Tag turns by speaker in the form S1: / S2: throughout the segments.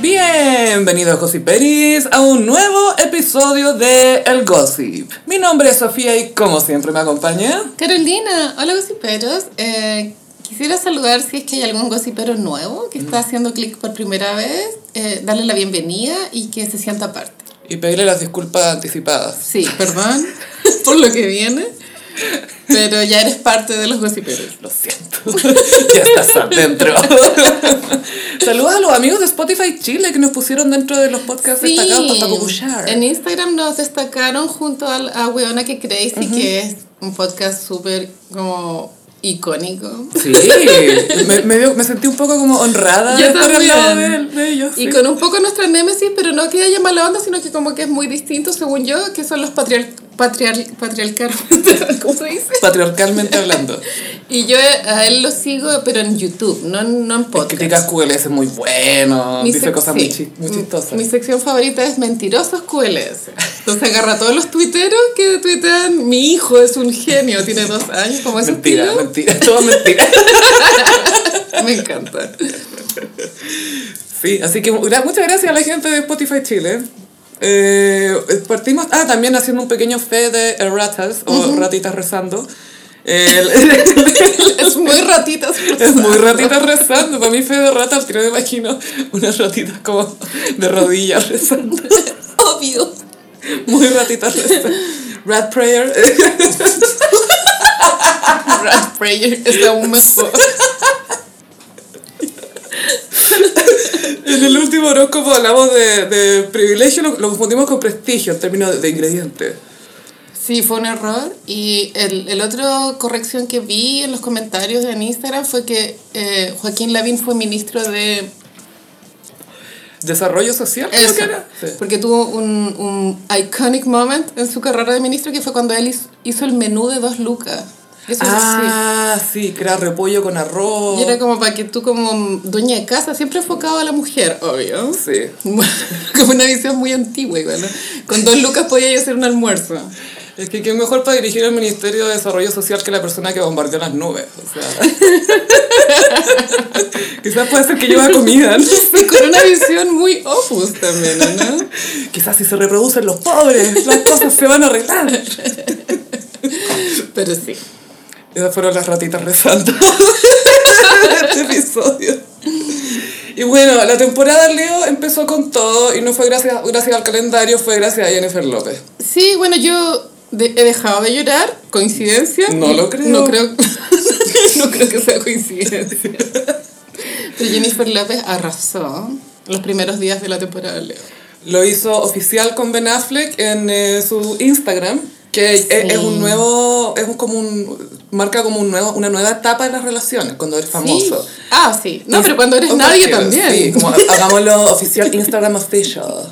S1: Bienvenidos Gossiperis a un nuevo episodio de El Gossip. Mi nombre es Sofía y como siempre me acompaña.
S2: Carolina, hola gossiperos. Eh, quisiera saludar si es que hay algún gossipero nuevo que está haciendo clic por primera vez, eh, darle la bienvenida y que se sienta parte.
S1: Y pedirle las disculpas anticipadas.
S2: Sí, perdón por lo que viene, pero ya eres parte de los gossiperos.
S1: Lo siento. ya estás adentro. Saludos a los amigos de Spotify Chile que nos pusieron dentro de los podcasts destacados para escuchar.
S2: en Instagram nos destacaron junto al- a Weona que Crazy, que es un podcast súper como icónico.
S1: Sí, me, me dio- me sentí un poco como honrada
S2: Yo
S1: de estar al lado de,
S2: también.
S1: de ellos.
S2: Y
S1: sí.
S2: con un poco nuestra némesis, pero no que haya mala onda, sino que como que es muy distinto, según yo, que son los patriar patriar patriarcalmente, ¿cómo se dice?
S1: Patriarcalmente hablando.
S2: Y yo a él lo sigo, pero en YouTube, no, en- no en podcast.
S1: Criticas QLS muy bueno,
S2: Mi
S1: dice
S2: sec-
S1: cosas muy,
S2: sí. mm,
S1: chi- muy chistosas.
S2: Mi sección favorita es Mentirosos QLS. Entonces agarra a todos los tuiteros que tuitean, mi hijo es un genio, tiene dos años, como ese
S1: mentira,
S2: estilo.
S1: mentira, todo mentira.
S2: Me encanta.
S1: Sí, así que gra- muchas gracias a la gente de Spotify Chile. Eh, partimos, ah, también haciendo un pequeño fe de ratas o ratitas rezando. El-
S2: Es muy ratitas.
S1: es muy ratitas rezando, para mí fe de ratas, pero me imagino unas ratitas como de rodillas rezando.
S2: Obvio.
S1: Muy ratitas rezando. Rat prayer.
S2: Rat Prayer es aún mejor.
S1: En el último horóscopo hablamos de, de privilegio, lo, lo confundimos con prestigio en términos de ingredientes.
S2: Sí, fue un error. Y el, el otro corrección que vi en los comentarios en Instagram fue que eh, Joaquín Lavín fue ministro de
S1: Desarrollo social, creo
S2: Eso,
S1: que era. Sí.
S2: porque tuvo un, un iconic moment en su carrera de ministro que fue cuando él hizo, hizo el menú de dos lucas. Eso sí.
S1: Ah, sí, que era repollo con arroz.
S2: Y era como para que tú como dueña de casa, siempre enfocado a la mujer, obvio.
S1: Sí.
S2: Como una visión muy antigua igual. ¿no? Con dos lucas podía hacer un almuerzo.
S1: Es que quién mejor para dirigir el Ministerio de Desarrollo Social que la persona que bombardeó las nubes. O sea. Quizás puede ser que lleva comida, ¿no?
S2: Sí, con una visión muy opus también, ¿no?
S1: Quizás si se reproducen los pobres, las cosas se van a arreglar.
S2: Pero sí.
S1: Esas fueron las ratitas rezando este episodio. Y bueno, la temporada Leo empezó con todo y no fue gracias, gracias al calendario, fue gracias a Jennifer López.
S2: Sí, bueno, yo de- he dejado de llorar, coincidencia.
S1: No lo creo.
S2: No creo, no creo que sea coincidencia. Pero Jennifer López arrasó los primeros días de la temporada Leo.
S1: Lo hizo oficial con Ben Affleck en eh, su Instagram, que
S2: Sí.
S1: es, es un nuevo, es un- como un, marca como un nuevo, una nueva etapa de las relaciones, cuando eres famoso.
S2: Sí. Ah, sí. No, pero cuando eres
S1: Un
S2: nadie
S1: castigo,
S2: también.
S1: Sí, como hagámoslo oficial, Instagram official.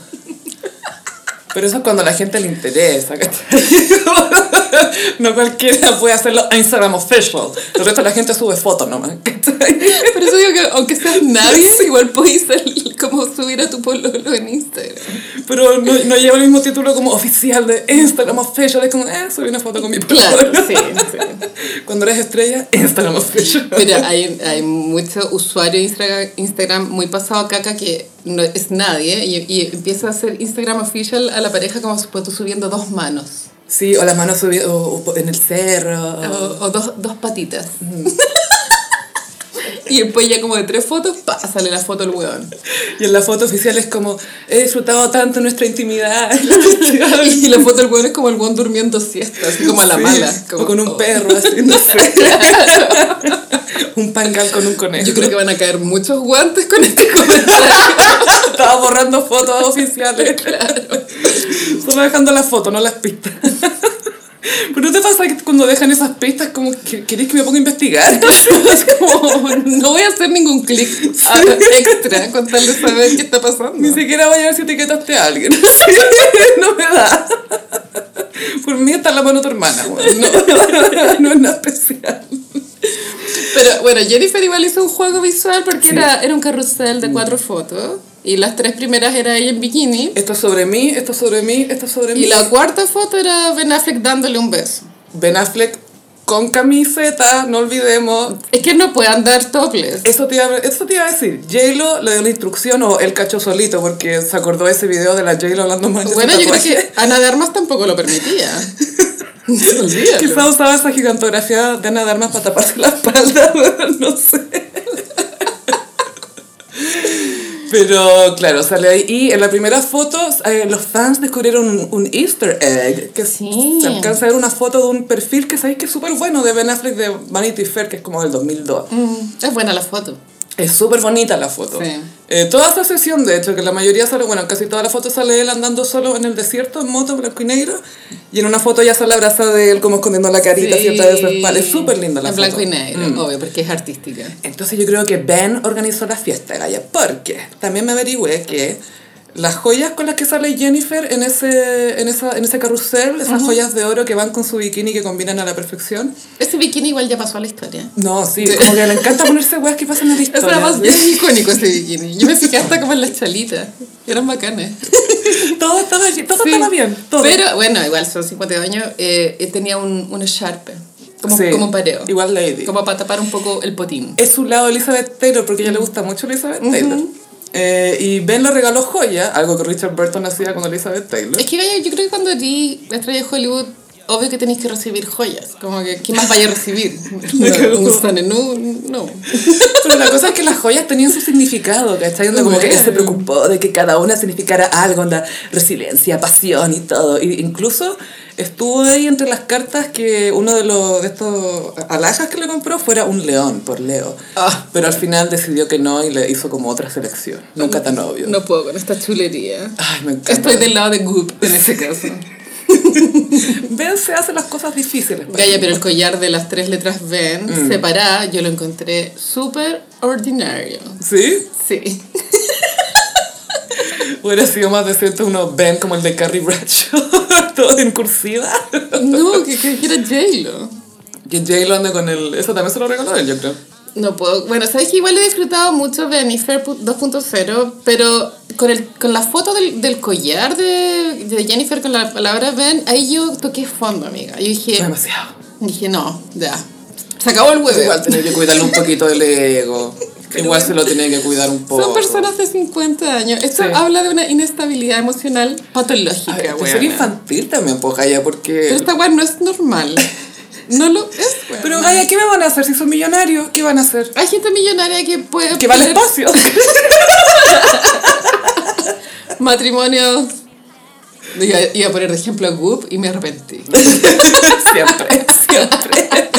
S1: Pero eso es cuando a la gente le interesa, ¿cachai? No cualquiera puede hacerlo Instagram official. El resto de la gente sube fotos nomás, ¿cachai?
S2: Por eso digo que aunque seas nadie, igual puedes salir- como subir a tu pololo en Instagram.
S1: Pero no, no lleva el mismo título como oficial de Instagram official. Es como, eh, subí una foto con mi
S2: Claro,
S1: pololo.
S2: sí, sí.
S1: Cuando eres estrella, Instagram official.
S2: Mira, hay, hay muchos usuarios de Instagram, Instagram muy pasado a caca que no es nadie y, y empieza a hacer Instagram official a la pareja como si fuera tú subiendo dos manos
S1: Sí, o las manos subidas o- o en el cerro.
S2: o, o dos, dos patitas. y después ya como de tres fotos, pa, sale la foto el weón.
S1: Y en la foto oficial es como, he disfrutado tanto nuestra intimidad.
S2: y la foto del weón es como el weón durmiendo siesta, así como a la
S1: Sí,
S2: mala. como-
S1: o con un
S2: oh.
S1: perro, así, no sé. un pangal con un conejo.
S2: Yo creo que van a caer muchos guantes con este comentario.
S1: Estaba borrando fotos oficiales. Estaba dejando las fotos, no las pistas. Pero ¿no te pasa que cuando dejan esas pistas como que querés que me ponga a investigar?
S2: Es como, no voy a hacer ningún clic ah, extra con tal de saber qué está pasando.
S1: Ni siquiera voy a ver si etiquetaste a alguien. no me da. Por mí está en la mano de tu hermana, güey. No, no es nada especial.
S2: Pero bueno, Jennifer igual hizo un juego visual porque
S1: Sí. Mm.
S2: era, era un carrusel de cuatro fotos y las tres primeras era ella en bikini
S1: Esto es sobre mí, esto es sobre mí, esto es sobre mí.
S2: y la cuarta foto era Ben Affleck dándole un beso.
S1: Ben Affleck con camiseta, no olvidemos.
S2: Es que no puede andar topless.
S1: Eso te iba a, eso te iba a decir. J-Lo le dio la instrucción o él cachó solito porque se acordó de ese video de la J-Lo hablando mal de
S2: Bueno,
S1: su
S2: yo creo
S1: tatuaje.
S2: que Ana de Armas tampoco lo permitía. Olvídalo.
S1: Quizá usaba esa gigantografía de Ana de Armas para taparse la espalda, weón, no sé. Pero claro, sale ahí. Y en la primera foto, eh, los fans descubrieron un, un easter egg. Que
S2: Sí.
S1: Se alcanza a ver una foto de un perfil que sabéis que es súper bueno de Ben Affleck de Vanity Fair, que es como del 2002.
S2: Mm, es buena la foto.
S1: Es súper bonita la foto.
S2: Sí.
S1: Eh, toda esa sesión, de hecho, que la mayoría sale, bueno, casi toda la foto sale él andando solo en el desierto, en moto, blanco y negro. Y en una foto ya sale abrazada de él como escondiendo la carita, cierta de su espalda. Es súper linda la
S2: En
S1: foto. Mm.
S2: blanco y negro, obvio, porque es artística.
S1: Entonces yo creo que Ben organizó la fiesta, Gaya, porque también me averigüé que las joyas con las que sale Jennifer en ese, en esa, en ese carrusel, esas joyas de oro que van con su bikini que combinan a la perfección.
S2: Ese bikini igual ya pasó a la historia.
S1: No, sí, como que le encanta ponerse weas que pasan en la
S2: Eso era
S1: historia.
S2: más bien icónico ese bikini. Yo me fijé hasta como en las chalitas. Eran bacanas.
S1: todo estaba, todo
S2: Sí.
S1: estaba bien, todo.
S2: Pero bueno, igual son 50 años. eh, él tenía un, un sharpe. Como,
S1: Sí,
S2: como pareo.
S1: Igual Lady.
S2: Como para tapar un poco el potín.
S1: Es su lado Elizabeth Taylor, porque a ella le gusta mucho Elizabeth Taylor. Eh, y Ben le regaló joya, algo que Richard Burton hacía con Elizabeth Taylor.
S2: Es que gallo, yo creo que cuando eres estrella de Hollywood, obvio que tenéis que recibir joyas. Como que, ¿qué más vaya a recibir? No, un Sanenú, no.
S1: Pero la cosa es que las joyas tenían su significado, ¿cachai? Onda como que él se
S2: Bueno.
S1: preocupó de que cada una significara algo, la resiliencia, pasión y todo. Y incluso estuvo ahí entre las cartas que uno de, los, de estos alhajas que le compró fuera un león por Leo.
S2: Ah.
S1: Pero al final decidió que no y le hizo como otra selección. Nunca tan obvio.
S2: No puedo con esta chulería.
S1: Ay, me encanta.
S2: Estoy del lado de Goop en este caso.
S1: Ben se hace las cosas difíciles. para
S2: Gaya,
S1: mí.
S2: pero el collar de las tres letras Ben,
S1: Mm.
S2: separada, yo lo encontré súper ordinario.
S1: ¿Sí?
S2: Sí.
S1: Hubiera sido más decente uno Ben como el de Carrie Bradshaw, todo en cursiva.
S2: No, que, que era J-Lo.
S1: Que J-Lo anda con el... Eso también se lo regaló él, yo creo.
S2: No puedo. Bueno, sabes que igual he disfrutado mucho de Jennifer 2.0, pero con, el, con la foto del, del collar de, de Jennifer con la palabra Ben, ahí yo toqué fondo, amiga. Yo dije,
S1: Demasiado.
S2: dije no, ya. Se acabó el huevo.
S1: Igual tenía que cuidarle un poquito del ego. Igual se lo tenía que cuidar un poco.
S2: Son personas de 50 años. Esto
S1: Sí.
S2: habla de una inestabilidad emocional patológica,
S1: Ay,
S2: weona.
S1: Ser infantil también, pues, Gaya,
S2: Pero
S1: porque...
S2: esta weá no es normal. No lo es, weona.
S1: Pero, Gaya, ¿qué me van a hacer si son millonarios? ¿Qué van a hacer?
S2: Hay gente millonaria que puede
S1: Que va al
S2: tener
S1: espacio.
S2: matrimonios. Iba, iba a poner de ejemplo a Goop y me arrepentí.
S1: siempre, siempre.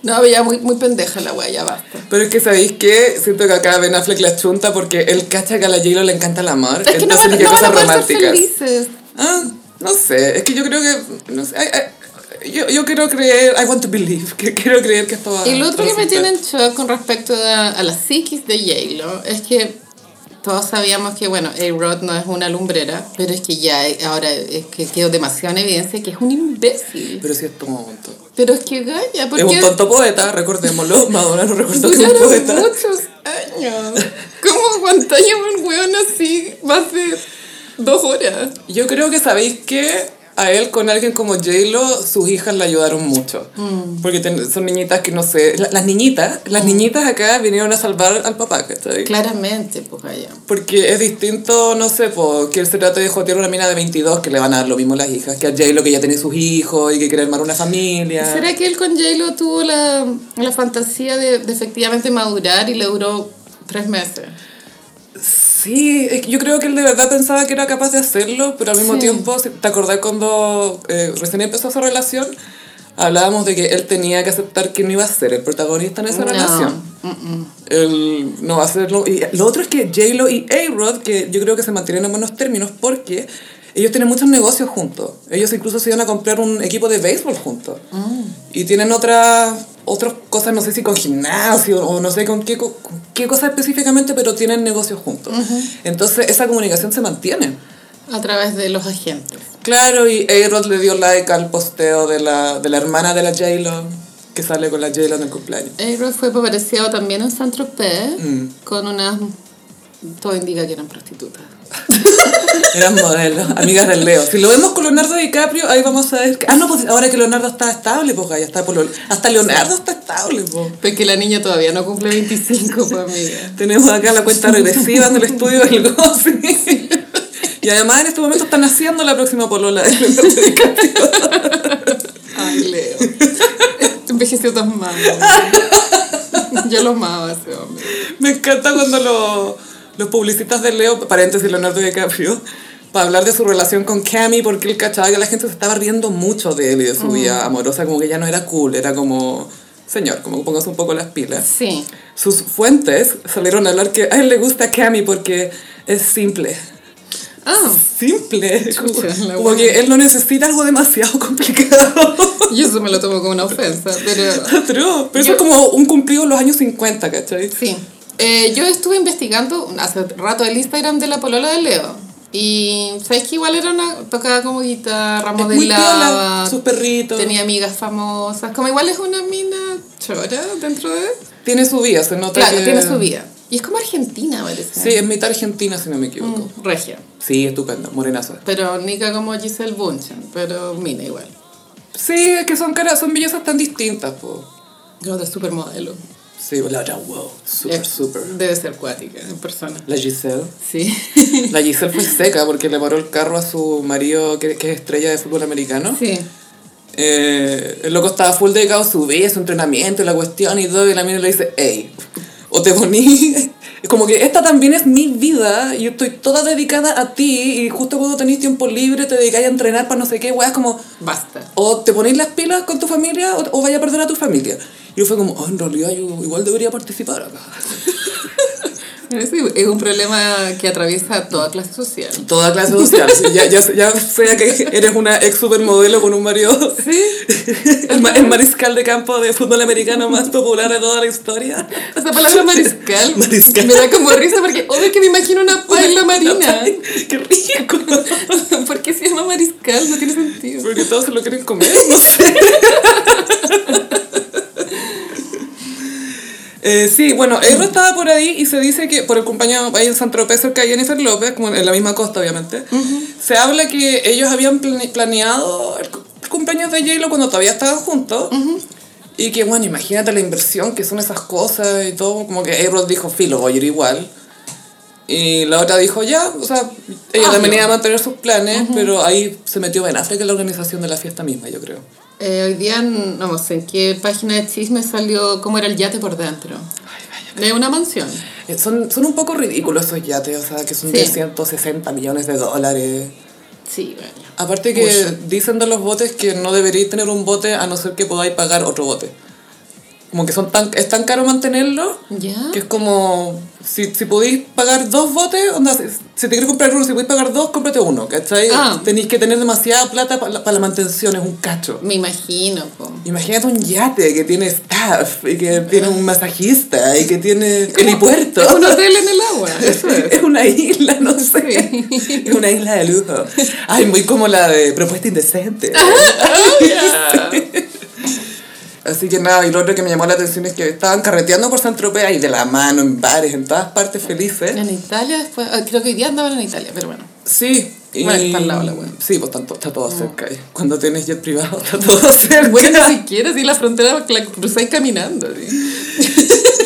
S2: No, pero ya muy, muy pendeja la wea, ya basta.
S1: Pero es que, ¿sabéis qué? Siento que acá Ben Affleck la chunta porque él cacha que a la J-Lo le encanta el amor.
S2: Es que no, van-
S1: dice
S2: no van
S1: cosas
S2: a poder ser
S1: románticas.
S2: felices.
S1: Ah, no sé, es que yo creo que, no sé, ay, ay, yo, yo quiero creer, I want to believe, que quiero creer que esto va
S2: Y lo otro que me
S1: resultar.
S2: tiene en shock con respecto a, a la psiquis de J-Lo es que todos sabíamos que, bueno, A-Rod no es una lumbrera, pero es que ya eh, ahora es que quedó demasiado en evidencia que es un imbécil.
S1: Pero sí es tonto.
S2: Pero es que gaya,
S1: Es
S2: porque...
S1: un tonto poeta, recordémoslo, Madonna nos recordó que es un
S2: Duraron
S1: poeta.
S2: muchos años. ¿Cómo aguantáis a un weón así más de dos horas?
S1: Yo creo que sabéis que a él con alguien como J-Lo, sus hijas le ayudaron mucho.
S2: Mm.
S1: Porque ten- son niñitas que no sé, la- las niñitas, las niñitas acá vinieron a salvar al papá, ¿cachai?
S2: Claramente, pues gaya.
S1: Porque es distinto, no sé, po, que él se trate de jotear una mina de 22 que le van a dar lo mismo las hijas, que a J-Lo que ya tiene sus hijos y que quiere armar una familia.
S2: ¿Será que él con J-Lo tuvo la, la fantasía de, de efectivamente madurar y le duró tres meses?
S1: Sí, es que yo creo que él de verdad pensaba que era capaz de hacerlo, pero al mismo
S2: Sí.
S1: tiempo, si- ¿te acordás cuando eh, recién empezó esa relación? Hablábamos de que él tenía que aceptar que no iba a ser el protagonista en esa
S2: No.
S1: relación. Él no va a hacerlo. Y lo otro es que J-Lo y A-Rod, que yo creo que se mantienen en buenos términos porque ellos tienen muchos negocios juntos. Ellos incluso se iban a comprar un equipo de béisbol juntos. Y tienen otras otras cosas, no sé si con gimnasio o no sé con qué, co- con qué cosa específicamente, pero tienen negocios juntos. Entonces esa comunicación se mantiene.
S2: A través de los agentes.
S1: Claro, y A-Rod le dio like al posteo de la, de la hermana de la J-Lo, que sale con la J-Lo en el cumpleaños.
S2: a fue paparazziado también en Saint-Tropez con unas Todo indica que eran prostitutas.
S1: Eran modelos, amigas del Leo. Si lo vemos con Leonardo DiCaprio, ahí vamos a ver. que- Ah, no, pues ahora que Leonardo está estable, pues Gaya, está por lo- Hasta Leonardo está estable, pues.
S2: Porque la niña todavía no cumple 25, pues amiga.
S1: Tenemos acá la cuenta regresiva en el estudio del Gossi. Y además en este momento están haciendo la próxima polola de Leonardo DiCaprio.
S2: Ay, Leo. Envejeció tan mal. amiga. Yo lo amaba a ese hombre.
S1: Me encanta cuando lo- los publicistas de Leo, paréntesis Leonardo DiCaprio, para hablar de su relación con Cami, porque él cachaba que la gente se estaba riendo mucho de él y de su vida amorosa, como que ya no era cool, era como, señor, como póngase un poco las pilas.
S2: Sí.
S1: Sus fuentes salieron a hablar que a él le gusta Cami porque es simple.
S2: Ah,
S1: Simple. Como,
S2: Chucha, la
S1: como que él no necesita algo demasiado complicado.
S2: yo eso me lo tomo como una ofensa, pero
S1: True. Pero eso
S2: Yo-
S1: es como un cumplido en los años 50, ¿cachai?
S2: Sí. Eh, yo estuve investigando hace rato el Instagram de la polola de Leo. Y sabes que igual era una. tocaba como guitarra,
S1: Es muy piola,
S2: modelaba.
S1: sus perritos.
S2: Tenía amigas famosas. Como igual es una mina chora dentro de.
S1: Tiene su vida, se nota
S2: Claro,
S1: que-
S2: tiene su vida. Y es como Argentina, parece.
S1: Sí, es mitad argentina, si no me equivoco.
S2: Mm, regia.
S1: Sí, estupenda, morenaza.
S2: Pero Nica como Giselle Bunchen, pero mina igual.
S1: Sí, es que son caras, son bellezas tan distintas, po.
S2: Yo de supermodelo.
S1: Sí, la otra, wow, super,
S2: Eh,
S1: super.
S2: Debe ser cuática en persona.
S1: La Giselle.
S2: Sí.
S1: La Giselle fue seca porque le paró el carro a su marido, que, que es estrella de fútbol americano.
S2: sí.
S1: Eh, el loco estaba full dedicado a su vida, su entrenamiento, la cuestión y todo, y la mina le dice, hey, o te poní... Como que esta también es mi vida, y yo estoy toda dedicada a ti, y justo cuando tenés tiempo libre te dedicáis a entrenar para no sé qué, weas, como...
S2: Basta.
S1: O te ponéis las pilas con tu familia o, o vaya a perder a tu familia. Y yo fue como, oh, en realidad yo igual debería participar acá.
S2: Ese Este Es un problema que atraviesa toda clase social.
S1: Toda clase social. sí, ya, ya, ya sea que eres una ex supermodelo con un marido. El, ma- el mariscal de campo de fútbol americano más popular de toda la historia.
S2: Esa palabra mariscal,
S1: Mariscal.
S2: me da como risa porque obvio que me imagino una paila marina.
S1: Ay, ¡Qué rico!
S2: ¿Por qué se llama mariscal? No tiene sentido.
S1: Porque todos se lo quieren comer, no sé. Eh, sí, bueno, Erro estaba por ahí y se dice que por el compañero ahí en San Tropez cerca de Jennifer López, como en la misma costa obviamente, se habla que ellos habían plane- planeado el, cu- el cumpleaños de J-Lo cuando todavía estaban juntos y que bueno, imagínate la inversión que son esas cosas y todo, como que Erro dijo, filo, voy a ir igual. Y la otra dijo, ya, o sea, ella
S2: Hazlo.
S1: también iba a mantener sus planes, pero ahí se metió Ben Affleck en la organización de la fiesta misma, yo creo.
S2: Eh, hoy día, no sé en qué página de chisme salió cómo era el yate por dentro. De una mansión.
S1: Eh, Son, son un poco ridículos esos yates, o sea, que son de
S2: Sí.
S1: 160 millones de dólares.
S2: Sí, bueno.
S1: Aparte que
S2: Mucho.
S1: dicen de los botes que no deberíais tener un bote a no ser que podáis pagar otro bote. Como que son tan, es tan caro mantenerlo
S2: ¿Ya?
S1: que es como, si, si podéis pagar dos botes, onda, si, si te quieres comprar uno, si podéis pagar dos, cómprate uno, ¿cachai?
S2: Ah.
S1: Tenéis que tener demasiada plata para la, pa la mantención, es un cacho.
S2: Me imagino, po.
S1: Imagínate un yate que tiene staff y que tiene un masajista y que tiene helipuerto.
S2: Es un hotel en el agua. Eso es.
S1: Es una isla, no sé.
S2: Sí.
S1: Es una isla de lujo. Ay, muy como la de Propuesta Indecente. Ah, Así que nada, y lo otro que me llamó la atención es que estaban carreteando por San Tropez y de la mano, en bares, en todas partes felices.
S2: En Italia después. ah, creo que hoy día andaban en Italia, pero bueno.
S1: Sí. Y...
S2: Bueno, está al lado la wea.
S1: Sí, pues tanto, está todo cerca. ahí. Cuando tienes jet privado, está todo cerca.
S2: Bueno, si quieres, y la frontera la cruzáis caminando. ¿sí?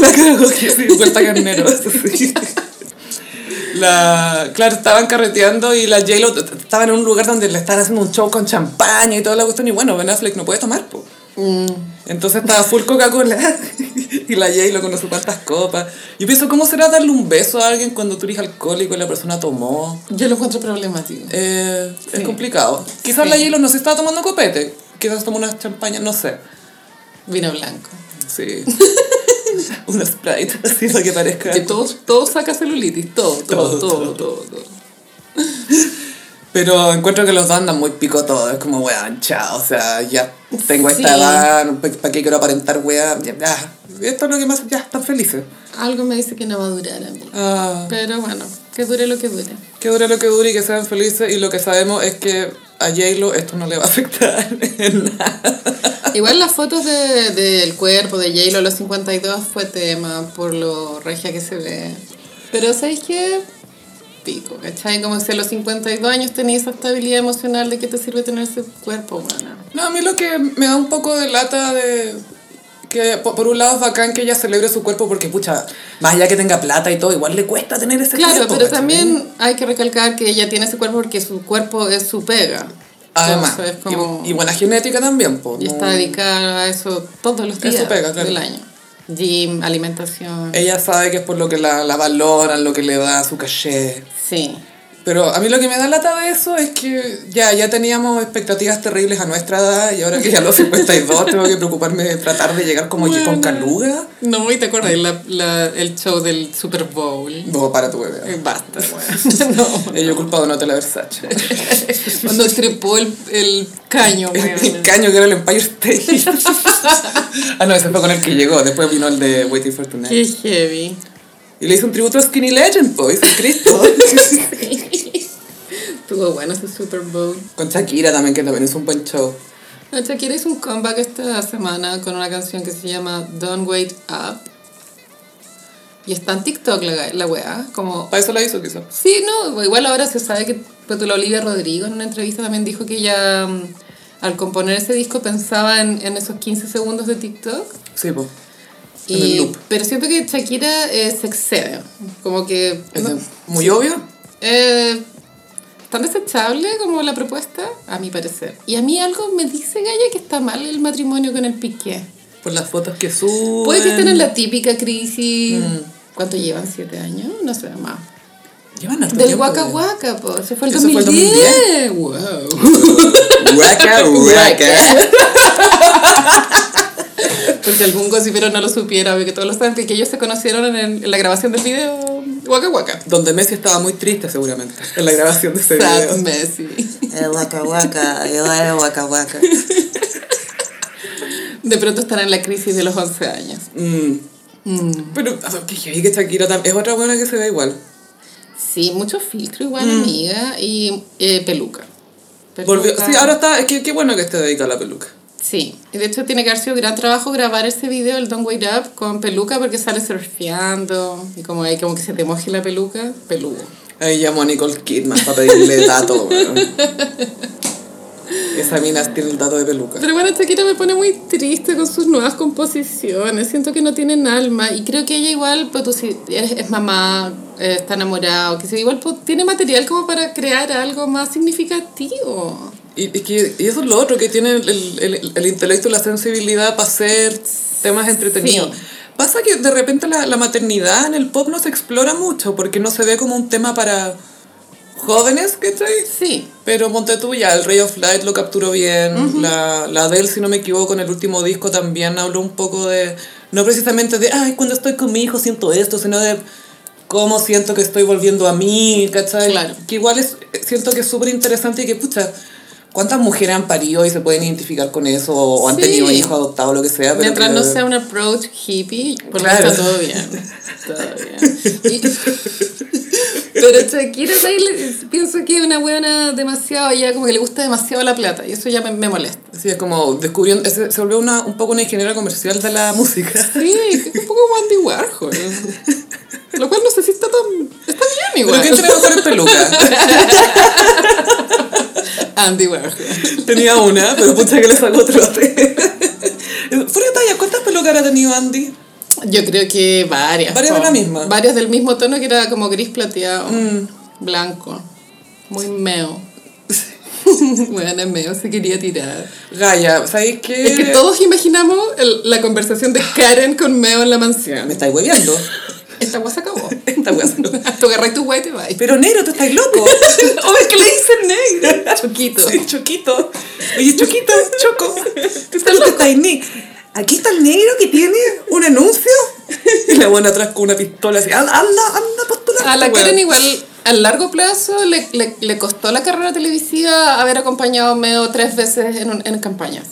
S1: La cagó, que sí, vuelta carnero, eso sí. La, claro, estaban carreteando y la J-Lo t- t- estaba en un lugar donde le estaban haciendo un show con champaña y toda la cuestión. Y bueno, Ben Affleck no puede tomar, po.
S2: Mm.
S1: Entonces estaba full Coca-Cola y la J-Lo con no sé cuántas copas. Yo pienso, ¿cómo será darle un beso a alguien cuando tú eres alcohólico y la persona tomó?
S2: Yo lo encuentro problemático.
S1: Eh, Es
S2: Sí.
S1: complicado. Quizás
S2: Sí.
S1: la J-Lo no se estaba tomando copete. Quizás tomó unas champañas, no sé.
S2: Vino blanco.
S1: Sí. Una Sprite, así para que parezca.
S2: Que todo, todo saca celulitis, todo, todo, todo, todo. todo.
S1: Pero encuentro que los dos andan muy pico todo, es como, weón, chao, o sea, ya tengo esta
S2: Sí.
S1: edad, ¿para qué quiero aparentar, weón? Ya, ya, esto es lo que más, ya, están felices.
S2: Algo me dice que no va a durar a mí.
S1: Ah,
S2: Pero bueno, que dure lo que dure.
S1: que dure lo que dure y que sean felices, y lo que sabemos es que a J-Lo esto no le va a afectar en nada.
S2: Igual las fotos de- del cuerpo de J-Lo a los 52 fue tema por lo regia que se ve. Pero ¿sabes qué? Pico, ¿cachai? Como si a los 52 años tenías esa estabilidad emocional de que te sirve tener ese cuerpo humano.
S1: No, a mí lo que me da un poco de lata de... Que po- por un lado es bacán que ella celebre su cuerpo porque, pucha, más allá que tenga plata y todo, igual le cuesta tener ese
S2: Claro,
S1: cuerpo.
S2: pero
S1: ¿cachai?
S2: también hay que recalcar que ella tiene ese cuerpo porque su cuerpo es su pega.
S1: Además,
S2: Entonces, como-
S1: y, y buena genética también, po,
S2: Y
S1: no-
S2: está dedicada a eso todos los
S1: Eso
S2: días
S1: pega, claro.
S2: del año. Gym, alimentación.
S1: Ella sabe que es por lo que la, la valoran, lo que le da su caché.
S2: Sí.
S1: Pero a mí lo que me da lata de eso es que ya, ya teníamos expectativas terribles a nuestra edad y ahora que ya a los 52 tengo que preocuparme de tratar de llegar como yo con caluga.
S2: No, y te acuerdas la, la- el show del Super Bowl.
S1: No, para tu bebé.
S2: Eh, Basta, weón. no.
S1: Yo culpado no te la Versace.
S2: Cuando trepó el, el caño,
S1: El
S2: weón.
S1: caño Este que era el Empire State. ah, no, ese fue con el que llegó. Después vino el de Waiting for Tonight.
S2: Qué heavy.
S1: Y le hizo un tributo a Skinny Legend, pues, Cristo.
S2: Estuvo bueno ese Super Bowl.
S1: con Shakira también, que también es un buen show.
S2: No, Shakira hizo un comeback esta semana con una canción que se llama Don't Wait Up. Y está en TikTok la, la weá. Como
S1: Para eso la hizo, quizás.
S2: Sí, no, igual ahora se sabe que pues, la Olivia Rodrigo en una entrevista también dijo que ella mm, al componer ese disco pensaba en, en esos 15 segundos de TikTok.
S1: Sí, pues. En el
S2: Y,
S1: loop.
S2: pero siento que Shakira eh, se excede, como que
S1: Es
S2: no,
S1: Muy obvio.
S2: eh, tan desechable como la propuesta, a mi parecer. Y a mí algo me dice Gaya que está mal el matrimonio con el Piqué.
S1: Por las fotos que sube.
S2: Puede que estén en la típica crisis.
S1: Mm.
S2: ¿Cuánto llevan? ¿Siete años? No sé, más.
S1: Llevan harto
S2: Del
S1: tiempo,
S2: Waka
S1: eh.
S2: Waka, po. Eso fue el
S1: Eso fue el
S2: 2010.
S1: 2010.
S2: Wow.
S1: Waka Waka.
S2: Porque algún gossipero no lo supiera, obvio que todos lo saben, que ellos se conocieron en, el- en la grabación del video Waka Waka.
S1: Donde Messi estaba muy triste, seguramente, en la grabación de ese
S2: Sad
S1: video.
S2: Messi.
S3: El waka waka, el aire waka waka.
S2: De pronto están en la crisis de los 11 años.
S1: Mm. Pero, ah, qué heavy que Shakira tam- Es otra buena que se ve igual.
S2: Sí, mucho filtro igual, amiga, y eh, peluca. Peluca.
S1: Mm. Volvió, sí, ahora está. Es que qué bueno que esté dedicada a la peluca.
S2: Sí, y de hecho tiene que haber sido gran trabajo grabar ese video, el Don't Wait Up, con peluca porque sale surfeando y como, ahí como que se te moje la peluca, peludo.
S1: Ahí llamó a Nicole Kidman para pedirle dato, weón. Esa mina tiene el dato de peluca.
S2: Pero bueno, Shakira me pone muy triste con sus nuevas composiciones. Siento que no tienen alma. Y creo que ella igual, pues tú si eres, es mamá, eh, está enamorada, o que sea, igual pues, tiene material como para crear algo más significativo.
S1: Y, y que, y eso es lo otro, que tiene el, el- el- el intelecto y la sensibilidad para hacer temas entretenidos.
S2: Sí.
S1: Pasa que de repente la, la maternidad en el pop no se explora mucho, porque no se ve como un tema para jóvenes, ¿cachai?
S2: Sí.
S1: Pero ponte tú ya, el Ray of Light lo capturó bien, la, la Adele, si no me equivoco, en el último disco también habló un poco de, no precisamente de, ay, cuando estoy con mi hijo siento esto, sino de cómo siento que estoy volviendo a mí, ¿cachai?
S2: Claro.
S1: Que igual es, siento que es súper interesante y que, pucha, ¿cuántas mujeres han parido y se pueden identificar con eso? O, o han
S2: Sí.
S1: tenido hijos adoptados, lo que sea. Pero
S2: Mientras
S1: que-
S2: no sea un approach hippie, por lo
S1: Claro.
S2: está todo bien. Todo bien. Y- pero Shakira Taylor, pienso que es una buena demasiado, ya como que le gusta demasiado la plata. Y eso ya me- me molesta.
S1: Sí, es como descubriendo, se, se volvió una, un poco una ingeniera comercial de la música.
S2: Sí, es un poco como Andy Warhol. Lo cual no sé si está tan. Está
S1: Pero
S2: bien igual.
S1: ¿quién tenía mejores pelucas?
S2: Andy Warhol.
S1: Tenía una, pero pucha que le sacó trote. Fuera de talla, ¿cuántas pelucas ha tenido Andy?
S2: Yo creo que varias.
S1: Varias de
S2: po.
S1: la misma. Mm.
S2: Varias del mismo tono que era como gris plateado. Blanco. Muy meo. bueno, meo se quería tirar.
S1: Gaya, ¿sabéis qué?
S2: Es que todos imaginamos el- la conversación de Karen con Meo en la
S1: Me
S2: mansión.
S1: estáis hueveando.
S2: Esta guasa acabó.
S1: Esta wea se-
S2: Tú agarras tu guay y te vas.
S1: Pero negro, tú estás loco.
S2: Oh, es que le dicen negro. Choquito.
S1: Sí, choquito. Oye, choquito, choco. Tú
S2: Estás
S1: estás loco, estás ni. Aquí está el negro que tiene un anuncio. Y la buena atrás con una pistola así. Anda, anda, anda, postulante,
S2: A la
S1: wea.
S2: Karen igual, a largo plazo, le, le, le costó la carrera televisiva haber acompañado a Meo tres veces en, un- en campañas.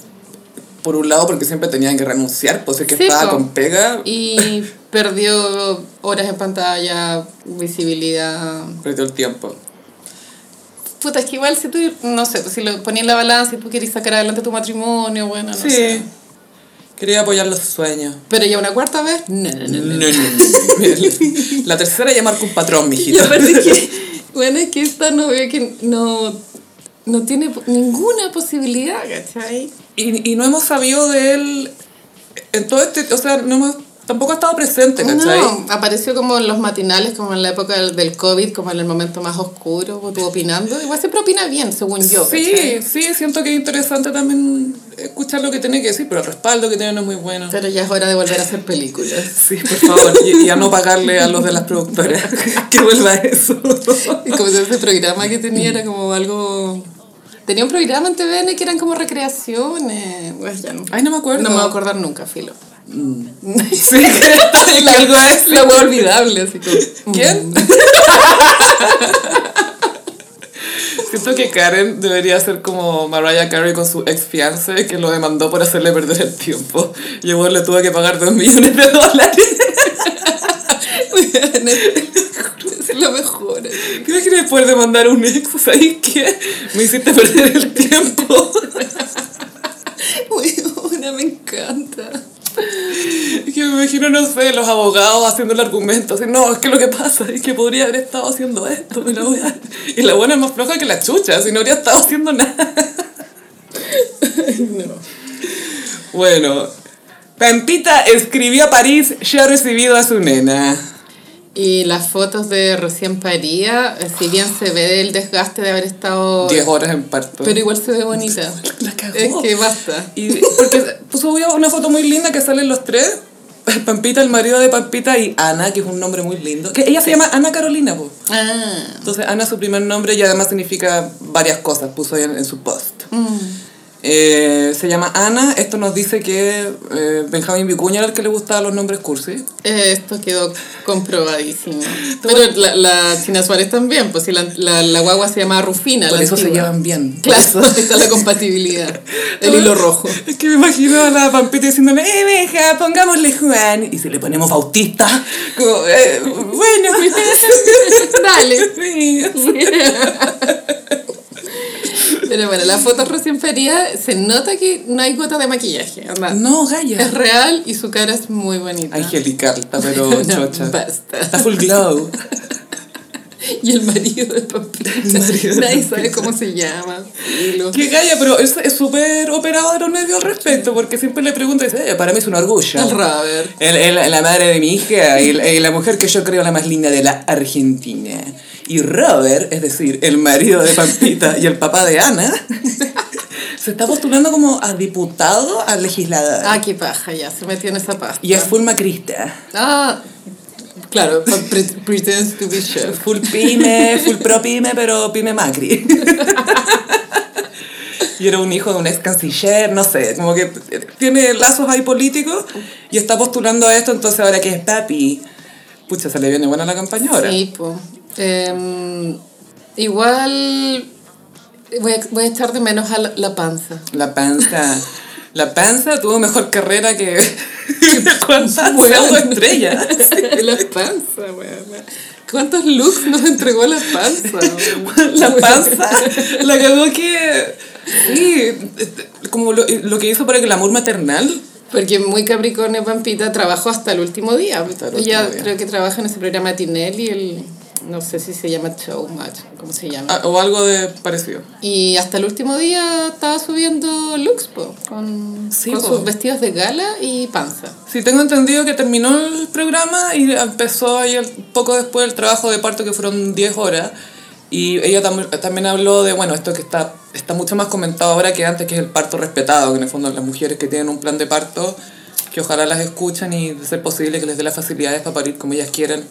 S1: Por un lado, porque siempre tenían que renunciar, pues es que
S2: Sí,
S1: estaba
S2: po.
S1: con pega.
S2: Y perdió horas en pantalla, visibilidad.
S1: Perdió el tiempo.
S2: Puta, es que igual si tú, no sé, si lo ponías en la balanza y tú querés sacar adelante tu matrimonio, bueno, no
S1: Sí.
S2: sé.
S1: Ah, Quería apoyar los sueños.
S2: Pero ya una cuarta vez, no, no, no.
S1: No, no, no. Mira, la- La tercera ya marca un patrón,
S2: Y
S1: mijita.
S2: aparte que, bueno, es que esta no veo que no, no tiene po- ninguna posibilidad, ¿cachai?
S1: Y, y no hemos sabido de él en todo este... O sea, no hemos, tampoco ha estado presente, ¿cachai?
S2: No, apareció como en los matinales, como en la época del, del COVID, como en el momento más oscuro, como tú opinando. Igual siempre opina bien, según yo. ¿cachai?
S1: Sí, sí, siento que es interesante también escuchar lo que tiene que decir, pero el respaldo que tiene no es muy bueno.
S2: Pero ya es hora de volver a hacer películas.
S1: Sí, por favor, y, y a no pagarle a los de las productoras que vuelva eso.
S2: Y como ese programa que tenía era como algo... Tenía un programa en TVN que eran como recreaciones. Pues ya no.
S1: Ay, no me acuerdo.
S2: No me voy a acordar nunca, filo.
S1: Sí, que la algo es
S2: La wea olvidable, así como...
S1: ¿Quién? Siento que Karen debería ser como Mariah Carey con su ex fiance que lo demandó por hacerle perder el tiempo. Y luego le tuvo que pagar dos millones de dólares.
S2: Es lo mejor.
S1: ¿Te imaginas poder demandar a un ex? ¿Sabes qué? Me hiciste perder el tiempo.
S2: Una me encanta.
S1: Es que me imagino, no sé, los abogados haciendo el argumento, así, no, es que lo que pasa es que podría haber estado haciendo esto, y la buena, y la buena es más floja que la chucha, si no habría estado haciendo nada. Bueno, Pampita escribió a París, ya ha recibido a su nena.
S2: Y las fotos de recién parida, eh, si bien se ve el desgaste de haber estado...
S1: 10 horas en parto.
S2: Pero igual se ve bonita.
S1: La cagó.
S2: Es que basta.
S1: Y porque puso una foto muy linda que salen los tres. Pampita, el marido de Pampita y Ana, que es un nombre muy lindo. Que ella se llama Ana Carolina, po.
S2: Ah.
S1: Entonces Ana es su primer nombre y además significa varias cosas, puso ahí en, en su post.
S2: Mm.
S1: Eh, se llama Ana, esto nos dice que eh, Benjamín Vicuña era el que le gustaban los nombres cursi.
S2: Eh, Esto quedó comprobadísimo. Pero la, la China Suárez también, pues si la, la, la guagua se llama Rufina.
S1: Por
S2: la
S1: eso se
S2: antigua.
S1: llevan bien.
S2: Claro, está la compatibilidad. El hilo rojo.
S1: Es que me imagino a la Pampita diciéndole, eh, Benja, pongámosle Juan. Y si le ponemos Bautista, como, eh, bueno,
S2: Dale.
S1: sí.
S2: Pero bueno, la foto recién ferida se nota que no hay gota de maquillaje. onda,
S1: No, Gaya.
S2: Es real y su cara es muy bonita.
S1: Angelical, está pero
S2: No,
S1: chocha.
S2: basta.
S1: Está full glow.
S2: Y el marido de Pampita.
S1: El marido de
S2: Nadie sabe cómo se llama. Filo.
S1: Que calla, pero es es súper operado de los nervios al respecto, porque siempre le pregunto y dice, "Eh, para mí es un orgullo.
S2: El Robert.
S1: El- el- la madre de mi hija y, la- y la mujer que yo creo la más linda de la Argentina. Y Robert, es decir, el marido de Pampita y el papá de Ana, se está postulando como a diputado, a legislador.
S2: Ah, qué paja, ya, se metió en esa pasta.
S1: Y es full macrista.
S2: Ah, claro, pa- pre- pretends to be chef.
S1: Full pyme, full pro pyme, pero pyme macri. Y era un hijo de un ex canciller, no sé, como que tiene lazos ahí políticos y está postulando a esto, entonces ahora que es papi, pucha, se le viene buena la campaña ahora.
S2: Sí, po. Em, igual voy a, voy a echar de menos a la, la panza.
S1: La panza, la panza tuvo mejor carrera que, que cuántas estrellas.
S2: la panza, weón. ¿Cuántos looks nos entregó la panza? weón?
S1: La panza, la cagó que... Sí, como lo, lo que hizo para el amor maternal.
S2: Porque muy Capricornio Pampita trabajó hasta el último día.
S1: Hasta el
S2: Ella
S1: último día.
S2: creo que trabaja en ese programa Tinelli, el, no sé si se llama Showmatch, ¿cómo se llama?
S1: Ah, O algo de parecido.
S2: Y hasta el último día estaba subiendo looks, po, con,
S1: Sí,
S2: con
S1: po.
S2: sus vestidos de gala y panza.
S1: Sí, tengo entendido que terminó el programa y empezó ahí el- poco después el trabajo de parto que fueron 10 horas. Y ella tam- también habló de, bueno, esto que está, está mucho más comentado ahora que antes, que es el parto respetado, que en el fondo las mujeres que tienen un plan de parto, que ojalá las escuchen y de ser posible que les dé las facilidades para parir como ellas quieren,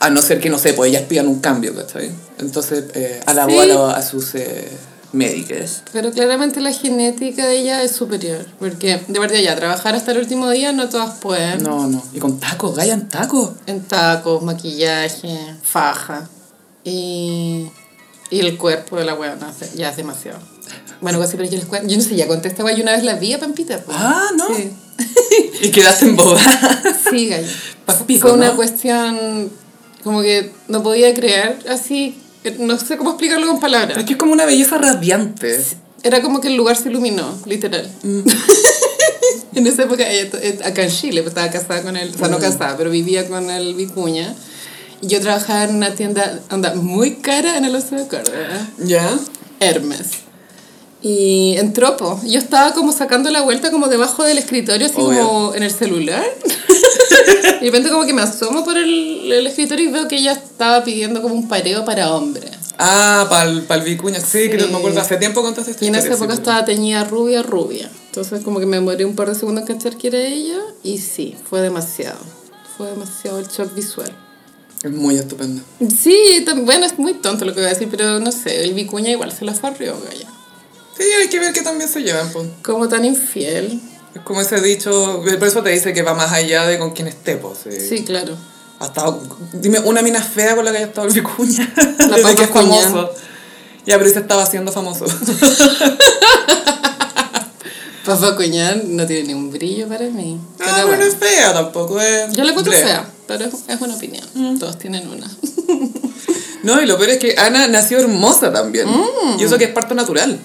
S1: a no ser que, no sé, pues ellas pidan un cambio, ¿cachai? Entonces, eh, alabó a,
S2: Sí.
S1: la- a sus eh, médicas.
S2: Pero claramente la genética de ella es superior, porque de verdad ya trabajar hasta el último día no todas pueden.
S1: No, no. Y con tacos, Gayan tacos.
S2: En tacos, maquillaje, faja. Y, y el cuerpo de la weona se- ya es demasiado. Bueno, casi pero yo les cuento. Yo no sé, ya conté esta weá, Yo una vez la vi a Pampita. po.
S1: Ah, ¿no?
S2: Sí,
S1: Y quedaste embobada.
S2: sí gallo.
S1: Pasó pico,
S2: Fue una
S1: ¿no?
S2: cuestión como que no podía creer así. No sé cómo explicarlo con palabras.
S1: Pero es que es como una belleza radiante.
S2: Era como que el lugar se iluminó, literal. En esa época, ella to- eh, acá en Chile, pues estaba casada con él, o sea, no casada, pero vivía con el Vicuña. Y yo trabajaba en una tienda, onda, muy cara en el oeste de Córdoba.
S1: ¿Ya?
S2: Hermes. Y entró, po. Yo estaba como sacando la vuelta como debajo del escritorio, así
S1: Obvio.
S2: como en el celular. y de repente como que me asomo por el, el escritorio y veo que ella estaba pidiendo como un pareo para hombre.
S1: Ah, pa'l, pa'l Vicuña. Sí, creo que me acuerdo.
S2: Sí.
S1: Hace tiempo contaste esta
S2: Y en esa
S1: historia,
S2: época
S1: sí.
S2: estaba teñida rubia, rubia. Entonces como que me morí un par de segundos en cachar que era ella. Y sí, fue demasiado. Fue demasiado el shock visual.
S1: Es muy estupendo.
S2: Sí, tam- bueno, es muy tonto lo que voy a decir, pero no sé, el vicuña igual se la farrió, gaya.
S1: Sí, hay que ver que también se llevan, pues.
S2: Como tan infiel.
S1: Es como ese dicho, eh, por eso te dice que va más allá de con quién esté, pues. sí.
S2: Sí, claro.
S1: Ha estado, dime una mina fea con la que haya estado el Vicuña. desde
S2: La
S1: que
S2: Pampa
S1: es
S2: Cuña.
S1: famoso. Ya, pero se estaba haciendo famoso.
S2: Papá Cuñán no tiene ni un brillo para mí. Pero
S1: Ah, pero
S2: bueno,
S1: no es fea tampoco, es
S2: yo la encuentro
S1: breve.
S2: fea, pero es es una opinión.
S1: Mm.
S2: Todos tienen una.
S1: No, y lo peor es que Ana nació hermosa también.
S2: Mm.
S1: Y eso que es parto natural.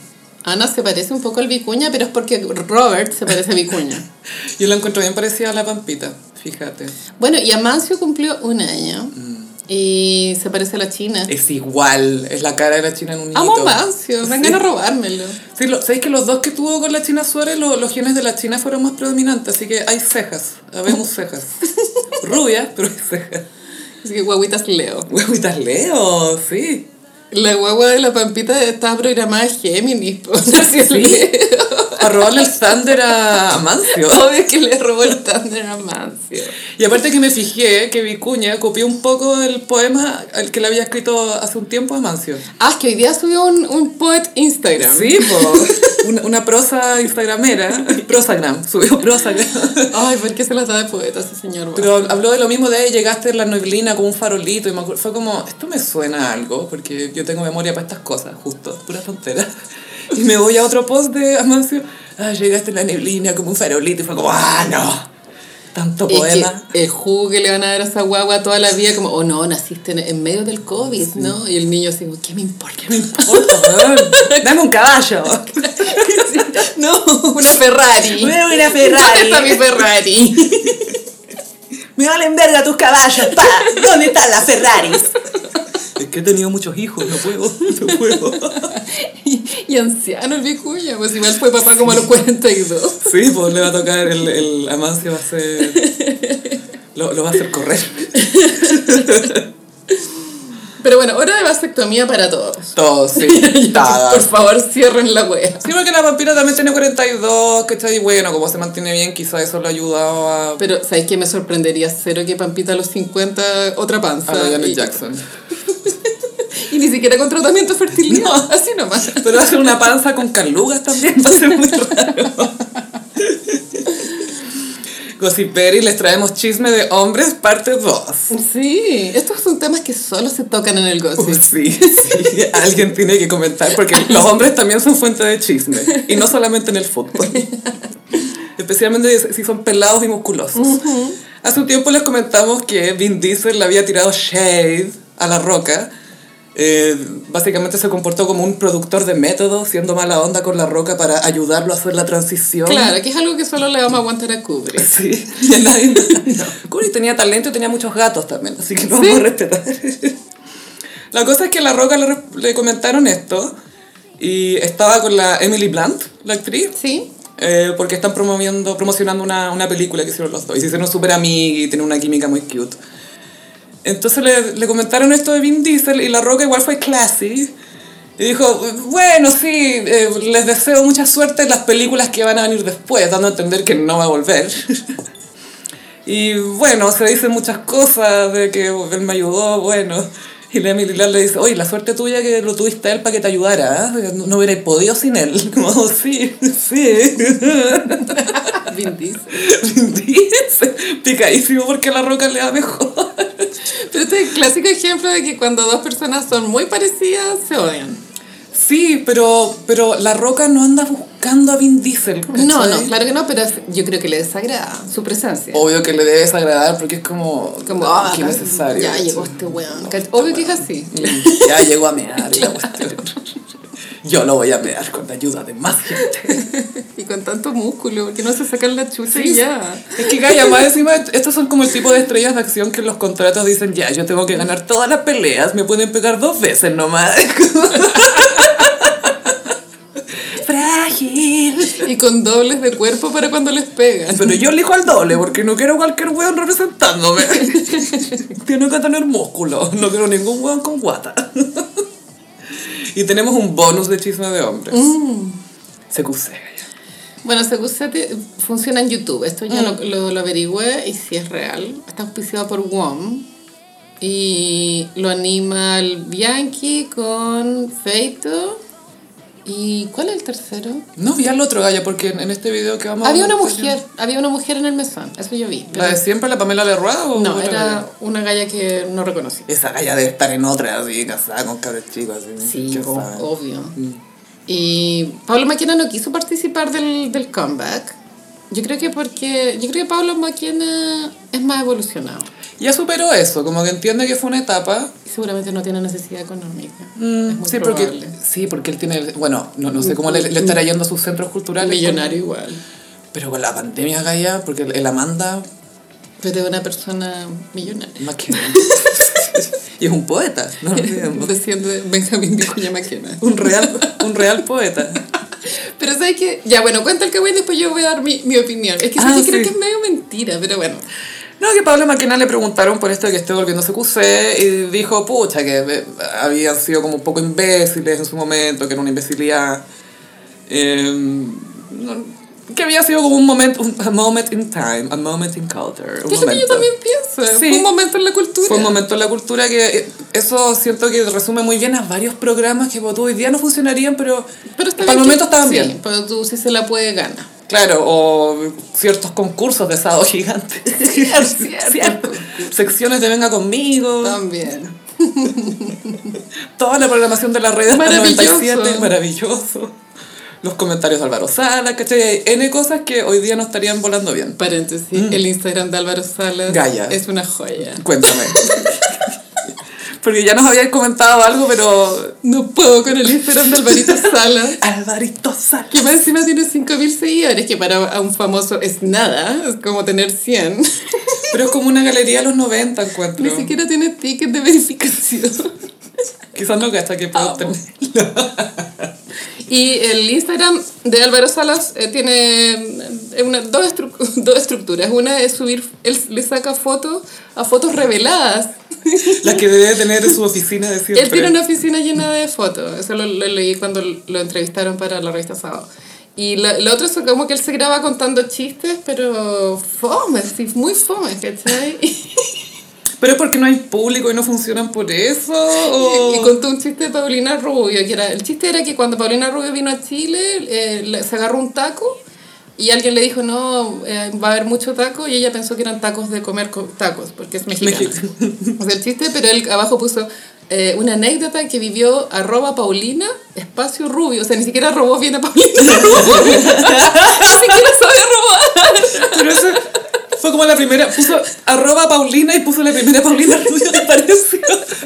S2: Ana se parece un poco al Vicuña, pero es porque Robert se parece a Vicuña.
S1: Yo la encuentro bien parecida a la Pampita, fíjate.
S2: bueno, y Amancio cumplió un año y se parece a la China.
S1: Mm. Es igual, es la cara de la China en un niñito.
S2: Amo a Amancio,
S1: Sí.
S2: vengan a robármelo.
S1: Sí, lo- ¿sabéis que los dos que tuvo con la China Suárez, lo- los genes de la China fueron más predominantes? Así que hay cejas, habemos cejas. Rubias, pero hay cejas.
S2: Así que guaguitas Leo.
S1: Huevitas Leo, sí.
S2: La guagua de la Pampita estaba programada a Géminis, po. Así es Leo.
S1: A robarle el Thunder a Amancio.
S2: Obvio que le robó el tándem a Amancio.
S1: Y aparte que me fijé que Vicuña copió un poco el poema al que le había escrito hace un tiempo a Amancio.
S2: Ah, es que hoy día subió un, un poet Instagram.
S1: Sí, po. Una, una prosa instagramera. Prosagram, subió prosagram.
S2: Ay, ¿por qué se las da de poeta ese señor?
S1: Pero habló de lo mismo de llegaste en la neblina con un farolito y me acuerdo, fue como, esto me suena a algo, porque yo tengo memoria para estas cosas, justo, pura tontera. Y me voy a otro post de Amancio, ah, llegaste en la neblina como un farolito y fue como, ah, no. Tanto
S2: Es que
S1: poema.
S2: el jugo que le van a dar a esa guagua toda la vida, como, oh no, naciste en, en medio del COVID, ¿no? Y el niño así, como, ¿qué me importa? ¿Qué me importa?
S1: Puta, weón, Dame un caballo.
S2: no, una
S3: Me
S2: Ferrari.
S3: voy a ir a
S2: ¿Dónde
S3: Ferrari.
S2: está mi Ferrari?
S3: Me valen verga tus caballos, pa. ¿Dónde están las Ferraris?
S1: Es que he tenido muchos hijos, no puedo, no puedo.
S2: y, y anciano el vicuña, pues igual fue papá como a los 42.
S1: Sí, pues le va a tocar el, el Amancio va a ser... Lo, lo va a hacer correr.
S2: Pero bueno, hora de vasectomía para todos.
S1: Todo, sí.
S2: Por favor, cierren la wea.
S1: Sí, porque la vampira también tiene 42, ¿cachai? Y bueno, como se mantiene bien, quizá eso lo ha ayudado a,
S2: Pero, ¿sabes qué? Me sorprendería cero que Pampita a los 50 otra panza.
S1: a la Janet
S2: y-
S1: Jackson.
S2: Y ni siquiera con tratamiento de fertilidad, así nomás.
S1: Pero hacer una panza con carlugas también va a ser muy raro. Gossip Berry, les traemos chisme de hombres, parte 2.
S2: Sí, estos son temas que solo se tocan en el gossip.
S1: Pues Sí, sí, alguien tiene que comentar porque los hombres también son fuente de chisme y no solamente en el fútbol. Especialmente si son pelados y musculosos. Hace un tiempo les comentamos que Vin Diesel le había tirado shade a la roca. Eh, básicamente se comportó como un productor de método, siendo mala onda con la roca para ayudarlo a hacer la transición.
S2: Claro, que es algo que solo le vamos a aguantar a Kubrick.
S1: Sí, y a nadie- Kubrick tenía talento y tenía muchos gatos también, así que lo vamos a respetar. La cosa es que a La Roca le, re- le comentaron esto y estaba con la Emily Blunt, la actriz,
S2: Sí,
S1: eh, porque están promoviendo, promocionando una, una película que hicieron los dos. Y se hicieron súper amigos y tienen una química muy cute. Entonces le, le comentaron esto de Vin Diesel y La Roca igual fue classy. Y dijo, bueno, sí, eh, les deseo mucha suerte en las películas que van a venir después, dando a entender que no va a volver. y bueno, se dicen muchas cosas de que él me ayudó, bueno. Y la Emily Blunt le dice, oye, la suerte tuya que lo tuviste a él para que te ayudara, ¿eh? no, no hubierais podido sin él. Como, sí, sí.
S2: Vin Diesel.
S1: Dice, Picadísimo porque la roca le da mejor.
S2: Pero este es el clásico ejemplo de que cuando dos personas son muy parecidas, se odian.
S1: Sí, pero, pero la roca no anda buscando a Vin Diesel. ¿cachai?
S2: No, no, claro que no, pero es- yo creo que le desagrada su presencia.
S1: Obvio que le debe desagradar porque es como.
S2: Como,
S1: ah,
S2: ah,
S1: Oh, qué necesario.
S2: Ya
S1: ¿cachai?
S2: llegó este weón. Obvio que es así.
S1: Mm, Ya llegó a mear la cuestión. Yo lo voy a mediar con la ayuda de más gente.
S2: Y con tanto músculo, porque no se sacan la chucha y ya.
S1: Es que, Gaya, más encima, estos son como el tipo de estrellas de acción que en los contratos dicen, ya, yo tengo que ganar todas las peleas, me pueden pegar dos veces nomás. Frágil.
S2: Y con dobles de cuerpo para cuando les pegan.
S1: Pero yo elijo al doble porque no quiero cualquier weón representándome. Tiene que tener músculo. No quiero ningún weón con guata. Y tenemos un bonus de chisme de hombres.
S2: Mm.
S1: Se cuse.
S2: Bueno, Segusate funciona en YouTube. Esto ya lo, lo, lo averigüé y si es real. Está auspiciado por WOM. Y lo anima el Bianchi con Feito. ¿Y cuál es el tercero?
S1: No vi al otro gallo porque en en este video que vamos a
S2: había
S1: ver,
S2: una
S1: pues,
S2: mujer, había una mujer en el mesón, eso yo vi. pero-
S1: ¿La de siempre, la Pamela Lerroa? o
S2: no,
S1: otra
S2: era
S1: galla?
S2: una galla que no reconocí.
S1: Esa galla debe estar en otra, así, casada con cabros chicos, así.
S2: Sí,
S1: ¿quién
S2: o-
S1: sabe?
S2: obvio. Mm. Y Pablo Maquena no quiso participar del, del comeback. Yo creo que porque. Yo creo que Pablo Maquena es más evolucionado.
S1: Ya superó eso, como que entiende que fue una etapa. mm,
S2: Y seguramente no tiene necesidad económica. es muy
S1: sí, porque,
S2: probable.
S1: sí, porque él tiene. Bueno, no, no sé cómo le, le estará yendo a sus centros culturales.
S2: Millonario igual.
S1: Pero con la pandemia, Gaya, porque el Amanda
S2: Pero es Pues una persona millonaria.
S1: McKinnon. y es un poeta, no lo olvidemos.
S2: Desciende de Benjamín Vicuña Maquena.
S1: Un real, un real poeta.
S2: Pero sabes que. Ya, bueno, cuenta el cagüey y después yo voy a dar mi, mi opinión. Es que
S1: Ah,
S2: sí que
S1: sí.
S2: creo que es medio mentira, pero bueno.
S1: No, que Pablo Maquena le preguntaron por esto de que esté volviéndose QC y dijo, pucha, que eh, habían sido como un poco imbéciles en su momento, que era una imbecilidad. Eh, no- que había sido como un momento, un- a moment in time, a moment in culture. un
S2: Que es lo que yo
S1: momento.
S2: también pienso.
S1: Sí.
S2: Fue un momento en la cultura.
S1: Fue un momento en la cultura que eh, eso siento que resume muy bien a varios programas que votó hoy día no funcionarían, pero,
S2: Pero está
S1: para el
S2: bien
S1: momento
S2: que-
S1: estaban
S2: sí,
S1: bien.
S2: pero tú si se la puede ganar.
S1: Claro, o ciertos concursos de sábado gigante.
S2: Cierto.
S1: Secciones de Venga Conmigo.
S2: También.
S1: Toda la programación de la red hasta
S2: Maravilloso.
S1: 97. Maravilloso. Los comentarios de Álvaro Sala, ¿cachai? N cosas que hoy día no estarían volando bien.
S2: Paréntesis, el Instagram de Álvaro Salas
S1: Mm. Gaya.
S2: es una joya.
S1: Cuéntame. Porque ya nos habíais comentado algo, pero...
S2: No puedo con el Instagram de Alvarito Salas.
S1: Alvarito Sala.
S2: Que más encima tiene 5.000 seguidores, que para a un famoso es nada, es como tener 100.
S1: Pero es como una galería de los 90, encuentro.
S2: Ni siquiera tiene ticket de verificación.
S1: Quizás no gasta que puedo tener.
S2: Y el Instagram de Álvaro Salas eh, tiene eh, una- dos, estru- dos estructuras. Una es subir, él le saca fotos a fotos reveladas.
S1: La que debe tener en su oficina de siempre.
S2: Él tiene una oficina llena de fotos. Eso lo, lo leí cuando lo entrevistaron para la revista Sábado. Y lo, lo otro es como que él se graba contando chistes, pero fome, sí, muy fome, ¿cachai? Y,
S1: Pero es porque no hay público y no funcionan por eso. o-
S2: y contó un chiste de Paulina Rubio, que era, el chiste era que cuando Paulina Rubio vino a Chile, eh, le- se agarró un taco y alguien le dijo, no, eh, va a haber mucho taco, y ella pensó que eran tacos de comer co- tacos, porque es mexicana. O sea, el chiste, pero él abajo puso eh, una anécdota que vivió arroba Paulina, espacio rubio. O sea, ni siquiera robó bien a Paulina Rubio. ni siquiera sabe robar.
S1: Pero eso fue como la primera. Puso arroba Paulina y puso la primera Paulina Rubio que apareció.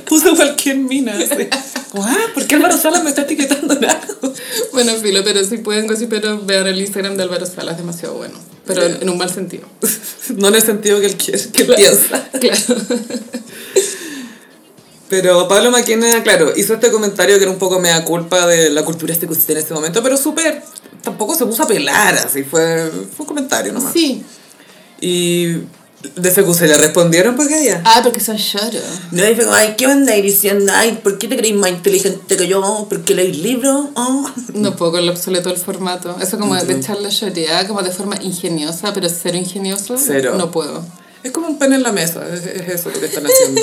S1: Puso cualquier mina. así. Como, ah, ¿por qué Álvaro Salas me está etiquetando en algo?
S2: Bueno, filo, pero si pueden pero vean el Instagram de Álvaro Salas, demasiado bueno. Pero en, en un mal sentido.
S1: No en el sentido que él quiere, que piensa.
S2: Claro.
S1: Pero Pablo Maquena, claro, hizo este comentario que era un poco mea culpa de la cultura este que existe en este momento, pero súper. Tampoco se puso a pelar, así. Fue, fue un comentario nomás.
S2: Sí.
S1: Y de FQC le respondieron, pues, que ella.
S2: Ah, porque son lloros.
S3: No, y fue como, ay, ¿qué onda? Y diciendo, ay, ¿por qué te creéis más inteligente que yo? ¿Por qué leéis libros? Oh.
S2: No puedo con lo obsoleto del formato. Eso como de echarle lloreada, como de forma ingeniosa, pero cero ingenioso.
S1: Cero.
S2: No puedo.
S1: Es como un pen en la mesa, es, es eso lo que están haciendo.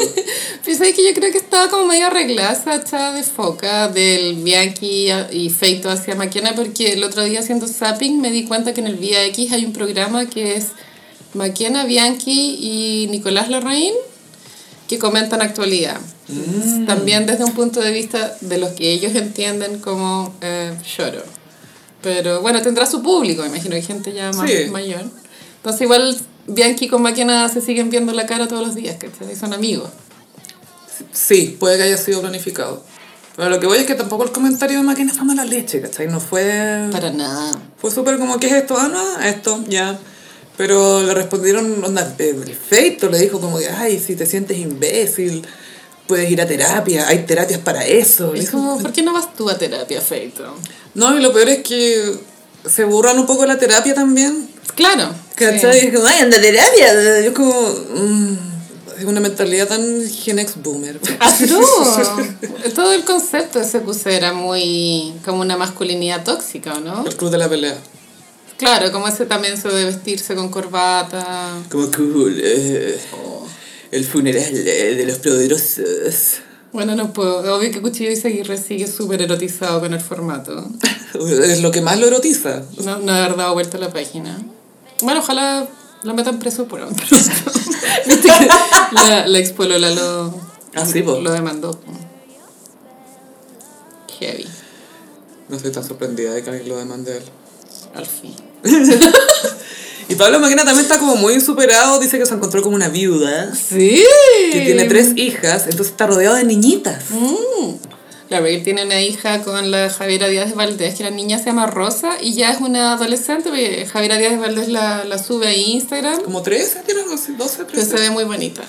S2: Pero sabes que yo creo que estaba como medio arreglada esa chava de foca del Bianchi y Feito hacia Maquena porque el otro día haciendo zapping me di cuenta que en el Vía X hay un programa que es Maquena, Bianchi y Nicolás Larraín que comentan actualidad. También desde un punto de vista de los que ellos entienden como eh, lloro. Pero bueno, tendrá su público, me imagino, hay gente ya más
S1: Sí.
S2: mayor. Entonces igual Bianchi con Maquena se siguen viendo la cara todos los días, que son amigos.
S1: Sí, puede que haya sido planificado. Pero lo que voy es que tampoco el comentario de Maquena fue mala leche, ¿cachai? No fue...
S2: Para nada.
S1: Fue súper como, ¿qué es esto? Ah, no, esto, ya. Pero le respondieron, onda, eh, el feito le dijo como que, ay, si te sientes imbécil, puedes ir a terapia, hay terapias para eso. Le
S2: Es
S1: dijo,
S2: como, ¿por qué no vas tú a terapia, Feito?
S1: no, y lo peor es que se burlan un poco de la terapia también.
S2: Claro.
S1: ¿Cachai?
S2: sí.
S1: Es como, ay, anda a terapia. Yo como, mm, es una mentalidad tan gen ex boomer.
S2: Atroz. Ah, Todo el concepto de CQC era muy como una masculinidad tóxica, ¿o ¿no?
S1: El club de la pelea.
S2: Claro, como ese también eso de vestirse con corbata.
S1: Como cool. eh, El funeral eh, de los poderosos.
S2: Bueno, no puedo. Obvio que Cuchillo y Seguirre sigue súper erotizado con el formato.
S1: Es lo que más lo erotiza.
S2: No, no haber dado vuelta a la página. Bueno, ojalá lo metan preso por pronto. Viste que la, la expolola lo,
S1: Ah, sí, po.
S2: lo demandó. po. Heavy,
S1: No estoy tan sorprendida de que alguien lo demande a él.
S2: al fin.
S1: Y Pablo Maquena también está como muy superado. Dice que se encontró como una viuda.
S2: Sí. Mm.
S1: Que tiene tres hijas. Entonces está rodeado de niñitas.
S2: Claro, porque él tiene una hija con la Javiera Díaz de Valdés, que la niña se llama Rosa y ya es una adolescente, porque Javiera Díaz de Valdés la, la sube a Instagram,
S1: Como 13, tiene algo así, 12,
S2: que se
S1: 13.
S2: ve muy bonita.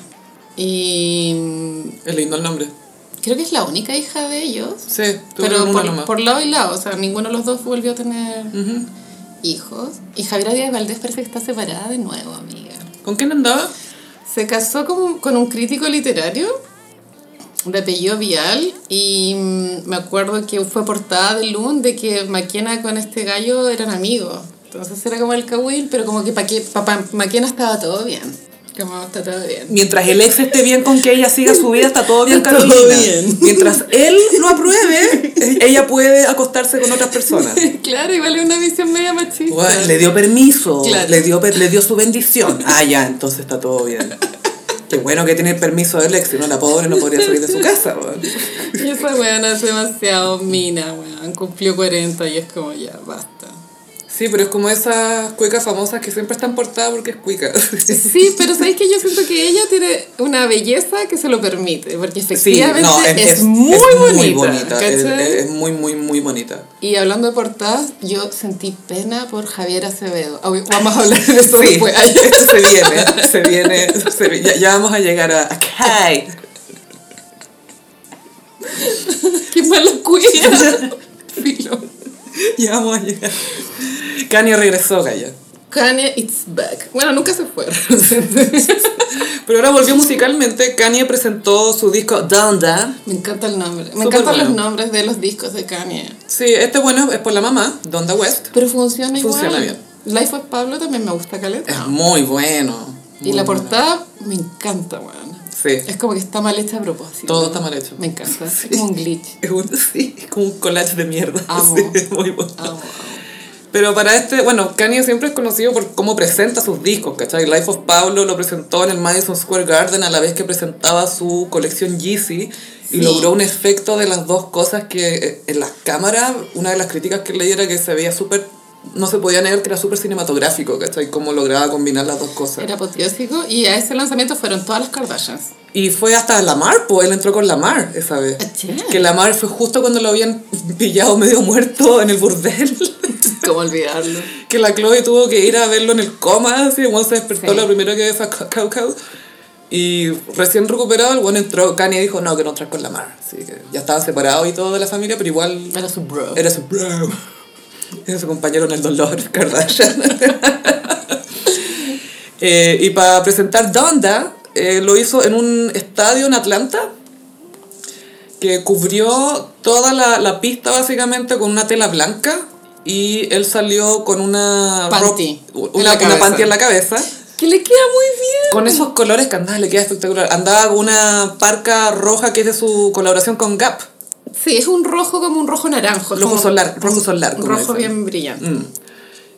S2: Y mm,
S1: Es lindo el nombre.
S2: creo que es la única hija de ellos,
S1: Sí, tuvieron
S2: pero
S1: una
S2: por,
S1: nomás.
S2: por lado y lado, o sea, ninguno de los dos volvió a tener
S1: Ujú.
S2: hijos. Y Javiera Díaz de Valdés parece que está separada de nuevo, amiga.
S1: ¿Con quién andaba?
S2: Se casó con, con un crítico literario de apellido Vial y mm, me acuerdo que fue portada de Loon de que Maquena con este gallo eran amigos. Entonces era como el Cahuil, pero como que para Maquena estaba todo bien. Como está todo bien.
S1: Mientras el ex esté bien con que ella siga su vida, está todo bien,
S2: Está todo
S1: Carolina.
S2: bien.
S1: Mientras él lo apruebe, ella puede acostarse con otras personas.
S2: claro, igual es una visión media machista.
S1: Guau, le dio permiso,
S2: Claro.
S1: le, dio, per- le dio su bendición. Ah, ya, entonces está todo bien. Qué bueno que tiene el permiso del ex, si no la pobre no podría salir de su casa. weón.
S2: Y esa weona es demasiado mina, weón. Cumplió 40 y es como ya, basta.
S1: Sí, pero es como esas cuicas famosas que siempre están portadas porque es cuica.
S2: Sí, pero sabéis que yo siento que ella tiene una belleza que se lo permite, porque efectivamente es, muy bonita.
S1: es,
S2: ¿cachai?
S1: es muy, muy, muy bonita.
S2: Y hablando de portadas, yo sentí pena por Javier Acevedo. Ah, Vamos a hablar de eso
S1: Sí,
S2: después. Ay,
S1: se viene, se viene, se vi- ya, ya vamos a llegar a... a Kai.
S2: ¡Qué mala cuida! Filo.
S1: Ya vamos a llegar. Kanye regresó, Gaya.
S2: Kanye, it's back. Bueno, nunca se fue.
S1: Pero ahora volvió musicalmente. Kanye presentó su disco Donda.
S2: Me encanta el nombre. Me
S1: Súper
S2: encantan los
S1: bueno.
S2: nombres de los discos de Kanye.
S1: Sí, este bueno es por la mamá, Donda West.
S2: Pero funciona igual.
S1: Funciona bien.
S2: Life of Pablo también me gusta
S1: Es
S2: caleta.
S1: muy bueno.
S2: Ah. Y la
S1: Muy bueno.
S2: portada me encanta, weón.
S1: Sí.
S2: Es como que está mal hecha a propósito.
S1: Todo está mal hecho.
S2: Me encanta. Es como un glitch.
S1: Es un, sí, es como un collage de mierda.
S2: Amo.
S1: Sí, es muy bueno.
S2: Amo, amo.
S1: Pero para este, bueno, Kanye siempre es conocido por cómo presenta sus discos, ¿cachai? Life of Pablo lo presentó en el Madison Square Garden a la vez que presentaba su colección Yeezy y
S2: Sí.
S1: logró un efecto de las dos cosas que eh, en las cámaras, una de las críticas que leí era que se veía súper, no se podía negar que era súper cinematográfico, ¿cachai? Cómo lograba combinar las dos cosas.
S2: Era apoteósico y a ese lanzamiento fueron todas las Kardashians.
S1: Y fue hasta Lamar, pues él entró con Lamar esa vez.
S2: Achá.
S1: Que Lamar fue justo cuando lo habían pillado medio muerto en el burdel.
S2: ¿Cómo olvidarlo?
S1: que la Chloe tuvo que ir a verlo en el coma, así, el weón se despertó
S2: Sí.
S1: lo primero que sacó Cau Cau. Y recién recuperado, el weón entró, Kanye dijo, no, que no entras con la mar. Así que ya estaban separados y todo de la familia, pero igual
S2: Era su bro.
S1: era su bro. Era su compañero en el dolor, Kardashian. Eh, y para presentar Donda, eh, lo hizo en un estadio en Atlanta que cubrió toda la, la pista básicamente con una tela blanca y él salió con una
S2: Panty
S1: ro-
S2: en
S1: una,
S2: la
S1: una
S2: cabeza.
S1: panty en la cabeza
S2: Que le queda muy bien.
S1: con esos colores que andaba le queda espectacular andaba con una parca roja que es de su colaboración con Gap
S2: Sí, es un rojo como un rojo naranjo. es
S1: Rojo
S2: como
S1: solar, rojo solar,
S2: Un
S1: como
S2: rojo
S1: dicen. Mm.
S2: bien brillante.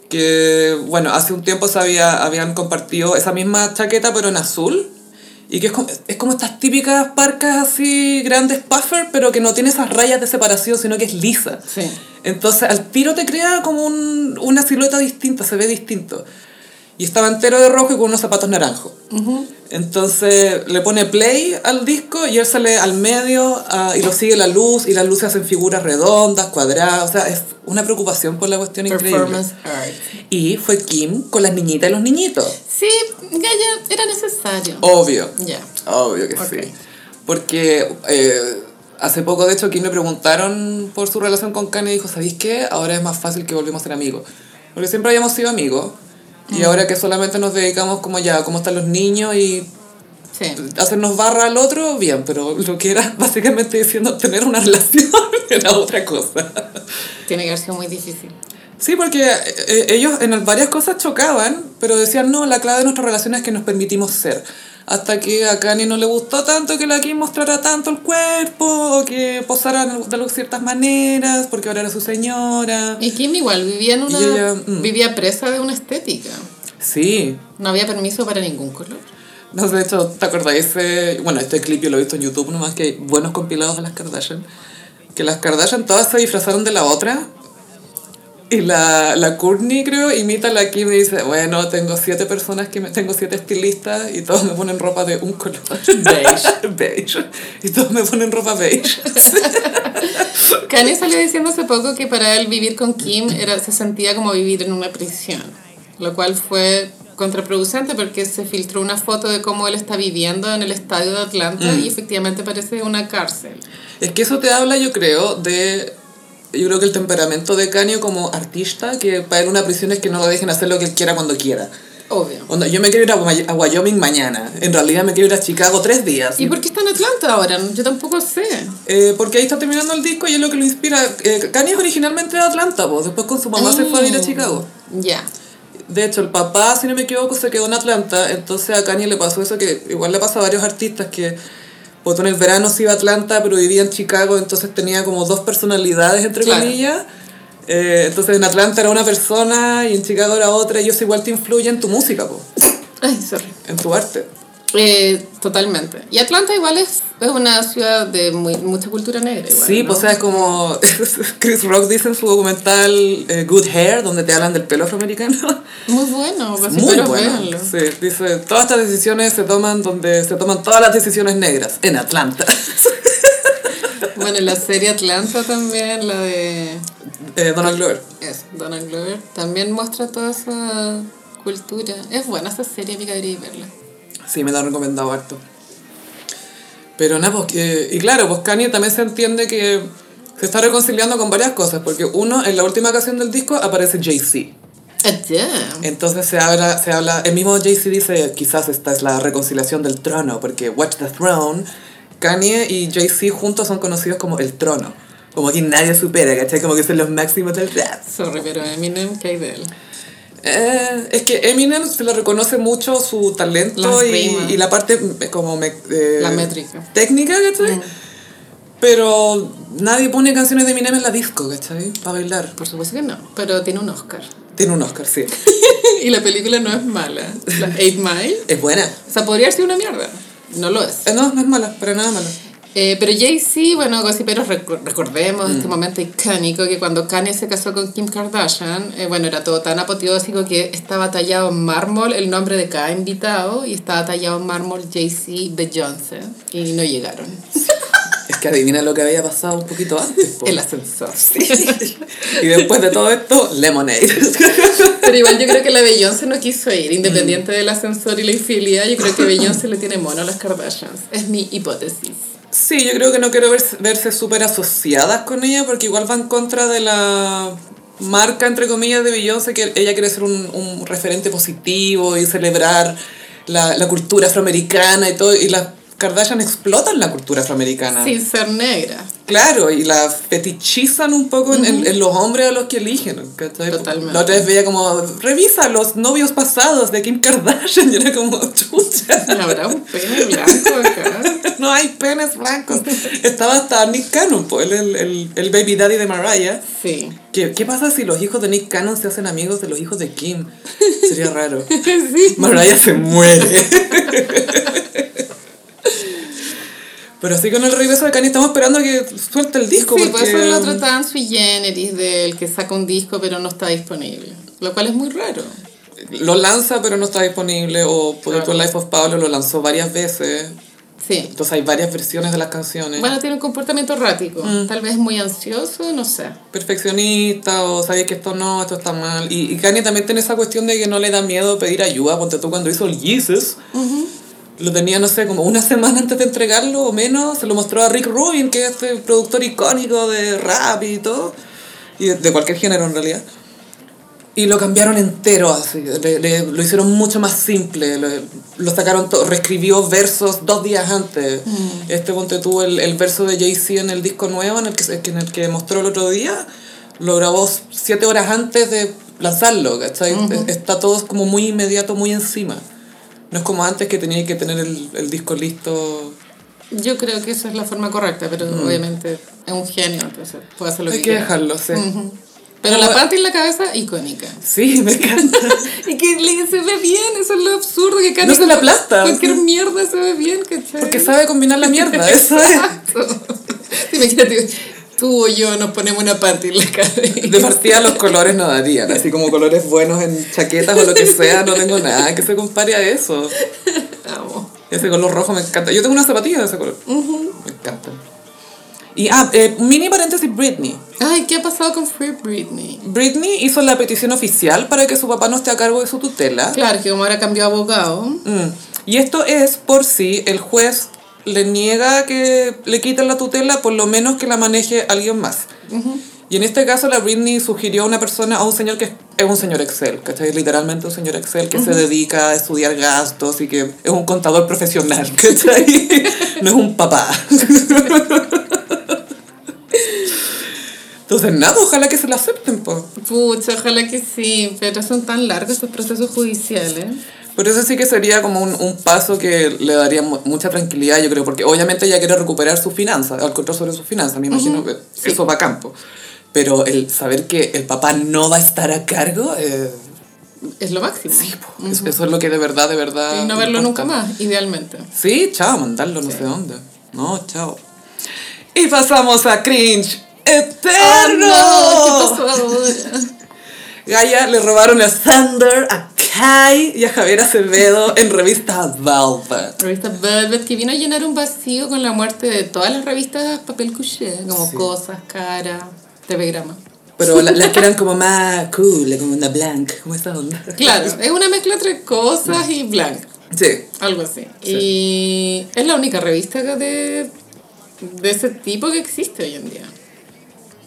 S1: que bueno, hace un tiempo se había, habían compartido esa misma chaqueta pero en azul y que es como, es como estas típicas parcas así grandes puffer pero que no tiene esas rayas de separación sino que es lisa.
S2: Sí.
S1: Entonces al tiro te crea como un- una silueta distinta, se ve distinto. y estaba entero de rojo y con unos zapatos naranjos. Entonces le pone play al disco y él sale al medio ah, y lo sigue la luz y las luces hacen figuras redondas, cuadradas, o sea, es una preocupación por la cuestión increíble.
S2: Performance art.
S1: Y fue Kim con las niñitas y los niñitos.
S2: Sí, Gaya, era necesario.
S1: Obvio.
S2: Ya.
S1: Obvio que
S2: Ok.
S1: sí. Porque eh, hace poco, de hecho, Kim le preguntaron por su relación con Kanye y dijo, ¿sabéis qué? Ahora es más fácil que volvimos a ser amigos. Porque siempre habíamos sido amigos. Y ahora que solamente nos dedicamos como ya, a cómo están los niños y
S2: Sí.
S1: hacernos barra al otro, bien, pero lo que era básicamente diciendo tener una relación era otra cosa.
S2: Tiene que haber sido muy difícil.
S1: Sí, porque eh, ellos en varias cosas chocaban, pero decían, no, la clave de nuestra relación es que nos permitimos ser. Hasta que a Kanye no le gustó tanto que la Kim mostrara tanto el cuerpo, o que posaran de ciertas maneras, porque ahora era su señora.
S2: Y Kim igual vivía en una.
S1: Y ella, mm.
S2: Vivía presa de una estética.
S1: Sí.
S2: No había permiso para ningún color.
S1: No sé, de hecho, ¿te acordáis? eh, Bueno, este clip yo lo he visto en YouTube nomás, que hay buenos compilados de las Kardashian. Que las Kardashian todas se disfrazaron de la otra. Y la, la Kourtney, creo, imita a la Kim y dice, bueno, tengo siete personas que me... Tengo siete estilistas y todos me ponen ropa de un color. Beige. beige. Y todos me ponen ropa beige.
S2: Kanye salió diciendo hace poco que para él vivir con Kim era, se sentía como vivir en una prisión, lo cual fue contraproducente porque se filtró una foto de cómo él está viviendo en el estadio de
S1: Mm.
S2: Atlanta y efectivamente parece una cárcel.
S1: Es que eso te habla, yo creo, de... Yo creo que el temperamento de Kanye como artista, que para él una prisión es que no lo dejen hacer lo que él quiera cuando quiera.
S2: Obvio.
S1: Onda, yo me quiero ir a, Guay- a Wyoming mañana. En realidad me quiero ir a Chicago tres días.
S2: ¿Y por qué está en Atlanta ahora? Yo tampoco sé.
S1: Eh, porque ahí está terminando el disco y es lo que lo inspira. Eh, Kanye es originalmente de Atlanta, po. después con su mamá se fue a ir a
S2: Mm.
S1: Chicago.
S2: Ya.
S1: De hecho, el papá, si no me equivoco, se quedó en Atlanta. Entonces a Kanye le pasó eso que igual le pasa a varios artistas que pues, en el verano se iba a Atlanta, pero vivía en Chicago, entonces tenía como dos personalidades, entre
S2: Claro.
S1: comillas. Eh, entonces en Atlanta era una persona y en Chicago era otra, y eso igual te influye en tu música, po,
S2: Ay, sorry.
S1: en tu arte.
S2: Eh, totalmente. Y Atlanta igual es, es una ciudad de muy- mucha cultura negra. Igual,
S1: Sí,
S2: ¿no?
S1: pues o sea, es como Chris Rock dice en su documental eh, Good Hair, donde te hablan del pelo afroamericano.
S2: Muy bueno, así
S1: Muy
S2: para
S1: bueno.
S2: verlo.
S1: Sí, dice, todas estas decisiones se toman donde se toman todas las decisiones negras, en Atlanta.
S2: Bueno, la serie Atlanta también, la de
S1: Eh, Donald Glover.
S2: eso, Donald Glover, también muestra toda esa cultura. Es buena esa serie, amiga, debería verla.
S1: Sí, me la han recomendado harto. Pero nada, pues, que- y claro, pues Kanye también se entiende que se está reconciliando con varias cosas, porque uno, en la última canción del disco aparece Jay-Z.
S2: Ah, damn.
S1: Entonces se habla, se habla, el mismo Jay-Z dice, quizás esta es la reconciliación del trono, porque Watch the Throne, Kanye y Jay-Z juntos son conocidos como el trono. Como que nadie supera, ¿cachai? Como que son los máximos del rap.
S2: Sorry, pero Eminem, ¿qué hay de él?
S1: Eh, es que Eminem se le reconoce mucho su talento
S2: Las
S1: y,
S2: rimas.
S1: y la parte mm, como... me- eh,
S2: La métrica. Mm.
S1: Técnica, ¿cachai? Pero nadie pone canciones de Eminem en la disco, ¿cachai? Para bailar.
S2: Por supuesto que no, pero tiene un Oscar.
S1: Tiene un Oscar, sí.
S2: y la película no es mala. La Eight Mile.
S1: Es buena.
S2: O sea, podría haber sido una mierda. No lo es.
S1: Eh, no, no es mala, para nada mala.
S2: Eh, pero Jay-Z, bueno, gossiperos, rec- recordemos este momento icónico que cuando Kanye se casó con Kim Kardashian, eh, bueno, era todo tan apoteósico que estaba tallado en mármol el nombre de cada invitado y estaba tallado en mármol Jay-Z de Johnson y no llegaron.
S1: Es que adivina lo que había pasado un poquito antes. po.
S2: El ascensor.
S1: Y después de todo esto, Lemonade.
S2: Pero igual yo creo que la Beyoncé no quiso ir, independiente del ascensor y la infidelidad, yo creo que Beyoncé le tiene mono a las Kardashians. Es mi hipótesis.
S1: Sí, yo creo que no quiero verse- verse súper asociadas con ella porque igual va en contra de la marca, entre comillas, de Beyoncé, que ella quiere ser un, un referente positivo y celebrar la, la cultura afroamericana y todo. Y las Kardashian explotan la cultura afroamericana.
S2: Sin ser negra.
S1: Claro, y la fetichizan un poco en, en- en los hombres a los que eligen. ¿cachai?
S2: Totalmente.
S1: La otra vez veía como, revisa los novios pasados de Kim Kardashian. Y era como, chucha,
S2: Habrá un pene blanco acá.
S1: no hay penes blancos. Estaba hasta Nick Cannon, pues, el, el- el- el baby daddy de Mariah.
S2: Sí.
S1: ¿Qué, ¿Qué pasa si los hijos de Nick Cannon se hacen amigos de los hijos de Kim? Sería raro.
S2: Sí.
S1: Mariah se muere. Pero así con el regreso de Kanye estamos esperando a que suelte el disco.
S2: Sí, por
S1: porque-
S2: eso lo trataban sui generis del que saca un disco pero no está disponible. Lo cual es muy raro.
S1: lo lanza pero no está disponible o por ejemplo
S2: Claro.
S1: Life of Pablo lo lanzó varias veces
S2: Sí.
S1: entonces hay varias versiones de las canciones
S2: Bueno, tiene un comportamiento errático. Tal vez muy ansioso, no sé.
S1: perfeccionista o sabes que esto no, esto está mal. Y, y Kanye también tiene esa cuestión de que no le da miedo pedir ayuda. Ponte tú cuando hizo el Jesus, lo tenía, no sé, como una semana antes de entregarlo o menos, se lo mostró a Rick Rubin, que es este productor icónico de rap y todo, y de, de cualquier género en realidad. Y lo cambiaron entero así, le- le- lo hicieron mucho más simple, le- lo sacaron todo, reescribió versos dos días antes. Este ponte tuvo el, el verso de Jay-Z en el disco nuevo, en el, que, se- en el que mostró el otro día, lo grabó siete horas antes de lanzarlo, ¿cachai? Este, Está todo como muy inmediato, muy encima. No es como antes que tenía que tener el, el disco listo.
S2: Yo creo que esa es la forma correcta, pero obviamente es un genio, entonces puede hacer lo
S1: Hay
S2: Mm. que
S1: que
S2: quiera.
S1: dejarlo, sí.
S2: Pero la
S1: Como-
S2: parte en la cabeza, icónica.
S1: Sí, me encanta.
S2: Y que le- se ve bien, eso es lo absurdo, que Kanye
S1: No se la aplasta.
S2: Cualquier mierda se ve bien, ¿cachai?
S1: Porque sabe combinar la mierda, eso es.
S2: Exacto. Imagínate, tú o yo nos ponemos una parte en la cabeza.
S1: De partida los colores no darían, así como colores buenos en chaquetas o lo que sea, no tengo nada que se compare a eso.
S2: Amo.
S1: Ese color rojo me encanta. Yo tengo unas zapatillas de ese color. mm, Me encanta. Y, ah, eh, mini paréntesis Britney.
S2: Ay, ¿qué ha pasado con Free Britney?
S1: Britney hizo la petición oficial para que su papá no esté a cargo de su tutela.
S2: Claro, que como ahora cambió a abogado.
S1: Mm. Y esto es por si el juez le niega que le quiten la tutela, por lo menos que la maneje alguien más. Y en este caso la Britney sugirió a una persona, a un señor que es un señor Excel, ¿cachai? Literalmente un señor Excel que se dedica a estudiar gastos y que es un contador profesional, ¿cachai? no es un papá. Entonces, nada, ojalá que se la acepten, po.
S2: Pucha, ojalá que sí, pero son tan largos estos procesos judiciales.
S1: Por eso sí que sería como un, un paso que le daría mu- mucha tranquilidad, yo creo, porque obviamente ella quiere recuperar sus finanzas, el control sobre sus finanzas, me imagino que eso va a campo. Pero el saber que el papá no va a estar a cargo, eh,
S2: Es lo máximo.
S1: sí, po, eso, eso es lo que de verdad, de verdad...
S2: Y no verlo
S1: importa.
S2: nunca más, idealmente.
S1: Sí, chao, mandarlo no sé dónde. No, chao. Y pasamos a cringe eterno.
S2: ¡Ah, no! ¿Qué pasó ahora?
S1: Gaia le robaron a Sander, a Kai y a Javier Acevedo en revista Velvet.
S2: Revista Velvet, que vino a llenar un vacío con la muerte de todas las revistas papel couché, como
S1: Sí.
S2: Cosas, Cara, Telegrama.
S1: Pero la- las que eran como más cool, como una blank, como esa onda.
S2: Claro, es una mezcla entre Cosas y Blanc,
S1: Sí.
S2: algo así. Y es la única revista de, de ese tipo que existe hoy en día.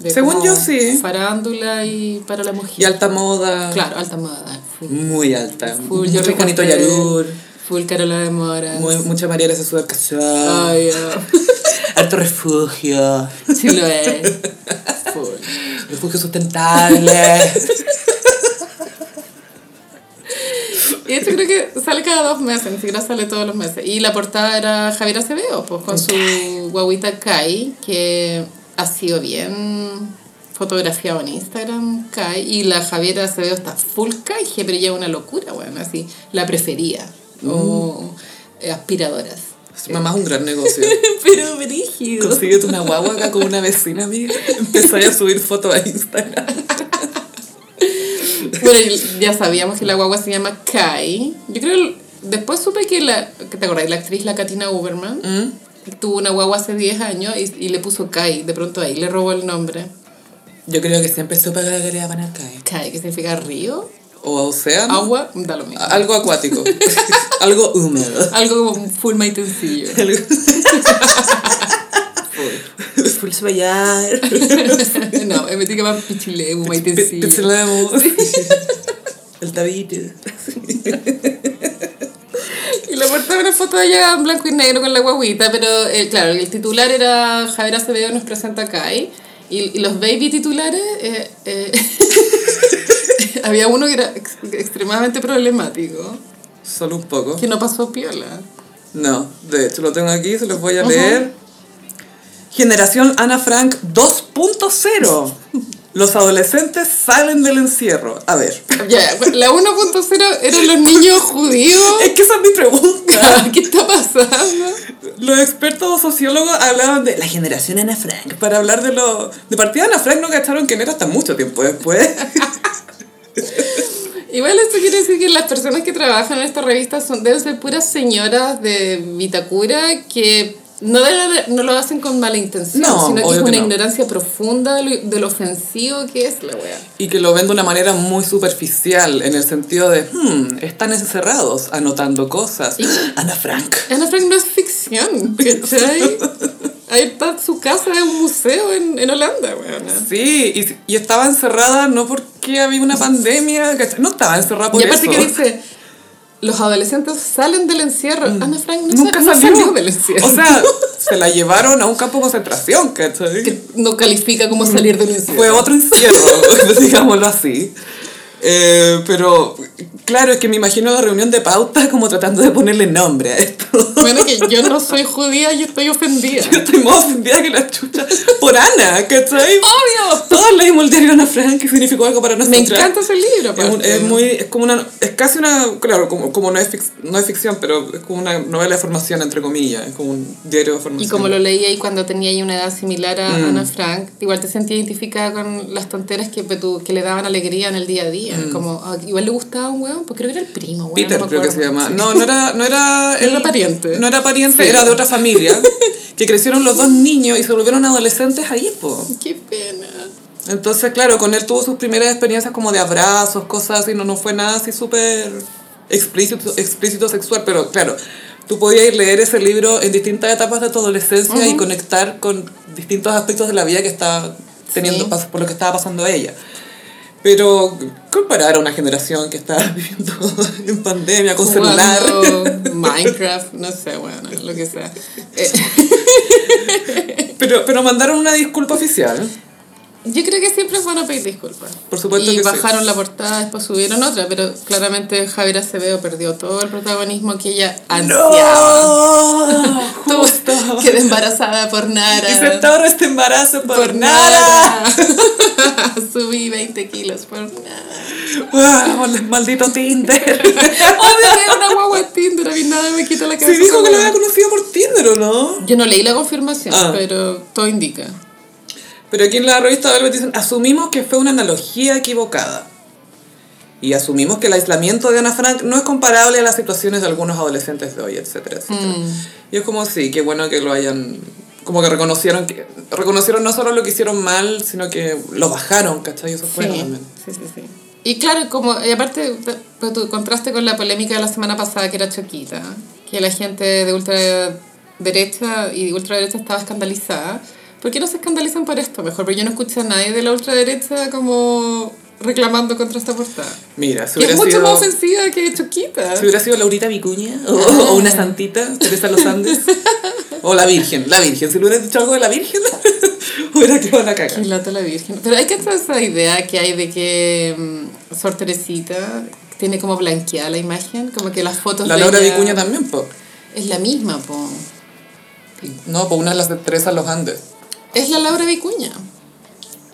S2: De
S1: Según
S2: como
S1: yo, sí.
S2: Farándula y para la mujer.
S1: Y alta moda.
S2: Claro, alta moda. Full,
S1: Muy alta.
S2: full
S1: Mucho
S2: Jordi
S1: Juanito
S2: Castell,
S1: Yarur.
S2: Full Carola de Mora.
S1: muy- mucha María Elisa Sudar Casal.
S2: Ay, ah,
S1: Harto refugio.
S2: sí lo es. Full.
S1: Refugio sustentable.
S2: Y esto creo que sale cada dos meses, ni siquiera sale todos los meses. Y la portada era Javier Acevedo, pues con su guaguita Kai, que ha sido bien fotografiado en Instagram, Kai. Y la Javier Acevedo está full Kai, pero ella es una locura, bueno, así, la prefería. O eh, aspiradoras.
S1: Su Mamá es un gran negocio.
S2: pero brígido.
S1: Consíguete una guagua acá con una vecina, amiga. Empezáis a subir fotos a Instagram.
S2: Bueno, y ya sabíamos que la guagua se llama Kai. Yo creo, después supe que la, que ¿te acordás? La actriz, la Katina Uberman, tuvo una guagua hace 10 años y, y le puso Kai. De pronto ahí le robó el nombre.
S1: Yo creo que siempre supe que la quería poner Kai.
S2: Kai, que significa río,
S1: O a océano.
S2: agua, da lo mismo.
S1: Algo acuático. Algo húmedo.
S2: Algo como full maitencillo.
S3: Full Sobayar.
S2: no, me metí que más pichilé, un maitencillo.
S1: Pixelemos. El David.
S2: Y la portada era una foto de ella en blanco y negro con la guaguita, pero eh, claro, el titular era Javier Acevedo nos presenta a Kai. Y, y los baby titulares, eh, eh, había uno que era ex- extremadamente problemático,
S1: Solo un poco.
S2: que no pasó piola.
S1: No, de hecho lo tengo aquí, se los voy a leer. Generación Ana Frank 2.0. Los adolescentes salen del encierro. A ver.
S2: Ya, la 1.0 eran los niños judíos.
S1: Es que esa es mi pregunta.
S2: ¿Qué está pasando?
S1: Los expertos sociólogos hablaban de la generación Ana Frank para hablar de lo... De partida Ana Frank no cacharon quién era hasta mucho tiempo después.
S2: Igual esto quiere decir que las personas que trabajan en esta revista son, deben ser puras señoras de Vitacura que no, deben- no lo hacen con mala intención,
S1: No,
S2: sino que es
S1: obvio que
S2: una
S1: no.
S2: ignorancia profunda de lo, de lo ofensivo que es la wea.
S1: Y que lo ven de una manera muy superficial, en el sentido de, hmm, están encerrados, anotando cosas. Ana Frank.
S2: Ana Frank no es ficción, ¿cachai? Ahí está su casa, es un museo en, en Holanda, weona.
S1: Sí, y, y estaba encerrada no porque había una pandemia, ¿cachai? No estaba encerrada por
S2: Y aparte
S1: eso.
S2: que dice, los adolescentes salen del encierro. Ana Frank no,
S1: Mm. Nunca
S2: sa- no
S1: salió.
S2: del encierro.
S1: O sea, se la llevaron a un campo de concentración, ¿cachai?
S2: que no califica como salir del encierro.
S1: Fue otro encierro, digámoslo así. Eh, pero, claro, es que me imagino la reunión de pauta como tratando de ponerle nombre a esto.
S2: Bueno, que yo no soy judía y estoy ofendida.
S1: Yo estoy más ofendida que la chucha por Ana, ¿cachai?
S2: ¡Obvio!
S1: Todos leímos el diario de Ana Frank que significó algo para
S2: Me
S1: nosotros.
S2: encanta ese libro,
S1: Es, un-
S2: aparte.
S1: es muy, es como una, es casi una, claro, como, como no, es fic- no es ficción, pero es como una novela de formación, entre comillas, es como un diario de formación.
S2: Y como lo leí ahí cuando tenía ahí una edad similar a
S1: Mm.
S2: Ana Frank, igual te sentía identificada con las tonteras que, tú- que le daban alegría en el día a día. Como, ah, igual le gustaba un hueón, porque creo que era el primo, hueón,
S1: Mm. Peter
S2: no me
S1: creo que
S2: acuerdo.
S1: se llama.
S2: Sí.
S1: No, no era, no era,
S2: era pariente.
S1: No era pariente,
S2: Sí.
S1: era de otra familia. que crecieron los dos niños y se volvieron adolescentes ahí, po.
S2: Qué pena.
S1: Entonces, claro, con él tuvo sus primeras experiencias como de abrazos, cosas así, no, no fue nada así súper explícito, explícito sexual, pero claro, tú podías ir leer ese libro en distintas etapas de tu adolescencia y conectar con distintos aspectos de la vida que estaba teniendo,
S2: Sí.
S1: pas- por lo que estaba pasando ella. Pero comparar a una generación que está viviendo en pandemia con celular.
S2: Jugando Minecraft, no sé, bueno, lo que sea. Eh,
S1: Pero, pero mandaron una disculpa oficial.
S2: yo creo que siempre es bueno pedir disculpas.
S1: Por supuesto
S2: Y
S1: que sí.
S2: bajaron la portada, después subieron otra, pero claramente Javier Acevedo perdió todo el protagonismo que ella ansiaba.
S1: ¡No!
S2: Tú quedé embarazada por Nara.
S1: Y se torna este embarazo por, nada.
S2: Nara. Subí 20 kilos por nada.
S1: ¡Wow! Ah, el maldito Tinder.
S2: Obvio que era una guagua de Tinder, a mí nada me quita la
S1: Se
S2: cabeza.
S1: dijo
S2: esa
S1: que lo
S2: weá.
S1: había conocido por Tinder, ¿o no?
S2: Yo no leí la confirmación,
S1: Ah.
S2: pero todo indica.
S1: Pero aquí en la revista Velvet dicen, asumimos que fue una analogía equivocada. Y asumimos que el aislamiento de Ana Frank no es comparable a las situaciones de algunos adolescentes de hoy, etcétera, etcétera.
S2: Mm.
S1: Y es como, sí, qué bueno que lo hayan... Como que reconocieron, que reconocieron no solo lo que hicieron mal, sino que lo bajaron, ¿cachai? Eso fue
S2: sí,
S1: también.
S2: sí, sí, sí. Y claro, como, y aparte, pues, tu contraste con la polémica de la semana pasada que era Choquita, que la gente de ultraderecha y de ultraderecha estaba escandalizada. ¿Por qué no se escandalizan por esto? Mejor, pero yo no escuché a nadie de la ultraderecha como reclamando contra esta portada.
S1: Mira, si
S2: Que es
S1: hubiera
S2: mucho
S1: sido...
S2: más ofensiva que Choquita.
S1: Si hubiera sido Laurita Vicuña o, o una santita, Teresa Los Andes. O la Virgen, la Virgen. Si le hubieras dicho algo de la Virgen, hubiera quedado en la caca.
S2: Que lata la Virgen. Pero hay que hacer esa idea que hay de que mm, Sor Teresita tiene como blanqueada la imagen, como que las fotos
S1: La
S2: de
S1: Laura
S2: ella
S1: Vicuña también, po.
S2: Es la misma, po.
S1: No, po, una es la de Teresa Los Andes.
S2: Es la Laura Vicuña.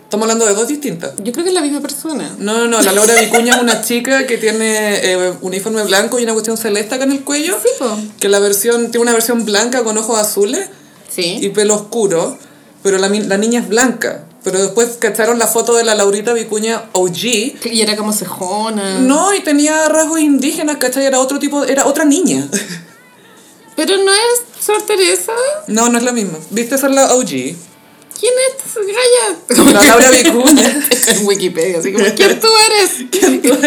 S1: Estamos hablando de dos distintas.
S2: Yo creo que es la misma persona.
S1: No, no, no, la Laura Vicuña es una chica que tiene eh, uniforme blanco y una cuestión celeste acá en el cuello.
S2: Sí, po.
S1: Que la versión, tiene una versión blanca con ojos azules. y
S2: Sí.
S1: pelo oscuro, pero la, mi- la niña es blanca. Pero después cacharon la foto de la Laurita Vicuña OG.
S2: Y, era como cejona.
S1: No, y tenía rasgos indígenas, ¿cachai? Era otro tipo, era otra niña.
S2: Pero no es Sor Teresa.
S1: No, no es la misma. ¿Viste esa es la OG?
S2: ¿Quién es Gaya?
S1: La Laura Vicuña.
S2: en Wikipedia, así como, ¿quién tú eres?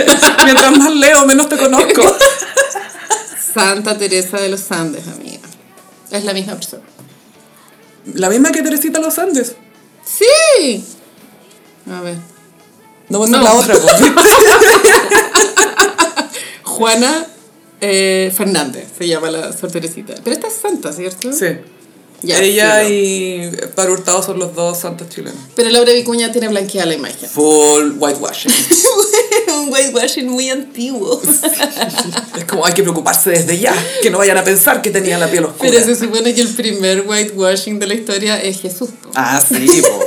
S1: Mientras más leo, menos te conozco.
S2: Santa Teresa de los Andes, amiga. Es la misma persona.
S1: La misma que Teresita Los Andes.
S2: Sí. A ver.
S1: No, va a
S2: No.
S1: ser la otra, pues. po.
S2: Juana eh, Fernández se llama la sorterecita. Pero esta es santa, ¿cierto?
S1: Sí.
S2: Ya,
S1: Ella
S2: sí,
S1: y Paro Hurtado son los dos santos chilenos.
S2: no. Pero Laura Vicuña tiene blanqueada la imagen.
S1: Full whitewashing.
S2: Un whitewashing muy antiguo.
S1: es como hay que preocuparse desde ya, que no vayan a pensar que tenía la piel oscura.
S2: Pero se supone que el primer whitewashing de la historia es Jesús. po.
S1: Ah, sí, po.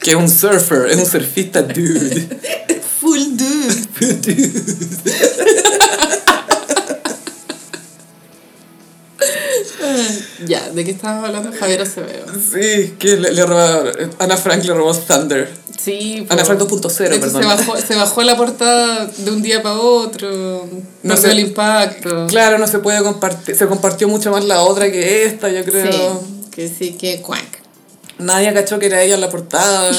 S1: Que es un surfer, es un surfista dude.
S2: Full dude. ya, ¿de qué estábamos hablando? Javier Acevedo.
S1: Sí, que le, le roba- Ana Frank le robó Thunder.
S2: Sí,
S1: Ana
S2: po.
S1: Frank 2.0,
S2: Eso
S1: perdón.
S2: Se bajó, se bajó la portada de un día para otro. No
S1: No
S2: sé
S1: sé.
S2: el impacto.
S1: Claro, no se puede compartir. Se compartió mucho más la otra que esta, yo creo.
S2: Sí, que sí, que cuac.
S1: Nadie cachó que era ella en la portada.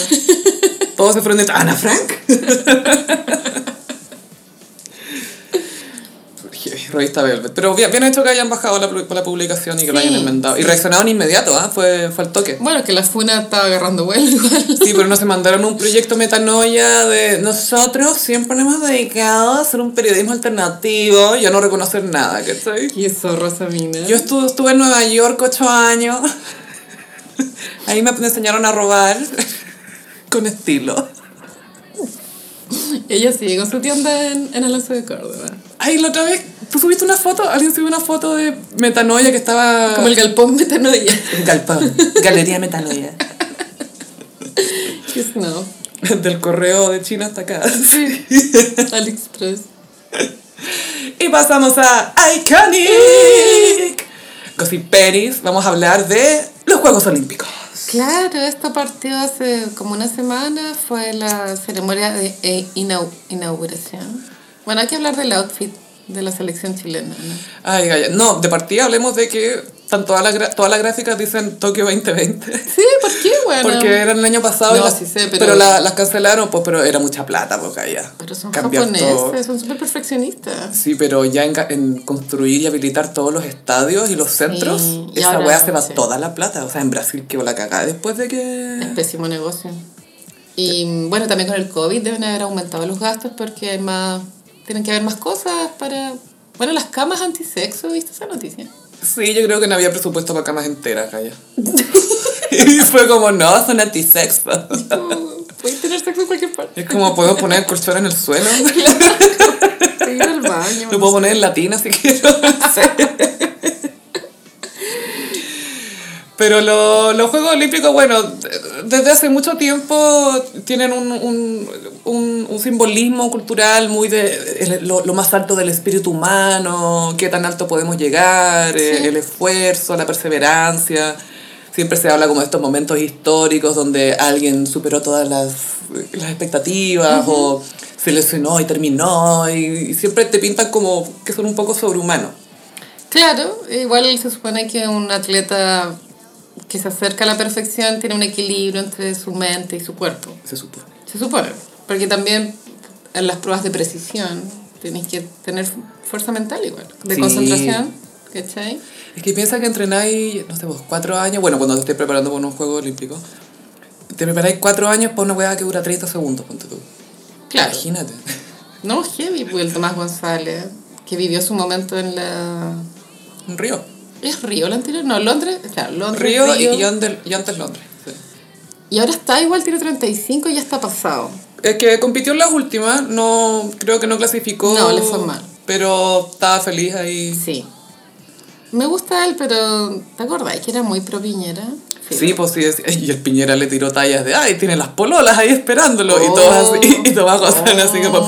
S1: Todos se fueron de Ana Frank. Heavy, Revista Velvet. Pero bien, bien hecho que hayan bajado la, pu- la publicación y que lo
S2: Sí.
S1: hayan enmendado. Y reaccionaron inmediato, ¿ah? Fue, fue al toque.
S2: Bueno, que la funa estaba agarrando vuelo igual.
S1: Sí, pero no se mandaron un proyecto metanoia de nosotros siempre nos hemos dedicado a hacer un periodismo alternativo y a no reconocer nada, ¿cachai?
S2: Y eso, Rosamina.
S1: Yo estu- estuve en Nueva York ocho años. Ahí me enseñaron a robar con estilo.
S2: Ella sigue con su tienda en, en Alonso de Córdoba.
S1: Ay, la otra vez, tú subiste una foto, alguien subió una foto de Metanoia que estaba...
S2: Como el galpón metanoia.
S1: galpón, Galería Metanoia.
S2: Yes, no.
S1: Del correo de China hasta acá.
S2: Sí. AliExpress.
S1: Y pasamos a Iconic. Gossip Peris, vamos a hablar de los Juegos Olímpicos.
S2: Claro, esto partió hace como una semana, fue la ceremonia de eh, inau- inauguración. Bueno, hay que hablar del outfit de la selección chilena, ¿no?
S1: Ay, Gaya. No, de partida hablemos de que están todas las gra- todas las gráficas dicen Tokio 2020.
S2: Sí, ¿por qué, bueno?
S1: Porque eran el año pasado, y
S2: No,
S1: las-
S2: sí sé, pero-
S1: la- las cancelaron, pues, pero era mucha plata, pues, allá.
S2: Pero son
S1: Cambiar
S2: japoneses,
S1: todo.
S2: son súper perfeccionistas.
S1: Sí, pero ya en, ca- en construir y habilitar todos los estadios y los centros,
S2: y
S1: esa
S2: ahora,
S1: weá se va
S2: sí.
S1: toda la plata. O sea, en Brasil quedó la cagada después de
S2: Es
S1: que...
S2: pésimo negocio. Y bueno, también con el COVID deben haber aumentado los gastos porque hay más, tienen que haber más cosas para... Bueno, las camas antisexo, ¿viste esa noticia?
S1: Sí, yo creo que no había presupuesto para camas enteras, calla. y fue como, no, son antisexo.
S2: Como, Puedes tener sexo en cualquier parte.
S1: Es como, ¿puedo poner el colchón en el suelo?
S2: Ir al baño.
S1: Lo puedo poner en latina si quiero. Pero lo- los Juegos Olímpicos, bueno, de- desde hace mucho tiempo tienen un, un- un- un simbolismo cultural muy de el- lo, lo más alto del espíritu humano, qué tan alto podemos llegar, eh, el esfuerzo, la perseverancia. Siempre se habla como de estos momentos históricos donde alguien superó todas las, las expectativas o se lesionó y terminó y, y siempre te pintan como que son un poco sobrehumanos.
S2: Claro, igual se supone que un atleta que se acerca a la perfección tiene un equilibrio entre su mente y su cuerpo.
S1: Se supone.
S2: Se supone. Porque también en las pruebas de precisión tenés que tener fuerza mental igual, de
S1: Sí.
S2: concentración. ¿Cachai?
S1: Es que piensa que entrenáis, no sé, vos cuatro años, bueno, cuando te estés preparando para unos Juegos Olímpicos, te preparáis cuatro años para una weá que dura 30 segundos, ponte tú.
S2: Claro.
S1: Imagínate.
S2: No, heavy, pues, el Tomás González, que vivió su momento en la...
S1: Un río.
S2: ¿Es Río la anterior? No, Londres. Claro, Londres.
S1: Río, y-
S2: Río.
S1: Y, ande- y antes Londres. sí.
S2: Y ahora está igual, tiene 35 y ya está pasado.
S1: Es que compitió en las últimas, no, creo que no clasificó.
S2: No, le fue mal.
S1: Pero estaba feliz ahí.
S2: Sí. Me gusta él, pero ¿te acordás que era muy pro Piñera?
S1: Sí, pues sí, es- y el Piñera le tiró tallas de, ay, tienen las pololas ahí esperándolo, y
S2: Oh.
S1: todas así, y Tomás González así como...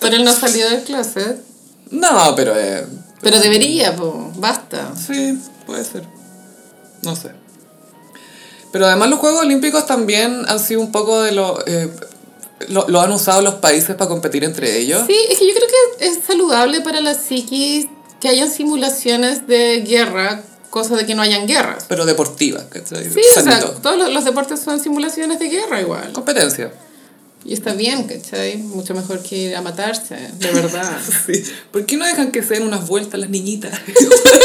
S2: Pero él no salió del closet.
S1: No, pero... eh,
S2: Pero debería, po. Basta.
S1: Sí, puede ser. No sé. Pero además los Juegos Olímpicos también han sido un poco de lo... eh, lo, lo han usado los países para competir entre ellos.
S2: Sí, es que yo creo que es saludable para la psiquis que hayan simulaciones de guerra, cosa de que no hayan guerras.
S1: Pero deportivas, ¿cachai?
S2: Sí, o sea,
S1: Sanito.
S2: todos los, los deportes son simulaciones de guerra igual.
S1: Competencia.
S2: Y está bien, ¿cachai? Mucho mejor que ir a matarse, de verdad.
S1: Sí. ¿Por qué no dejan que se den unas vueltas las niñitas?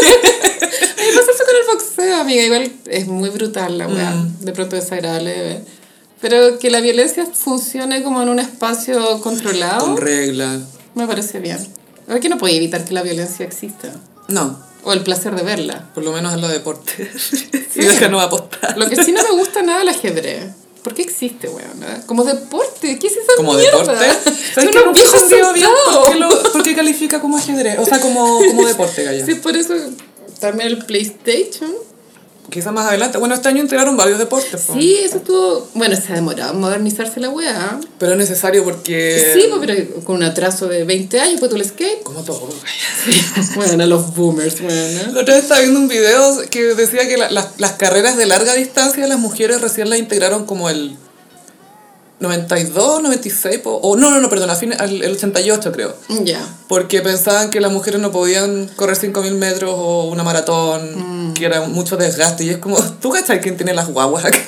S2: Y pasa eso con el boxeo, amiga. Igual es muy brutal la weá. De pronto desagradable de ver. Pero que la violencia funcione como en un espacio controlado,
S1: Con reglas.
S2: me parece bien. Ahora que no puede evitar que la violencia exista.
S1: No,
S2: O el placer de verla.
S1: por lo menos en los deportes. y déjanos apostar.
S2: Lo que sí no me gusta nada el ajedrez. ¿Por qué existe, weón? eh? Como deporte. ¿Qué es esa
S1: como
S2: mierda?
S1: deporte.
S2: Yo
S1: ¿Sabes que
S2: no
S1: nunca he
S2: puedo
S1: entendido bien por qué,
S2: sentado.
S1: lo- por qué califica como ajedrez? O sea, como, como deporte, Gaya.
S2: Sí, por eso también el PlayStation.
S1: Quizá más adelante. Bueno, este año integraron varios deportes. po.
S2: Sí, eso estuvo... Bueno, se ha demorado en modernizarse la weá.
S1: Pero es necesario porque...
S2: Sí, pues, pero con un atraso de 20 años, pues tú el skate.
S1: Como todo.
S2: Bueno, a los boomers, ¿ah? bueno.
S1: La otra vez estaba viendo un video que decía que la- las- las carreras de larga distancia las mujeres recién las integraron como el 92, 96, po- o no, no, no, perdón, a fines- al el 88 creo.
S2: Ya.
S1: Porque pensaban que las mujeres no podían correr 5.000 metros o una
S2: Mm.
S1: maratón, que era mucho desgaste. Y es como, ¿tú cachai quién tiene las guaguas acá?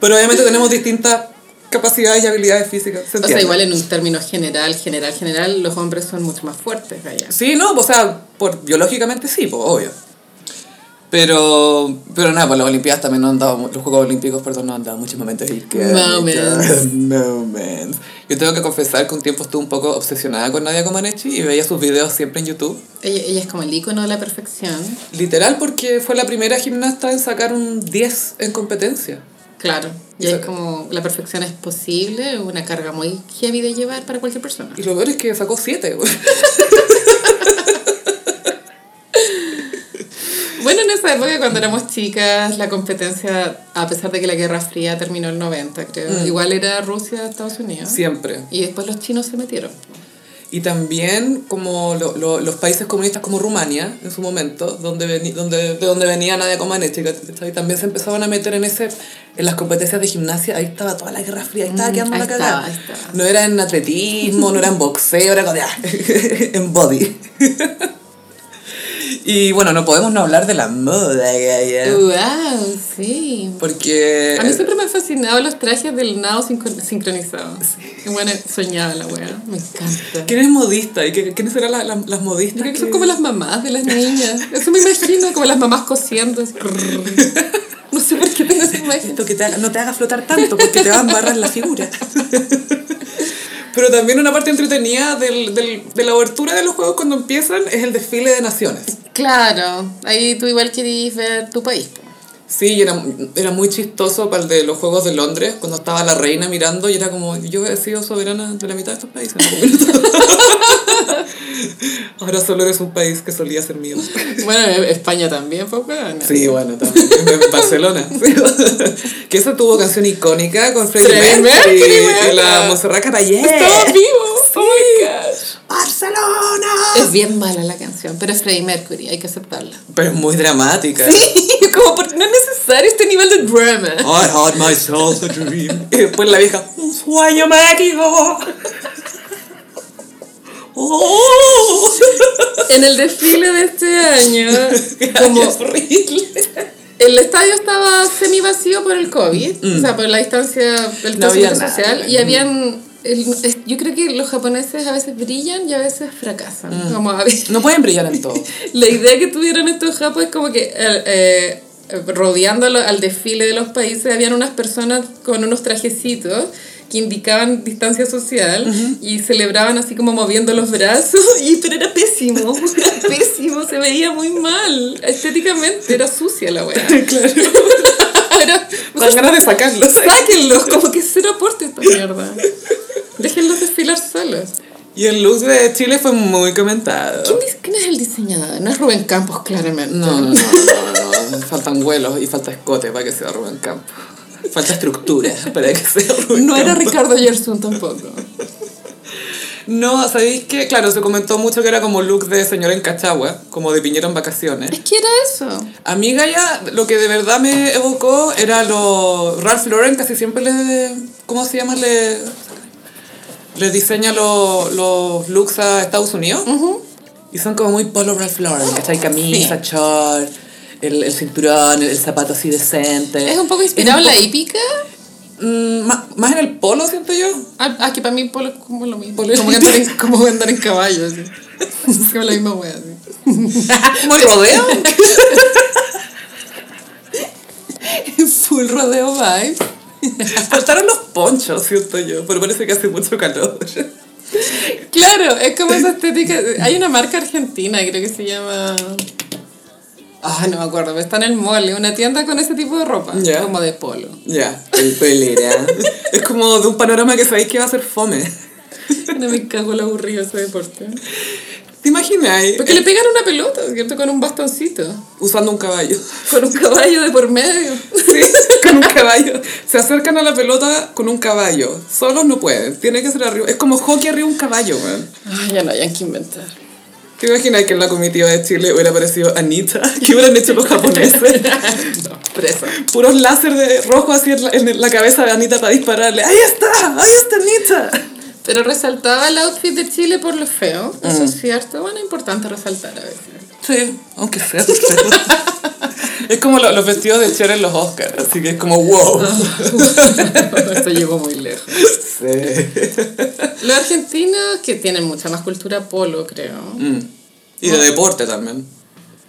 S1: Pero obviamente tenemos distintas capacidades y habilidades físicas. ¿se
S2: O sea,
S1: entiende?
S2: igual en un término general, general, general, los hombres son mucho más fuertes allá.
S1: Sí, no, o sea, por, biológicamente sí, pues, obvio. Pero, pero nada, pues las Olimpiadas también no han dado, mu- los Juegos Olímpicos, perdón, no han dado muchos momentos de que-
S2: Moments.
S1: Moments. Yo tengo que confesar que un tiempo estuve un poco obsesionada con Nadia Comaneci y veía sus videos siempre en YouTube.
S2: Ella, ella es como el icono de la perfección.
S1: Literal, porque fue la primera gimnasta en sacar un 10 en competencia.
S2: Claro. Y es
S1: Exacto.
S2: como la perfección es posible, una carga muy heavy de llevar para cualquier persona.
S1: Y lo peor es que sacó 7,
S2: Bueno, en esa época, cuando éramos chicas, la competencia, a pesar de que la Guerra Fría terminó en el 90, creo, igual era Rusia, Estados Unidos.
S1: siempre.
S2: Y después los chinos se metieron.
S1: Y también como lo- lo- los países comunistas como Rumania en su momento, donde veni- donde, de donde venía Nadia Comaneci, ¿cachai? también se empezaban a meter en ese en las competencias de gimnasia, ahí estaba toda la guerra fría, ahí estaba quedando
S2: Mm, ahí
S1: la
S2: estaba,
S1: cagada.
S2: ahí estaba.
S1: No era en atletismo, no era en boxeo, era como de, ah, en body. y bueno, no podemos no hablar de la moda, gaya,
S2: ¡Wow! Sí.
S1: porque
S2: A mí siempre me han fascinado los trajes del nado sincro- sincronizado. Y Bueno, soñaba la wea, me encanta.
S1: ¿quién es modista? ¿Y qué- quiénes serán la- la- las modistas?
S2: Yo creo que son
S1: que-
S2: como las mamás de las niñas. Eso me imagino, como las mamás cosiendo. así. No sé por qué tengo esa imagen.
S1: Esto que te haga- no te haga flotar tanto porque te va a embarrar la figura. Pero también una parte entretenida del- del- de la abertura de los juegos cuando empiezan es el desfile de naciones.
S2: Claro, ahí tú igual querís ver tu país. po.
S1: Sí, y era, era muy chistoso para el de los Juegos de Londres, cuando estaba la reina mirando y era como, yo he sido soberana de la mitad de estos países. Ahora solo eres un país que solía ser mío.
S2: Bueno, e- España también, pues weón.
S1: Sí, bueno, también. En Barcelona. Sí. Que eso tuvo canción icónica con Freddie
S2: Freddie
S1: Mercury
S2: Mercury,
S1: y la
S2: weón.
S1: Montserrat Caballé.
S2: ¡Estaba vivo! ¡Oh my gosh!
S1: ¡Barcelona!
S2: Es bien mala la canción, pero es Freddie Mercury, hay que aceptarla.
S1: Pero es muy dramática.
S2: como por- no es necesario este nivel de drama.
S1: I had myself a dream. Y después la vieja, un sueño mágico. ¡Oh!
S2: En el desfile de este año,
S1: Como
S2: como
S1: horrible.
S2: El estadio estaba semi vacío por el COVID, o sea, por la distancia, el
S1: Mm. No había
S2: distanciamiento
S1: nada.
S2: social, y
S1: Mm.
S2: habían... el- es- yo creo que los japoneses a veces brillan y a veces
S1: Mm.
S2: fracasan. Como a veces-
S1: No pueden brillar en todo.
S2: la idea que tuvieron estos japos es como que eh, eh, rodeando al, al desfile de los países habían unas personas con unos trajecitos que indicaban distancia social y celebraban así como moviendo los brazos y pero era pésimo, era pésimo, se veía muy mal estéticamente, era sucia la weá.
S1: Claro.
S2: Era-
S1: Con ganas de sacarlos.
S2: Sáquenlos, como que cero aporte esta mierda. Déjenlos desfilar solos.
S1: Y el look de Chile fue muy comentado.
S2: ¿Quién, dis- quién es el diseñador? No es Rubén Campos, claramente.
S1: No, no, no, no, no. Faltan vuelos y falta escote para que sea Rubén Campo. Falta estructura para que sea Rubén
S2: No era
S1: Campo.
S2: Ricardo Gerson tampoco.
S1: No, ¿sabéis que Claro, se comentó mucho que era como look de señora en Cachagua, como de Piñera en vacaciones.
S2: Es que era eso.
S1: A mí Gaia, lo que de verdad me evocó era lo... Ralph Lauren casi siempre le... ¿Cómo se llama? Le, le diseña lo- los looks a Estados Unidos. Y son como muy polo Ralph Lauren, ¿cachai? Camisa, short, el, el cinturón, el, el zapato así decente.
S2: Es un poco inspirado en
S1: Es un
S2: la hípica.
S1: po- Mm, má- más, en el polo, siento yo.
S2: Ah, ah, que para mí polo es como lo mismo. Como que andar en, como andar en caballo. así. Es como la misma wea. así.
S1: Muy rodeo.
S2: Full rodeo vibe.
S1: Faltaron los ponchos, siento yo, pero parece que hace mucho calor.
S2: Claro, es como esa estética. Hay una marca argentina, creo que se llama. Ah, no me acuerdo, pero está en el mall, es una tienda con ese tipo de ropa,
S1: Ya.
S2: como de polo.
S1: Ya, el pelera. es como de un panorama que sabéis que va a ser fome.
S2: No me cago en lo aburrido ese deporte.
S1: ¿Te imagináis?
S2: Porque le pegan una pelota, ¿cierto? Con un bastoncito,
S1: Usando un caballo.
S2: con un caballo de por medio.
S1: Sí, con un caballo. Se acercan a la pelota con un caballo.
S2: Ah,
S1: Solos no pueden. Tiene que ser arriba. Es como hockey arriba de un caballo, weón.
S2: Ay, ya no hayan que inventar.
S1: ¿Te imaginas que en la comitiva de Chile hubiera aparecido Anita? ¿Qué hubieran hecho los japoneses?
S2: No, presa.
S1: Puros láser de rojo así en la, en la cabeza de Anita para dispararle. ¡Ahí está! ¡Ahí está Anita!
S2: Pero resaltaba el outfit de Chile por lo feo, eso
S1: Mm.
S2: es cierto. Bueno, importante resaltar a veces.
S1: Sí,
S2: oh,
S1: aunque sea tu pelo. Es como lo- los vestidos de Cher en los Oscars, así que es como wow.
S2: Ah. Esto llegó muy lejos. Los argentinos, que tienen mucha más cultura polo, creo,
S1: Mm. Y de deporte también.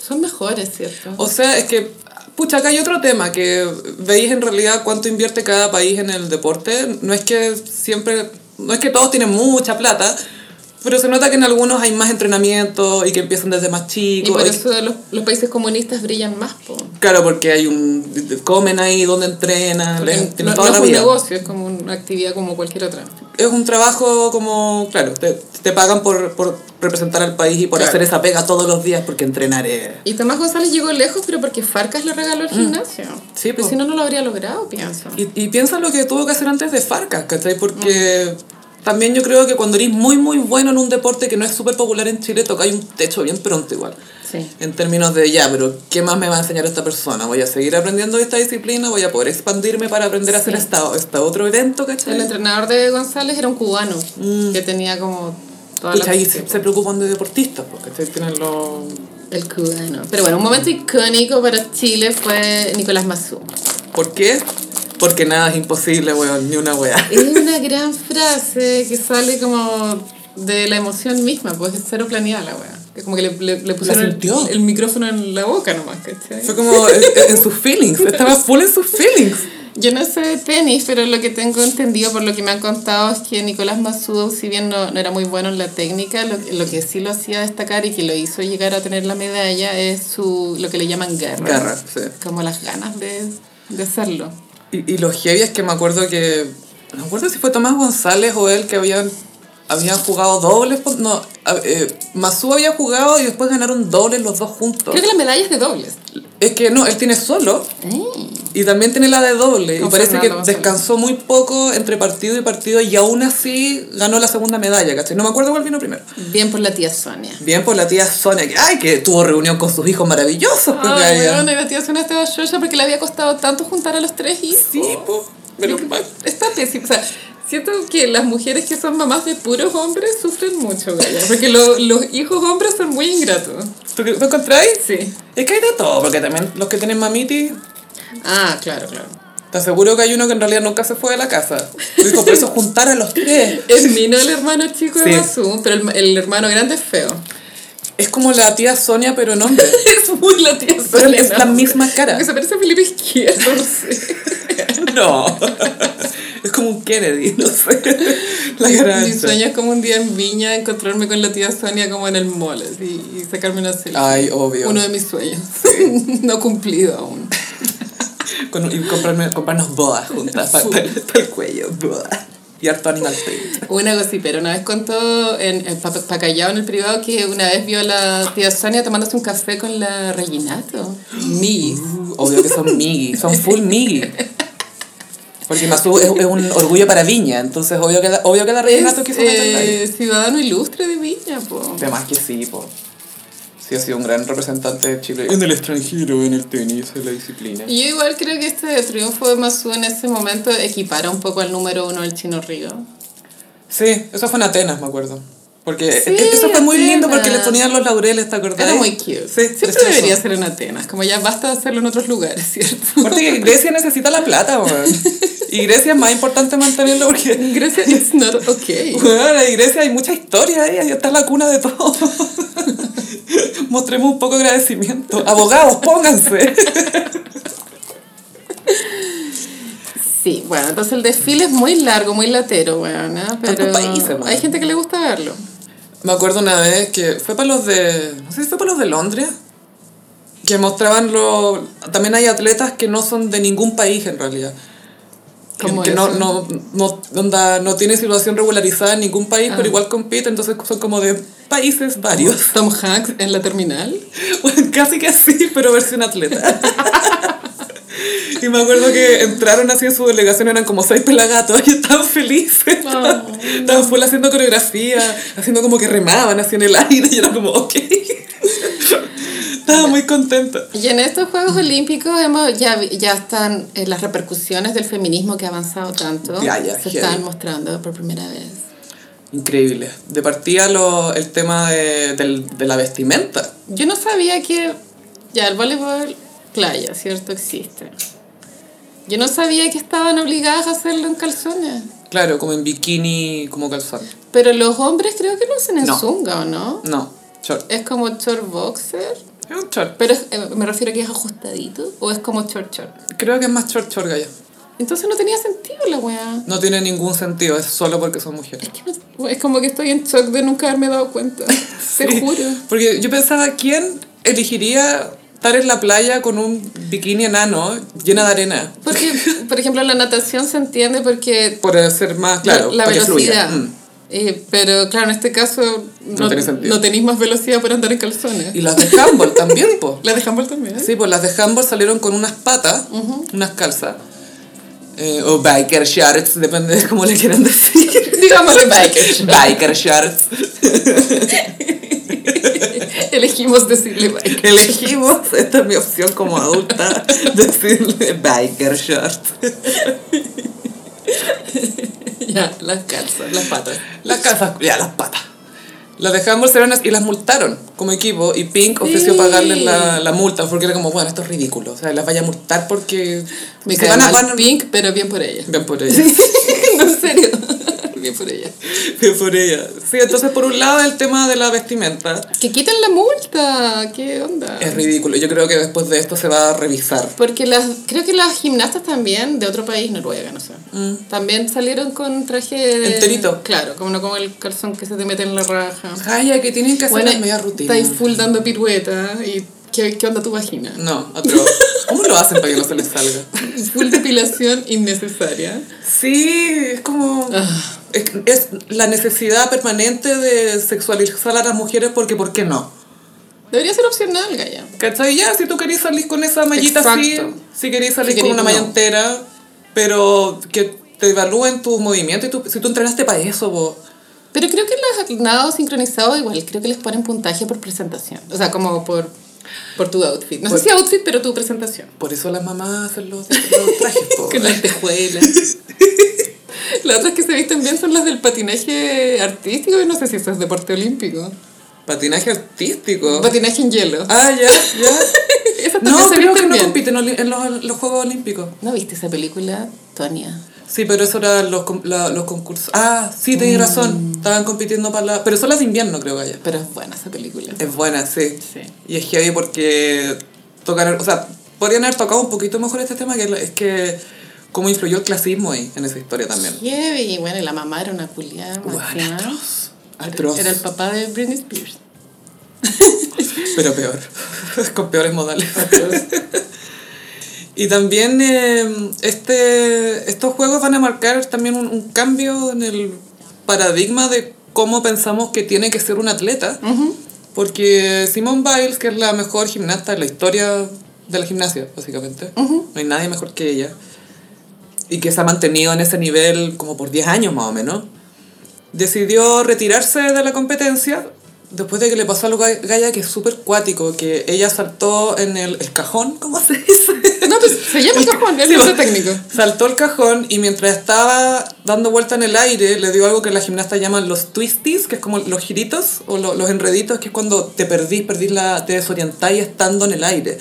S2: son mejores, ¿cierto?
S1: O sea, es que, pucha, acá hay otro tema que veis en realidad cuánto invierte cada país en el deporte. No es que siempre, no es que todos tienen mucha plata, pero se nota que en algunos hay más entrenamiento y que empiezan desde más
S2: Y
S1: chicos.
S2: por
S1: y-
S2: eso los, los países comunistas brillan más, po.
S1: Claro, porque hay un... comen ahí, donde entrenan, les-
S2: Porque No,
S1: tienen
S2: no
S1: toda
S2: es
S1: la
S2: un
S1: vida.
S2: negocio, es como una actividad como cualquier otra.
S1: es un trabajo como, claro, te, te pagan por, por representar al país y por
S2: Claro.
S1: hacer esa pega todos los días porque entrenar es...
S2: Y Tomás González llegó lejos, pero porque Farcas le regaló el gimnasio.
S1: Mm. Sí,
S2: pues
S1: po.
S2: si no, no lo habría logrado, pienso.
S1: Y, y piensa lo que tuvo que hacer antes de Farcas, ¿cachai? Porque
S2: Mm.
S1: también yo creo que cuando eres muy, muy bueno en un deporte que no es súper popular en Chile, tocáis un techo bien pronto igual.
S2: Sí.
S1: En términos de, ya, pero ¿qué más me va a enseñar esta persona? ¿Voy a seguir aprendiendo esta disciplina? ¿Voy a poder expandirme para aprender a hacer
S2: Sí.
S1: esta, esta otro evento,
S2: El
S1: cachai?
S2: entrenador de González era un cubano que tenía como toda
S1: Pucha,
S2: la.
S1: ahí se, se preocupan de deportistas, porque tienen los...
S2: El cubano. Pero bueno, un momento icónico para Chile fue Nicolás Mazú.
S1: ¿Por qué? Porque nada es imposible, weón, ni una weá.
S2: Es una gran frase que sale como de la emoción misma, pues es cero planeada la wea. Que como que le, le, le pusieron el,
S1: sintió.
S2: el micrófono en la boca nomás, ¿cachai?
S1: Fue como en, en sus feelings, estaba full en sus feelings.
S2: Yo no sé de tenis, pero lo que tengo entendido por lo que me han contado es que Nicolás Massudo, si bien no, no era muy bueno en la técnica, lo, lo que sí lo hacía destacar y que lo hizo llegar a tener la medalla es su lo que le llaman garra.
S1: Garra, sí.
S2: Como las ganas de, de hacerlo.
S1: Y, y lo heavy es que me acuerdo que. No me acuerdo si fue Tomás González o él que habían, habían jugado dobles. po- No, a- eh, Masu había jugado y después ganaron dobles los dos juntos.
S2: Creo que la medalla es de dobles.
S1: Es que no, él tiene solo y también tiene la de doble.
S2: Con
S1: y parece
S2: Fernando
S1: que
S2: González.
S1: descansó muy poco entre partido y partido y aún así ganó la segunda medalla, ¿cachai? No me acuerdo cuál vino primero.
S2: Bien por la tía Sonia.
S1: Bien por la tía Sonia, que, ay, que tuvo reunión con sus hijos maravillosos. pues,
S2: Ay,
S1: gaya.
S2: bueno, y la tía Sonia estaba chocha porque le había costado tanto juntar a los tres hijos.
S1: Sí, po, menos mal.
S2: Está pésimo. O sea, siento que las mujeres que son mamás de puros hombres sufren mucho, Gaya, Porque lo- los hijos hombres son muy ingratos.
S1: ¿Tú qué- tú encontráis?
S2: Sí.
S1: Es que hay de todo, porque también los que tienen mamiti,
S2: Ah, claro, claro.
S1: te aseguro que hay uno que en realidad nunca se fue de la casa. Dijo, por eso juntar a los tres.
S2: Es Mino el hermano chico de
S1: Sí.
S2: Masu, pero el, el hermano grande es feo.
S1: Es como la tía Sonia, pero en hombre.
S2: Es muy la tía
S1: Pero
S2: Sonia,
S1: es la
S2: ¿no?
S1: misma cara.
S2: Que se parece a Felipe Izquierdo, no sé.
S1: No. Es como un Kennedy, no sé. La cara
S2: Mi
S1: ancha.
S2: sueño es como un día en Viña encontrarme con la tía Sonia como en el mall así, y, sacarme una selfie.
S1: Ay, obvio.
S2: Uno de mis sueños. no cumplido aún.
S1: Con- y comprarme, comprarnos bodas juntas para el cuello. bodas. Y harto animal print.
S2: Una gocipera una vez contó en, en Pa- Pa- Pacallao en el privado que una vez vio a la tía Sonia tomándose un café con la Reginato.
S1: Migis. Obvio que son migis. Son full migis. Porque Masu es, es un orgullo para Viña, entonces obvio que la, obvio que la reina
S2: Es
S1: quiso meterla ahí.
S2: eh, ciudadano ilustre de Viña, po.
S1: Además que sí, po. Sí ha sido un gran representante de Chile. En el extranjero, en el tenis, en la disciplina.
S2: Y yo igual creo que este triunfo de Masu en ese momento equipara un poco al número uno del Chino Río.
S1: Sí, eso fue en Atenas, me acuerdo. Porque
S2: Sí,
S1: e- eso fue muy lindo porque le
S2: Atenas.
S1: ponían los laureles, ¿te acordás?
S2: Era muy cute.
S1: Sí,
S2: Siempre
S1: precioso.
S2: debería ser en Atenas, como ya basta de hacerlo en otros lugares, ¿cierto?
S1: Aparte que Grecia necesita la plata, weón. Y Grecia es más importante mantenerlo porque...
S2: Grecia it's not okay.
S1: Weón, en Grecia hay mucha historia ahí, ahí está la cuna de todo. Mostremos un poco de agradecimiento. Abogados, pónganse.
S2: Sí, bueno, entonces el desfile es muy largo, muy latero, bueno, ¿eh? pero
S1: Tantos países, bueno.
S2: hay gente que le gusta verlo.
S1: Me acuerdo una vez que fue para los de. No sé si fue para los de Londres. Que mostraban lo. También hay atletas que no son de ningún país en realidad. Que,
S2: ¿Cómo
S1: que no,
S2: eso?
S1: no, no, onda, no tiene situación regularizada en ningún país, pero igual compiten, entonces son como de países varios.
S2: Tom Hanks en la terminal.
S1: Bueno, Casi que así, pero versión atleta. Y me acuerdo que entraron así en su delegación, eran como seis pelagatos y estaban felices.
S2: Oh.
S1: Estaban full haciendo coreografía, haciendo como que remaban así en el aire y era como, ok. Estaba muy contenta.
S2: Y en estos Juegos Olímpicos hemos, ya, ya están eh, las repercusiones del feminismo que ha avanzado tanto.
S1: Ya, ya,
S2: se
S1: heavy.
S2: están mostrando por primera vez.
S1: Increíble. De partida lo- el tema de, del- de la vestimenta.
S2: Yo no sabía que ya el voleibol playa, ¿cierto? Existe. Yo no sabía que estaban obligadas a hacerlo en calzones.
S1: Claro, como en bikini, como calzón.
S2: Pero los hombres creo que lo hacen en
S1: No.
S2: zunga, ¿o no?
S1: No, short.
S2: Es como short boxer,
S1: Es un short.
S2: pero es- eh, me refiero a que es ajustadito o es como short short.
S1: Creo que es más short short gallo.
S2: Entonces no tenía sentido la weá.
S1: No tiene ningún sentido, es solo porque son mujeres.
S2: Es, que no- es como que estoy en shock de nunca haberme dado cuenta. Te juro.
S1: Porque yo pensaba, ¿quién elegiría estar en la playa con un bikini enano llena de arena?
S2: Porque, por ejemplo, la natación se entiende porque
S1: Por ser más, claro,
S2: la, la
S1: para que fluya.
S2: velocidad.
S1: Mm.
S2: Eh, pero claro, en este caso no,
S1: tiene sentido.
S2: no tenéis más velocidad para andar en calzones.
S1: Y las de handball también, po.
S2: La de handball también.
S1: Sí, pues las de handball salieron con unas patas, unas calzas. eh, o biker shorts, depende de cómo le quieran decir.
S2: Digamos de biker
S1: Biker shorts.
S2: Elegimos decirle bike.
S1: Elegimos, esta es mi opción como adulta, decirle biker shorts.
S2: Ya, las calzas, las patas.
S1: Las calzas, ya, las patas. Las de handball salieron as- y las multaron como equipo y Pink ofreció
S2: Sí.
S1: pagarles la, la multa porque era como, bueno, esto es ridículo. O sea, las vaya a multar porque...
S2: Me
S1: se
S2: quedan
S1: van a-
S2: mal
S1: van a-
S2: pink, pero bien por ella.
S1: Bien por ella.
S2: no, en serio. bien por ella.
S1: Bien por ella. Sí, entonces por un lado el tema de la vestimenta.
S2: Que quiten la multa. ¿Qué onda?
S1: Es ridículo. Yo creo que después de esto se va a revisar.
S2: Porque las, creo que las gimnastas también, de otro país, Noruega, no sé, también salieron con traje...
S1: Mm. Enterito.
S2: Claro, como no como el calzón que se te mete en la raja.
S1: Jaya, que tienen que hacer
S2: Bueno,
S1: las medias rutinas.
S2: estáis full dando piruetas y ¿qué, qué onda tu vagina?
S1: No, otro. ¿Cómo lo hacen para que no se les salga?
S2: Full depilación innecesaria.
S1: Sí, es como...
S2: Ah.
S1: Es, es la necesidad permanente de sexualizar a las mujeres porque ¿por qué no?
S2: Debería ser opcional, Gaya.
S1: ¿Cachai? Ya, si tú querés salir con esa mallita así,
S2: Exacto.
S1: si querés salir
S2: Si
S1: con
S2: querís,
S1: una malla
S2: no.
S1: entera, pero que te evalúen tus movimientos y tu- si tú entrenaste para eso, vos.
S2: Pero creo que los nado sincronizados igual, creo que les ponen puntaje por presentación. O sea, como por, por tu outfit. No
S1: Por-
S2: sé si outfit, pero tu presentación.
S1: Por eso las mamás hacen los, los trajes, po.
S2: Con las tejuelas. las otras que se visten bien son las del patinaje artístico, y no sé si eso es deporte olímpico.
S1: Patinaje artístico.
S2: Patinaje en hielo.
S1: Ah, ya, ya.
S2: Esas
S1: No,
S2: también
S1: creo que
S2: se visten
S1: no
S2: bien.
S1: compiten oli- en los, los Juegos Olímpicos.
S2: ¿No viste esa película, Tonia?
S1: Sí, pero eso eran los, com- la- los concursos. Ah, sí,
S2: Mm.
S1: tenés razón. Estaban compitiendo para la... Pero son las de invierno, creo que allá.
S2: Pero es buena esa película.
S1: Es buena, sí.
S2: Sí.
S1: Y es heavy porque tocaron... O sea, podrían haber tocado un poquito mejor este tema, que es que cómo influyó el clasismo ahí, en esa historia también.
S2: Heavy, bueno, y la mamá era una culiada.
S1: Bueno,
S2: máxima.
S1: atroz. Atroz.
S2: Era el papá de Britney Spears.
S1: Pero peor. Con peores modales. Y también eh, este, estos juegos van a marcar también un, un cambio en el paradigma de cómo pensamos que tiene que ser un atleta. Porque Simone Biles, que es la mejor gimnasta de la historia de la gimnasia, básicamente, no hay nadie mejor que ella, y que se ha mantenido en ese nivel como por 10 años más o menos, decidió retirarse de la competencia después de que le pasó algo a Gaia que es súper cuático, que ella saltó en el, el cajón, ¿cómo se dice?
S2: No, pues se llama cajón, es
S1: Sí,
S2: nombre
S1: bueno.
S2: técnico.
S1: Saltó el cajón y mientras estaba dando vuelta en el aire, le dio algo que las gimnastas llaman los twisties, que es como los giritos o lo- los enreditos, que es cuando te perdís, perdís la, te desorientáis estando en el aire.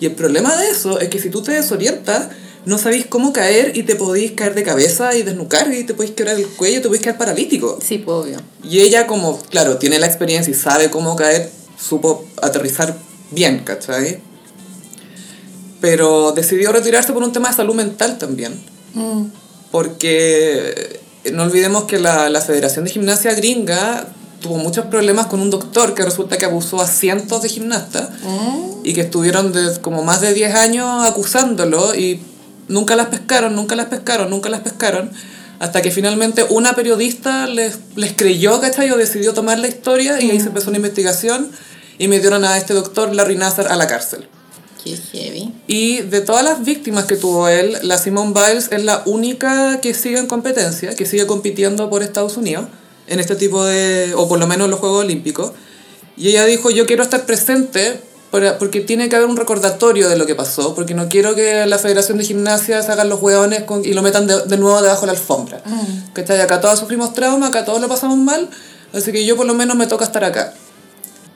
S1: Y el problema de eso es que si tú te desorientas, no sabéis cómo caer y te podéis caer de cabeza y desnucar y te podéis quebrar el cuello, te podéis quedar paralítico.
S2: Sí, pues, obvio.
S1: Y ella como, claro, tiene la experiencia y sabe cómo caer, supo aterrizar bien, ¿cachai? Pero decidió retirarse por un tema de salud mental también.
S2: Mm,
S1: Porque eh, no olvidemos que la, la Federación de Gimnasia Gringa tuvo muchos problemas con un doctor que resulta que abusó a cientos de gimnastas
S2: mm.
S1: y que estuvieron de, como más de 10 años acusándolo y nunca las pescaron, nunca las pescaron, nunca las pescaron. Hasta que finalmente una periodista les, les creyó, ¿cachai? O decidió tomar la historia y ahí se empezó una investigación y metieron a este doctor Larry Nazar a la cárcel.
S2: Qué heavy.
S1: Y de todas las víctimas que tuvo él, la Simone Biles es la única que sigue en competencia, que sigue compitiendo por Estados Unidos en este tipo de, o por lo menos en los Juegos Olímpicos. Y ella dijo, yo quiero estar presente para- porque tiene que haber un recordatorio de lo que pasó, porque no quiero que la Federación de Gimnasia se hagan los hueones con- y lo metan de, de nuevo debajo de la alfombra. Que acá todos sufrimos trauma, acá todos lo pasamos mal, así que yo por lo menos me toca estar acá.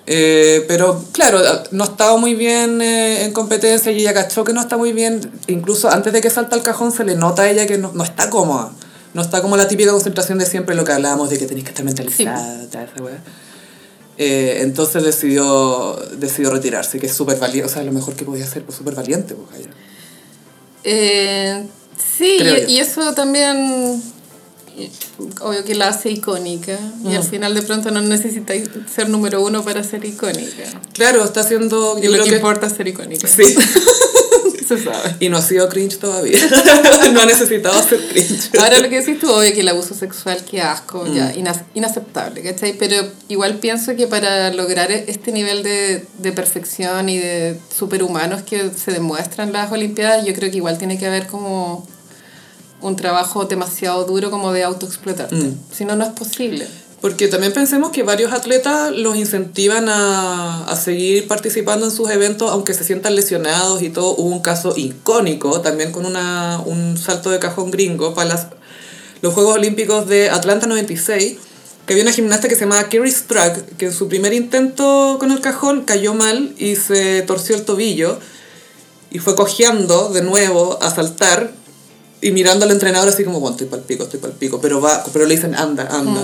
S1: Eh, pero claro, no estaba muy bien eh, en competencia y ella cachó que no está muy bien. Incluso antes de que salta al cajón se le nota a ella que no, no está cómoda. No está como la típica concentración de siempre, lo que hablábamos de que tenés que estar mentalizada, tal, esa weá. Eh, entonces decidió, decidió retirarse, que es súper valiente, o sea, lo mejor que podía hacer, pues súper valiente. Pues, Jaya.
S2: Eh, sí,
S1: Creo yo.
S2: y, y eso también, eh, obvio que la hace icónica. Y al final de pronto no necesitáis ser número uno para ser icónica.
S1: claro, está haciendo... yo
S2: lo
S1: creo
S2: que
S1: que-
S2: importa es ser icónica.
S1: Sí.
S2: Se sabe.
S1: y no ha sido cringe todavía. no ha necesitado ser cringe.
S2: Ahora lo que decís tú, obvio que el abuso sexual, qué asco, ya, inas- inaceptable, ¿cachai? Pero igual pienso que para lograr e- este nivel de, de perfección y de superhumanos que se demuestran las Olimpiadas, yo creo que igual tiene que haber como un trabajo demasiado duro como de autoexplotarte. Si no, no es posible.
S1: Porque también pensemos que varios atletas los incentivan a, a seguir participando en sus eventos, aunque se sientan lesionados y todo. Hubo un caso icónico también con una, un salto de cajón gringo para las, los Juegos Olímpicos de Atlanta 96, que había una gimnasta que se llamaba Kerry Strug, que en su primer intento con el cajón cayó mal y se torció el tobillo y fue cojeando de nuevo a saltar y mirando al entrenador así como, bueno, estoy pal pico, estoy pal pico, pero va, pero le dicen, anda, anda.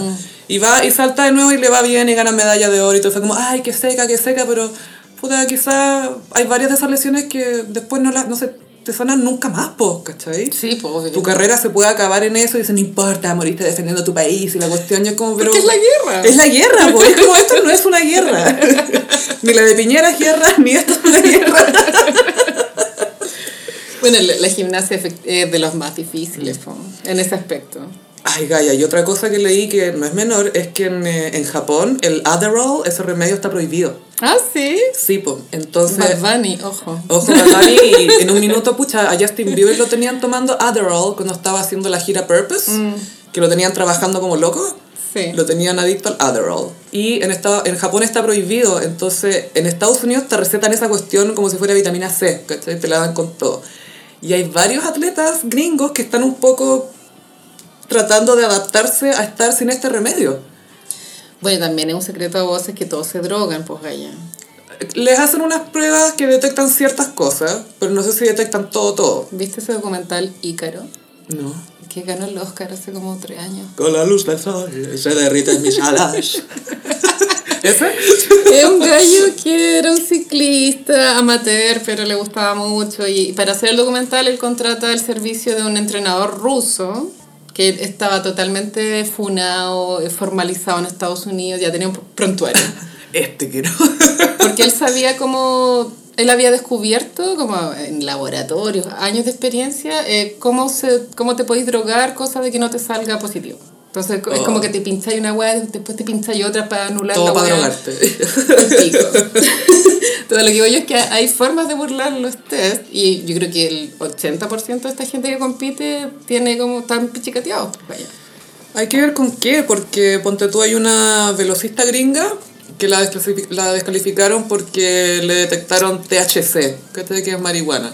S1: Y va y salta de nuevo y le va bien y gana medalla de oro y todo, fue como, ay, qué seca, qué seca, pero puta, quizá hay varias de esas lesiones que después no las, no se te sanan nunca más, po, ¿cachai?
S2: Sí, pues obvio.
S1: Tu carrera se puede acabar en eso y dicen, no importa, moriste defendiendo tu país y la cuestión y es como, pero...
S2: Porque es la guerra.
S1: Es la guerra, po, es como esto no es una guerra. ni la de Piñera es guerra, ni esto es una guerra.
S2: Bueno, la, la gimnasia efect- es de los más difíciles, po, en ese aspecto.
S1: Ay, Gaia, y otra cosa que leí que no es menor es que en, eh, en Japón el Adderall, ese remedio está prohibido.
S2: Ah, sí.
S1: Sí, po. Entonces,
S2: Bad Bunny, ojo.
S1: ojo, Bad Bunny, y en un minuto, pucha, a Justin Bieber lo tenían tomando Adderall cuando estaba haciendo la gira Purpose,
S2: Mm.
S1: que lo tenían trabajando como loco.
S2: Sí.
S1: Lo tenían adicto al Adderall. Y en, esta, en Japón está prohibido. Entonces, en Estados Unidos te recetan esa cuestión como si fuera vitamina C, ¿cachai? Te la dan con todo. Y hay varios atletas gringos que están un poco tratando de adaptarse a estar sin este remedio.
S2: Bueno, también es un secreto a voces que todos se drogan, pues allá.
S1: Les hacen unas pruebas que detectan ciertas cosas, pero no sé si detectan todo, todo.
S2: ¿Viste ese documental Ícaro?
S1: No.
S2: Que ganó el Oscar hace como tres años.
S1: Con la luz del sol se derriten mis alas. ¿Ese?
S2: Es un gallo que era un ciclista amateur, pero le gustaba mucho. Y para hacer el documental, él contrata el servicio de un entrenador ruso que estaba totalmente funado, eh, formalizado en Estados Unidos, ya tenía un prontuario.
S1: Este quiero.
S2: Porque él sabía cómo, él había descubierto, como en laboratorios, años de experiencia, eh, cómo, se, cómo te podéis drogar, cosas de que no te salga positivo. Entonces co- es
S1: Oh.
S2: como que te pincháis una weá, después te pincháis otra para anular
S1: Todo
S2: la
S1: para
S2: weá.
S1: drogarte.
S2: Pico. Todo lo que digo yo es que hay formas de burlar los test y yo creo que el 80% de esta gente que compite tiene como tan pichicateados. Vaya.
S1: Hay que ver con qué, porque ponte tú, hay una velocista gringa que la, desclasifi- la descalificaron porque le detectaron THC, que te- que es marihuana,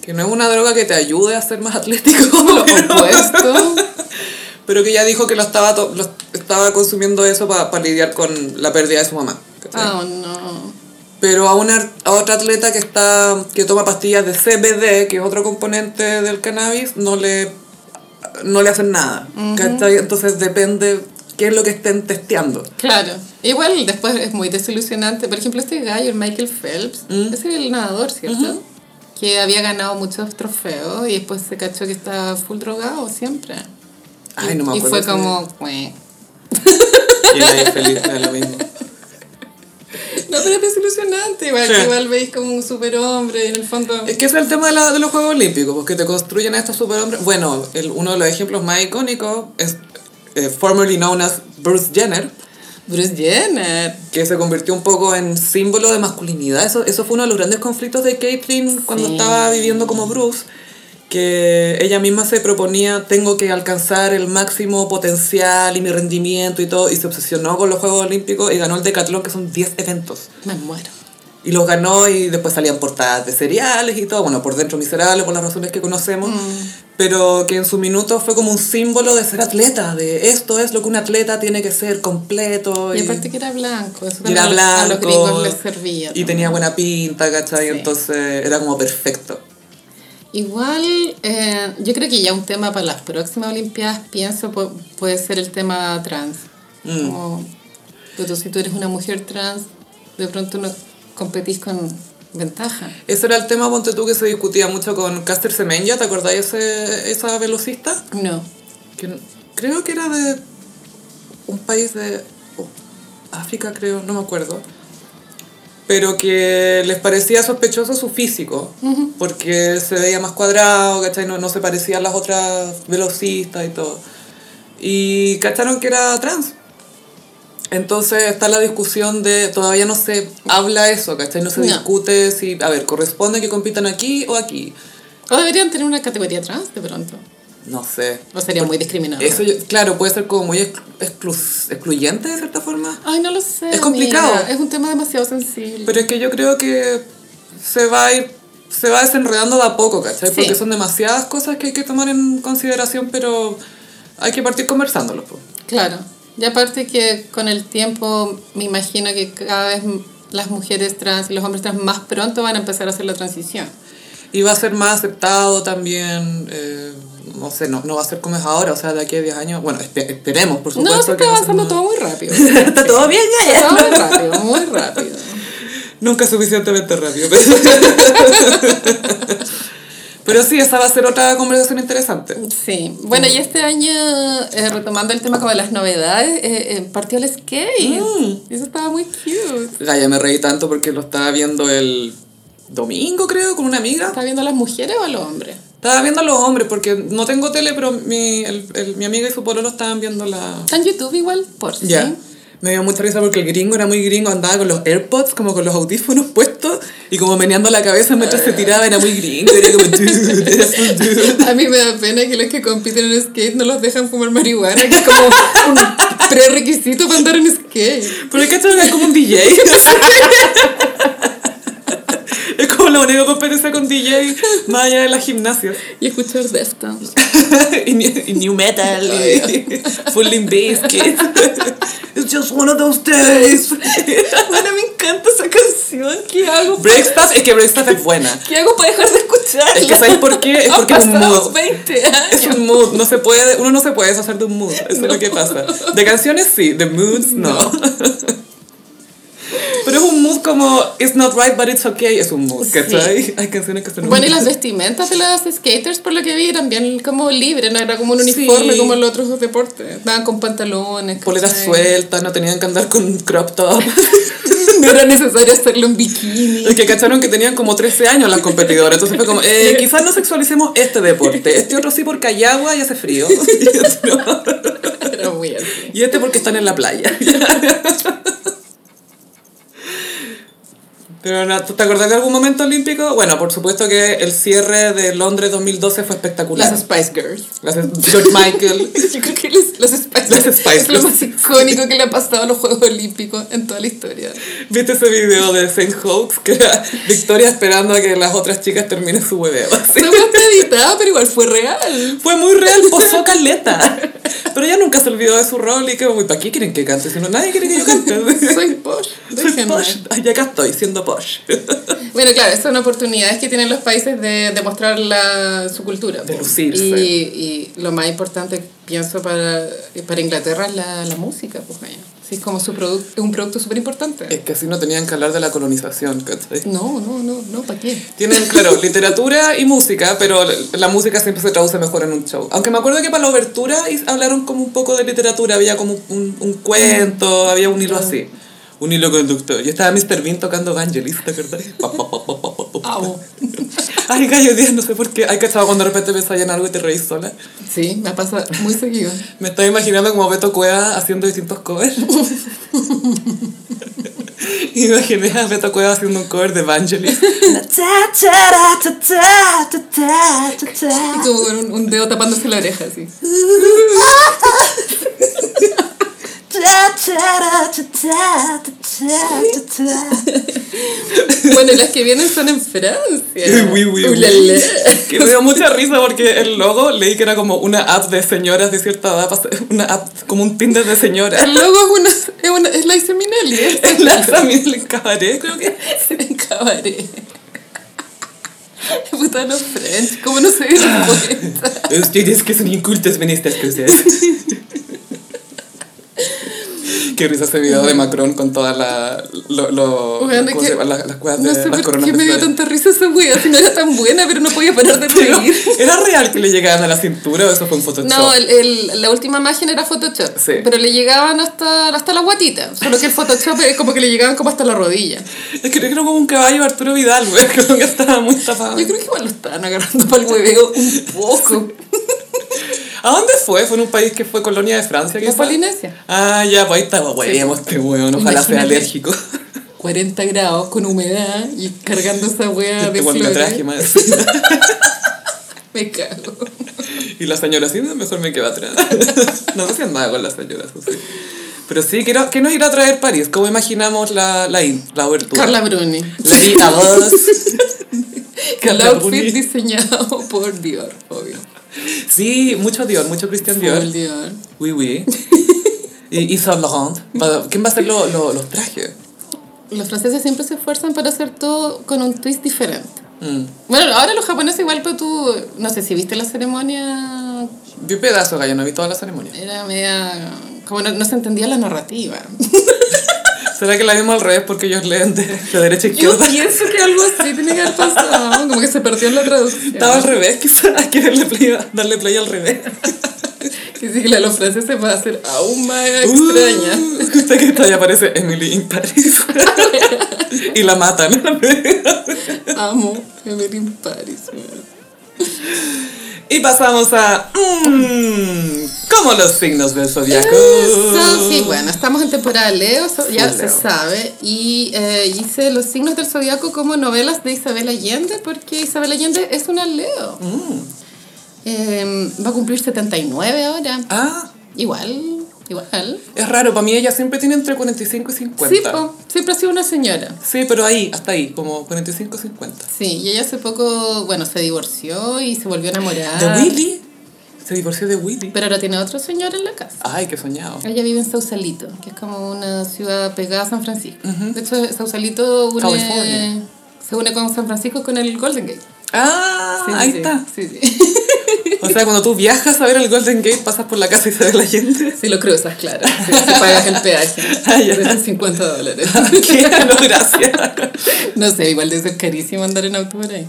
S1: que no es una droga que te ayude a ser más atlético,
S2: Lo
S1: pero,
S2: opuesto.
S1: pero que ella dijo que lo estaba, to- lo estaba consumiendo eso para lidiar con la pérdida de su mamá. ¿cachai?
S2: Oh, no.
S1: Pero a, una, a otra atleta que, está, que toma pastillas de CBD, que es otro componente del cannabis, no le, no le hacen nada. ¿cachai? Entonces depende qué es lo que estén testeando.
S2: Claro. Igual después es muy desilusionante. Por ejemplo, este gallo, el Michael Phelps,
S1: Mm.
S2: ese era el nadador, ¿cierto? Que había ganado muchos trofeos y después se cachó que estaba full drogado siempre.
S1: Ay, no me
S2: Y
S1: acuerdo.
S2: fue
S1: ese
S2: como... "Mue".
S1: día. Y nadie feliz, da lo mismo.
S2: No, pero es desilusionante. Igual,
S1: Sí.
S2: que igual veis como un superhombre y en el fondo...
S1: Es que ese es el tema de, la- de los Juegos Olímpicos, porque te construyen a estos superhombres. Bueno, el, uno de los ejemplos más icónicos es eh, formerly known as Bruce Jenner,
S2: Bruce Jenner.
S1: que se convirtió un poco en símbolo de masculinidad. Eso, eso fue uno de los grandes conflictos de Caitlyn cuando
S2: Sí.
S1: estaba viviendo como Bruce, que ella misma se proponía, tengo que alcanzar el máximo potencial y mi rendimiento y todo, y se obsesionó con los Juegos Olímpicos y ganó el Decathlon, que son 10 eventos.
S2: Me muero.
S1: Y los ganó y después salían portadas de cereales y todo, bueno, por dentro miserables, por las razones que conocemos,
S2: Mm.
S1: pero que en su minuto fue como un símbolo de ser atleta, de esto es lo que un atleta tiene que ser completo.
S2: Y aparte que era blanco. Eso
S1: Y era
S2: también
S1: blanco.
S2: A los gringos les servía.
S1: Y tenía buena pinta, ¿cachai?
S2: Sí.
S1: Entonces era como perfecto.
S2: Igual, eh, yo creo que ya un tema para las próximas Olimpiadas, pienso, pu- puede ser el tema trans.
S1: Mm.
S2: Como, pero tú, si tú eres una mujer trans, de pronto no competís con ventaja.
S1: Ese era el tema, ponte tú, que se discutía mucho con Caster Semenya, ¿te acordáis ese, esa velocista?
S2: No.
S1: Que n- creo que era de un país de oh, África, creo, no me acuerdo. Pero que les parecía sospechoso su físico, porque se veía más cuadrado, ¿cachai? No, no se parecía a las otras velocistas y todo. Y cacharon que era trans. Entonces está la discusión de, todavía no se habla eso, ¿cachai? No se
S2: No.
S1: discute si, a ver, ¿corresponde que compitan aquí o aquí?
S2: O deberían tener una categoría trans de pronto.
S1: No sé.
S2: O sería muy discriminador.
S1: Eso, yo- claro, puede ser como muy exclu- exclu- excluyente de cierta forma.
S2: Ay, no lo sé.
S1: Es complicado.
S2: amiga. Es un tema demasiado sensible.
S1: Pero es que yo creo que se va a ir, se va desenredando de a poco, ¿cachai?
S2: Sí.
S1: Porque son demasiadas cosas que hay que tomar en consideración, pero hay que partir conversándolo. po.
S2: Claro. Y aparte que con el tiempo me imagino que cada vez m- las mujeres trans y los hombres trans más pronto van a empezar a hacer la transición.
S1: Y va a ser más aceptado también, eh, no sé, no, no va a ser como es ahora, o sea, de aquí a 10 años. Bueno, espe- esperemos, por supuesto.
S2: No, se
S1: que
S2: está
S1: va a ser
S2: avanzando
S1: más-
S2: todo muy rápido.
S3: Está todo bien, Gaya.
S2: Todo muy rápido, muy rápido.
S1: Nunca es suficientemente rápido. Pero... pero sí, esa va a ser otra conversación interesante.
S2: Sí. Bueno, y este año, eh, retomando el tema como de las novedades, eh, eh, partió el skate.
S1: Mm.
S2: Eso estaba muy cute.
S1: Gaya, me reí tanto porque lo estaba viendo el domingo, creo, con una amiga.
S2: ¿Estás viendo a las mujeres o a los hombres?
S1: Estaba viendo a los hombres porque no tengo tele, pero mi, el- el- mi amiga y su pololo estaban viendo la...
S2: Está en YouTube igual, por si.
S1: Ya. Me dio mucha risa porque el gringo era muy gringo, andaba con los AirPods, como con los audífonos puestos y como meneando la cabeza mientras se tiraba, era muy gringo, era como dude, eres un dude.
S2: A mí me da pena que los que compiten en skate no los dejan fumar marihuana, que es como un prerequisito para andar en skate.
S1: Pero es que esto es como un DJ. es como la única competencia con DJ más allá de la gimnasia.
S2: Y escuchar Deftones.
S1: y, ni- y new metal, y full Limp Bizkit.
S3: It's just one of those days.
S2: Bueno, me encanta esa canción. ¿Qué hago?
S1: Breakstuff, es que Breakstuff es buena.
S2: ¿Qué hago para dejar de escucharla?
S1: Es que ¿sabes por qué? Es
S2: Han
S1: porque es un
S2: pasado
S1: mood.
S2: 20 años.
S1: Es un mood, no se puede, uno no se puede deshacer de un mood, eso es lo que pasa. De canciones sí, de moods no. Pero es un mood como, it's not right but it's okay, es un mood,
S2: Sí.
S1: ¿cachai? Hay canciones que son un
S2: Bueno, y
S1: mood.
S2: las vestimentas de las skaters, por lo que vi, eran bien como libres, no era como un uniforme
S1: Sí.
S2: como en los otros deportes. Estaban con pantalones.
S1: poleras
S2: ¿cachai?
S1: sueltas, no tenían que andar con crop top.
S2: No era necesario hacerlo en bikini.
S1: Es que cacharon que tenían como 13 años las competidoras. Entonces fue como, eh, quizás no sexualicemos este deporte. Este otro sí porque hay agua y hace frío. Y este, no.
S2: Era muy así.
S1: Y este porque están en la playa. Pero no, ¿tú te acordás de algún momento olímpico? Bueno, por supuesto que el cierre de Londres 2012 fue espectacular.
S2: Las Spice Girls.
S1: Gracias, George Michael.
S2: Yo creo que los, los Spice
S1: Los
S2: Girls
S1: Spice
S2: es lo
S1: Girls.
S2: más icónico que le ha pasado a los Juegos Olímpicos en toda la historia.
S1: ¿Viste ese video de Saint Hawks? Que era Victoria esperando a que las otras chicas terminen su hueveo. así.
S2: No fue premeditado, pero igual fue real.
S1: Fue muy real, posó caleta. Pero ella nunca se olvidó de su rol y que, uy, ¿para qué quieren que cante? Si no, nadie quiere que yo cante.
S2: Soy posh,
S1: Soy
S2: déjenme.
S1: posh. Y acá estoy, siendo posh.
S2: Bueno, claro, son oportunidades que tienen los países de demostrar la, su cultura.
S1: De
S2: po.
S1: lucirse.
S2: Y, y lo más importante, pienso, para, para Inglaterra es la, la música. Pues, vaya. Sí, es como su producto, un producto súper importante.
S1: Es que así no tenían que hablar de la colonización, ¿cachai?
S2: No, no, no, no, ¿para qué?
S1: Tienen, claro, literatura y música, pero la música siempre se traduce mejor en un show. Aunque me acuerdo que para la obertura is- hablaron como un poco de literatura, había como un, un cuento, había un hilo así, un hilo conductor. Y estaba Mr. Bean tocando Vangelis, ¿te acordás? Pa, pa, pa, pa, pa, pa, pa.
S2: Au.
S1: Ay, gallo Díaz, no sé por qué. Ay, cachado, cuando de repente pensáis en algo y te reís sola.
S2: Sí, me pasa muy seguido.
S1: Me estoy imaginando como Beto Cueva haciendo distintos covers. Imaginé a Beto Cueva haciendo un cover de Evangelis.
S2: Y como con un, un dedo tapándose la oreja, así. Bueno, las que vienen son en Francia.
S1: Uy, uy, uy.
S2: Ulala.
S1: Que me dio mucha risa porque el logo leí que era como una app de señoras de cierta edad, pa- una app como un Tinder de señoras.
S2: El logo es una, es una, es la Minelli.
S1: Es la también el cabaret, creo que.
S2: En cabaret. Puta los French, ¿cómo no se
S1: Ah.
S2: dieron cuenta?
S1: Ustedes que son incultos ven estas cosas. Qué risa ese video de Macron con todas la, lo, lo-
S2: Weón,
S1: ¿cómo
S2: que-
S1: se llama? las, las cuevas de
S2: No sé
S1: las
S2: por
S1: coronas
S2: qué
S1: de
S2: me dio
S1: flores.
S2: tanta risa esa wea, si no era tan buena, pero no podía parar de
S1: Pero,
S2: reír.
S1: ¿Era real que le llegaban a la cintura o eso fue un Photoshop?
S2: No, el- el- la última imagen era Photoshop,
S1: Sí.
S2: pero le llegaban hasta, hasta la guatita, solo que el Photoshop es como que le llegaban como hasta la rodilla.
S1: Es que creo que era como un caballo de Arturo Vidal, güey, creo que estaba muy tapado.
S2: Yo creo que igual lo estaban agarrando para el hueveo un poco.
S1: ¿A dónde fue? Fue en un país que fue colonia de Francia.
S2: La
S1: quizá?
S2: Polinesia.
S1: Ah, ya, pues ahí estaba, güey, este weón, ojalá sea
S2: Imagínate.
S1: alérgico.
S2: 40 grados con humedad y cargando esa wea
S1: Este
S2: de
S1: weón me
S2: flores.
S1: traje más.
S2: Me cago.
S1: Y la señora sí, mejor me quedo atrás. no sé si andaba con las señoras, o sí. Pero sí, que, no- que nos irá a traer París? ¿Cómo imaginamos la, la, in- la abertura?
S2: Carla Bruni.
S1: La in- a vos.
S2: El
S1: Carla
S2: outfit
S1: Bruni.
S2: diseñado por Dior, obvio.
S1: Sí, mucho Dior, mucho Christian Dior.
S2: Por Dior.
S1: Oui, oui. Y, y Saint Laurent. Va- ¿Quién va a hacer lo- lo- los trajes?
S2: Los franceses siempre se esfuerzan para hacer todo con un twist diferente.
S1: Mm.
S2: Bueno, ahora los japoneses igual, pero tú, no sé si viste la ceremonia,
S1: Vi un pedazo, gallo, no vi toda la ceremonia.
S2: era media, como no, no se entendía la narrativa.
S1: ¿Será que la vimos al revés porque ellos leen de, de derecha a
S2: Yo
S1: izquierda?
S2: pienso que algo así tiene que haber pasado, como que se perdió en la traducción.
S1: Estaba al revés, quizás. Hay que darle play, darle play al revés.
S2: Que sí, que la de los franceses va a ser aún más extraña.
S1: Uh, Usted que está ahí aparece Emily in Paris. y la matan.
S2: Amo Emily in Paris. weón.
S1: y pasamos a. Mmm, ¿Cómo los signos del zodiaco?
S2: Eso, sí, bueno, estamos en temporada Leo, eso ya
S1: Full Leo.
S2: se sabe. Y eh, hice los signos del zodiaco como novelas de Isabel Allende, porque Isabel Allende es una Leo.
S1: Mm.
S2: Eh, va a cumplir 79 ahora.
S1: Ah,
S2: Igual, igual.
S1: es raro. Para mí ella siempre tiene entre 45 y 50.
S2: Sí, po, siempre ha sido una señora.
S1: Sí, pero ahí, hasta ahí, como 45 50.
S2: Sí, y ella hace poco, bueno, se divorció y se volvió a enamorar.
S1: ¿De Willy? Se divorció de Willy.
S2: Pero ahora tiene otro señor en la casa.
S1: Ay, qué soñado.
S2: Ella vive en Sausalito, que es como una ciudad pegada a San Francisco. De hecho, Sausalito une-
S1: California.
S2: se une con San Francisco con el Golden Gate.
S1: Ah,
S2: Sí,
S1: ahí
S2: sí,
S1: está.
S2: Sí, sí.
S1: O sea, cuando tú viajas a ver el Golden Gate, pasas por la casa y se ve la gente.
S2: Si lo cruzas, claro. Si pagas el peaje.
S1: Ah, ya.
S2: de 50 dólares.
S1: ¿Qué? No, gracias.
S2: No sé, igual debe ser carísimo andar en auto por ahí.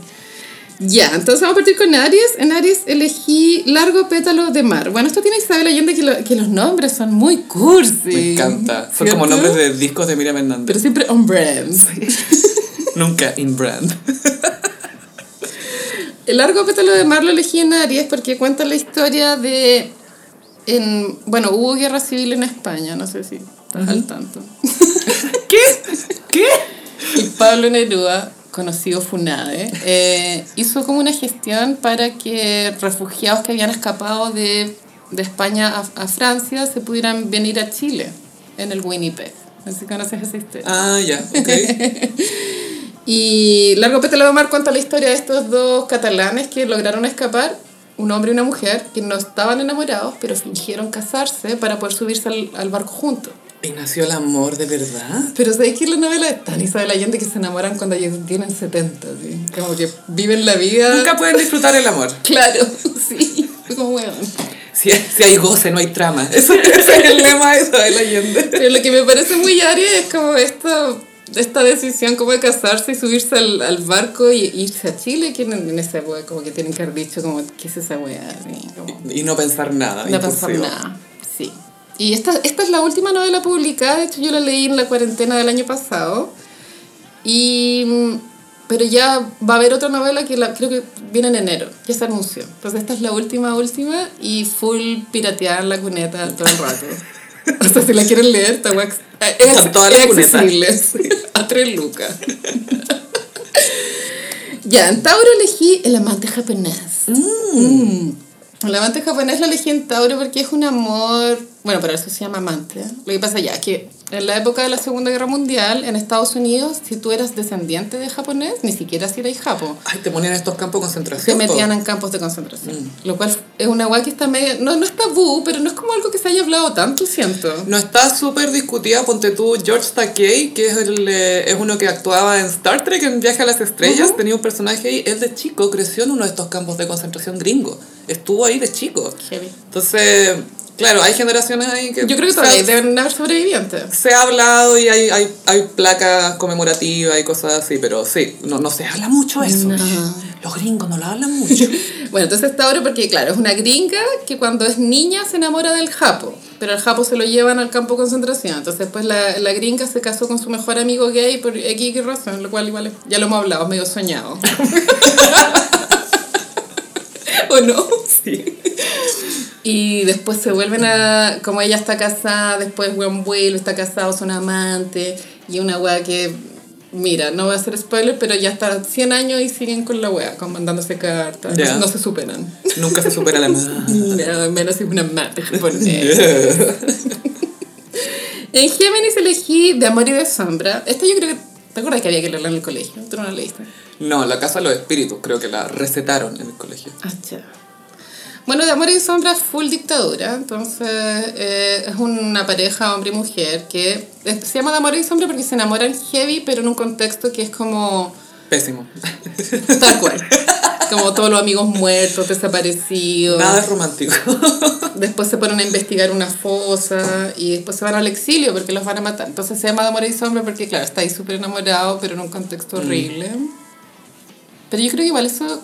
S2: Ya, entonces vamos a partir con Aries. En Aries elegí Largo Pétalo de Mar. Bueno, esto tiene Isabel Allende que, lo- que los nombres son muy cursi.
S1: Me encanta. Son como
S2: ¿cierto?
S1: nombres de discos de Miriam Hernández.
S2: Pero siempre on brand.
S1: Nunca in brand.
S2: El largo pétalo de mar lo elegí en Aries porque cuenta la historia de... En, bueno, hubo guerra civil en España, no sé si estás al tanto.
S1: ¿Qué? ¿Qué?
S2: Y Pablo Neruda, conocido Funade, eh, hizo como una gestión para que refugiados que habían escapado de, de España a, a Francia se pudieran venir a Chile, en el Winnipeg. No sé si conoces esa historia.
S1: Ah, ya, ok.
S2: Y Largo Pétalo de Mar cuenta la historia de estos dos catalanes que lograron escapar, un hombre y una mujer, que no estaban enamorados, pero fingieron casarse para poder subirse al, al barco juntos.
S1: ¿Y nació el amor de verdad?
S2: Pero sabéis que la novela es tan Isabel Allende que se enamoran cuando ya tienen 70, ¿sí? como que viven la vida.
S1: Nunca pueden disfrutar el amor.
S2: Claro, sí, fue como weón.
S1: Si, si hay goce, no hay trama. Ese, ese es el lema de Isabel Allende.
S2: Pero lo que me parece muy Aries es como esta, esta decisión como de casarse y subirse al, al barco y e irse a Chile, que en, en esa wea como que tienen que haber dicho como, ¿qué es esa wea? Así, como,
S1: Y no pensar nada.
S2: no pasó
S1: impulsivo.
S2: nada, sí. Y esta, esta es la última novela publicada, de hecho yo la leí en la cuarentena del año pasado. Y mm, Pero ya va a haber otra novela que la, creo que viene en enero, ya se anunció. Entonces esta es la última, última y full piratear la cuneta todo el rato. o sea, si la quieren leer, está guay. Eh, Es,
S3: Están todas las
S2: es
S3: cunetas.
S2: accesible, sí, a tres lucas. ya, en Tauro elegí El amante japonés. El amante japonés lo elegí en Tauro porque es un amor, bueno, pero eso se llama amante. ¿eh? Lo que pasa ya es que en la época de la Segunda Guerra Mundial, en Estados Unidos, si tú eras descendiente de japonés, ni siquiera si erais japo.
S1: Ay, te ponían en estos campos de
S2: Te
S1: concentración. po.
S2: metían en campos de concentración. Lo cual es una guay que está media. No, no es tabú, pero no es como algo que se haya hablado tanto, siento.
S1: No está súper discutida, ponte tú, George Takei, que es, el, eh, es uno que actuaba en Star Trek, en Viaje a las Estrellas, tenía un personaje ahí, él de chico creció en uno de estos campos de concentración gringo, estuvo ahí de chico.
S2: Heavy.
S1: Entonces, claro, hay generaciones ahí que...
S2: Yo creo que
S1: se ha-
S2: todavía deben haber sobrevivientes.
S1: Se ha hablado y hay, hay, hay placas conmemorativas y cosas así, pero sí, no, no se habla mucho eso. Los gringos no lo hablan mucho.
S2: Bueno, entonces Tauro, porque claro, es una gringa que cuando es niña se enamora del japo, pero al japo se lo llevan al campo de concentración. Entonces, pues la, la gringa se casó con su mejor amigo gay por X razón, lo cual igual es- ya lo hemos hablado, es medio soñado. ¿O no? Sí. Y después se vuelven a. Como ella está casada, después buen vuelo, está casado, son amantes. Y una wea que. Mira, no voy a hacer spoiler, pero ya está 100 años y siguen con la wea, con mandándose cartas.
S1: Ya.
S2: No se superan.
S1: Nunca se supera la madre.
S2: No, menos si una mate japonés. En Géminis elegí De Amor y de Sombra. Esta yo creo que. ¿Te acuerdas que había que leerla en el colegio? Tú no la leíste.
S1: No, la casa de los espíritus, creo que la recetaron en el colegio.
S2: Ah, ya. Bueno, de amor y sombra es full dictadura, entonces eh, es una pareja hombre y mujer que eh, se llama de amor y sombra porque se enamoran heavy, pero en un contexto que es como
S1: Pésimo.
S2: tal cual, como todos los amigos muertos, desaparecidos.
S1: Nada es romántico.
S2: Después se ponen a investigar una fosa y después se van al exilio porque los van a matar. Entonces se llama de amor y sombra porque, claro, está ahí súper enamorado, pero en un contexto horrible. Pero yo creo que igual eso.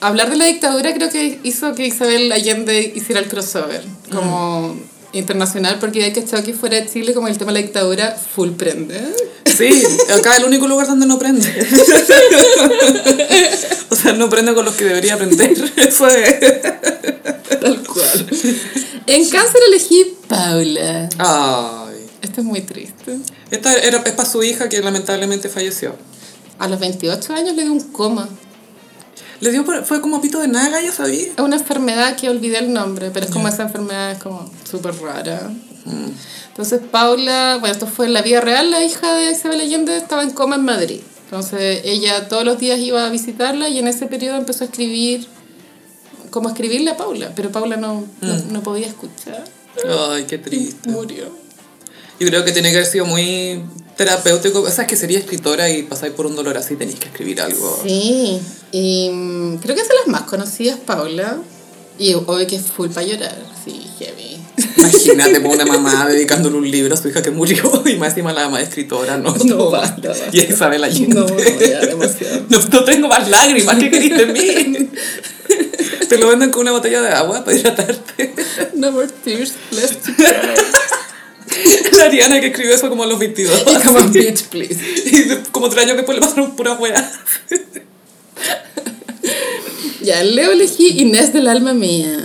S2: Hablar de la dictadura creo que hizo que Isabel Allende hiciera el crossover como internacional, porque hay que echar que fuera de Chile, como el tema de la dictadura, full prende.
S1: Sí, acá es el único lugar donde no prende. O sea, no prende con los que debería aprender. Eso es.
S2: Tal cual. en cáncer elegí Paula.
S1: Ay.
S2: Esto es muy triste.
S1: Esta era, es para su hija que lamentablemente falleció.
S2: A los 28 años le dio un coma.
S1: Le dio por- fue como pito de naga, ya sabía.
S2: Es una enfermedad que olvidé el nombre, pero es como esa enfermedad es como súper rara. Entonces Paula, bueno, esto fue en la vida real, la hija de Isabel Allende estaba en coma en Madrid. Entonces ella todos los días iba a visitarla y en ese periodo empezó a escribir, como a escribirle a Paula, pero Paula no, no, no podía escuchar.
S1: Ay, qué triste.
S2: Murió.
S1: Yo creo que tiene que haber sido muy terapéutico. O sea, es que sería escritora y pasáis por un dolor así, tenéis que escribir algo.
S2: Sí, y mm, creo que es de las más conocidas, Paula. Y obvio que es full para llorar, sí, heavy.
S1: Imagínate por una mamá dedicándole un libro a su hija que murió y más encima la mamá es escritora, no, no,
S2: basta, basta.
S1: Y es Isabel Allende.
S2: No, no, ya, demasiado.
S1: No, no tengo más lágrimas, ¿qué querís de mí? Te lo venden con una botella de agua para hidratarte.
S2: No more tears left.
S1: La Ariana que escribió eso como a los 22.
S2: Y como,
S1: así.
S2: "Bitch, please".
S1: Y de- como tres años después le pasaron pura weá.
S2: Ya, Leo elegí Inés del alma mía.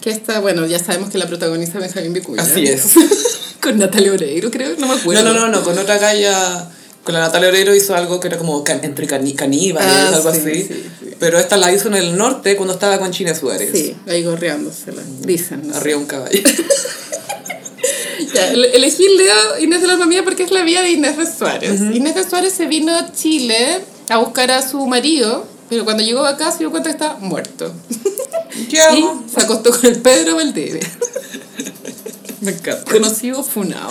S2: Que esta, bueno, ya sabemos que la protagoniza Benjamín Vicuña.
S1: Mm. Así es.
S2: Con Natalia Oreiro, creo, no me
S1: No,
S2: acuerdo.
S1: no, no, no, con otra galla, con la Natalia Oreiro hizo algo que era como can- entre cani- caníbales,
S2: Ah,
S1: algo
S2: sí,
S1: así.
S2: sí, sí.
S1: Pero esta la hizo en el norte cuando estaba con China Suárez.
S2: Sí, ahí gorreándosela.
S1: Mm.
S2: Dicen. ¿no?
S1: Arriba un caballo.
S2: Ya, ele- elegí Leo Inés del alma mía porque es la vida de Inés de Suárez. Inés de Suárez se vino a Chile a buscar a su marido, pero cuando llegó acá se dio cuenta que estaba muerto.
S1: ¿Qué hago?
S2: Y se acostó con el Pedro Valdivia,
S1: Me encanta.
S2: conocido Funao,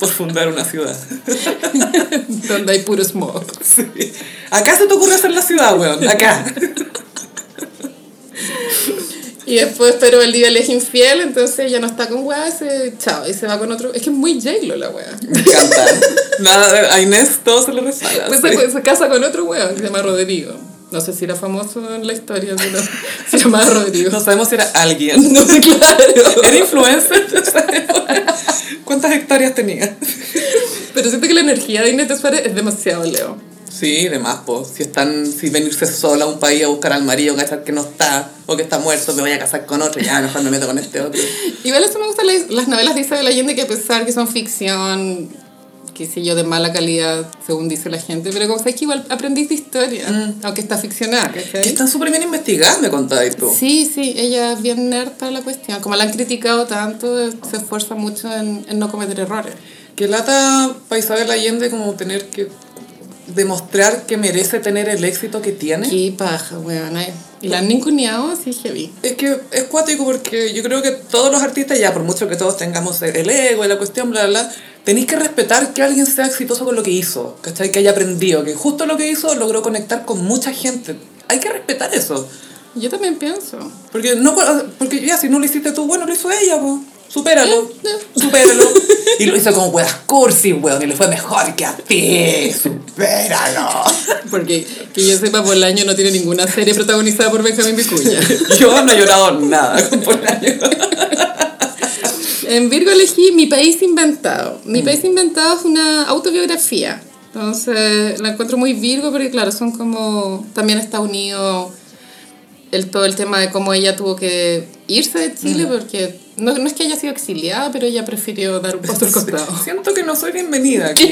S1: Por fundar una ciudad.
S2: donde hay puro smog.
S1: Sí. Acá se te ocurre hacer la ciudad, weón. Acá.
S2: Y después, pero el día le es infiel, entonces ella no está con weá, se, chao, y se va con otro. Es que es muy J-Lo la weá.
S1: Me encanta. Nada, a Inés todo se le resbala.
S2: Pues
S1: Ah, sí.
S2: se, se casa con otro weón que se llama Rodrigo. No sé si era famoso en la historia, pero se llama Rodrigo.
S1: No sabemos si era alguien.
S2: No sé, claro.
S1: Era influencer. no sabemos. ¿Cuántas hectáreas tenía?
S2: Pero siento que la energía de Inés de Suárez es demasiado Leo.
S1: Sí, de más, pues. Si están, si venirse sola a un país a buscar al marido, cachar que no está, o que está muerto, me voy a casar con otro, ya, mejor me meto con este otro.
S2: Igual eso me gustan las, las novelas de Isabel Allende que a pesar que son ficción, qué sé yo, de mala calidad, según dice la gente, pero como sabes que igual aprendiste historia,
S1: Mm.
S2: aunque está ficcionada,
S1: Y
S2: ¿cachai?
S1: están súper bien investigadas, me contáis tú.
S2: Sí, sí, ella es bien nerd para la cuestión. Como la han criticado tanto, eh, se esfuerza mucho en, en no cometer errores.
S1: Que lata para Isabel Allende como tener que demostrar que merece tener el éxito que tiene.
S2: Qué paja, weón. ay. Y la han ninguneado, sí, heavy.
S1: Es que es cuático porque yo creo que todos los artistas, ya por mucho que todos tengamos el ego y la cuestión, bla, bla, bla, tenéis que respetar que alguien sea exitoso con lo que hizo, ¿cachai? Que haya aprendido, que justo lo que hizo logró conectar con mucha gente. Hay que respetar eso.
S2: Yo también pienso.
S1: Porque, no, cu- porque ya, si no lo hiciste tú, bueno, lo hizo ella, pues. Supéralo,
S2: Eh,
S1: supéralo. Y lo hizo con weas cursi, weón, y le fue mejor que a ti. Supéralo.
S2: Porque que yo sepa, por el año no tiene ninguna serie protagonizada por Benjamín Vicuña.
S1: Yo no he llorado nada con Polanco.
S2: En Virgo elegí Mi País Inventado. Mi País
S1: Mm.
S2: Inventado es una autobiografía. Entonces la encuentro muy Virgo porque, claro, son como. También está unido el, todo el tema de cómo ella tuvo que irse de Chile
S1: Mm.
S2: porque. No, no es que haya sido exiliada, pero ella prefirió dar un paso al costado.
S1: Siento que no soy bienvenida aquí.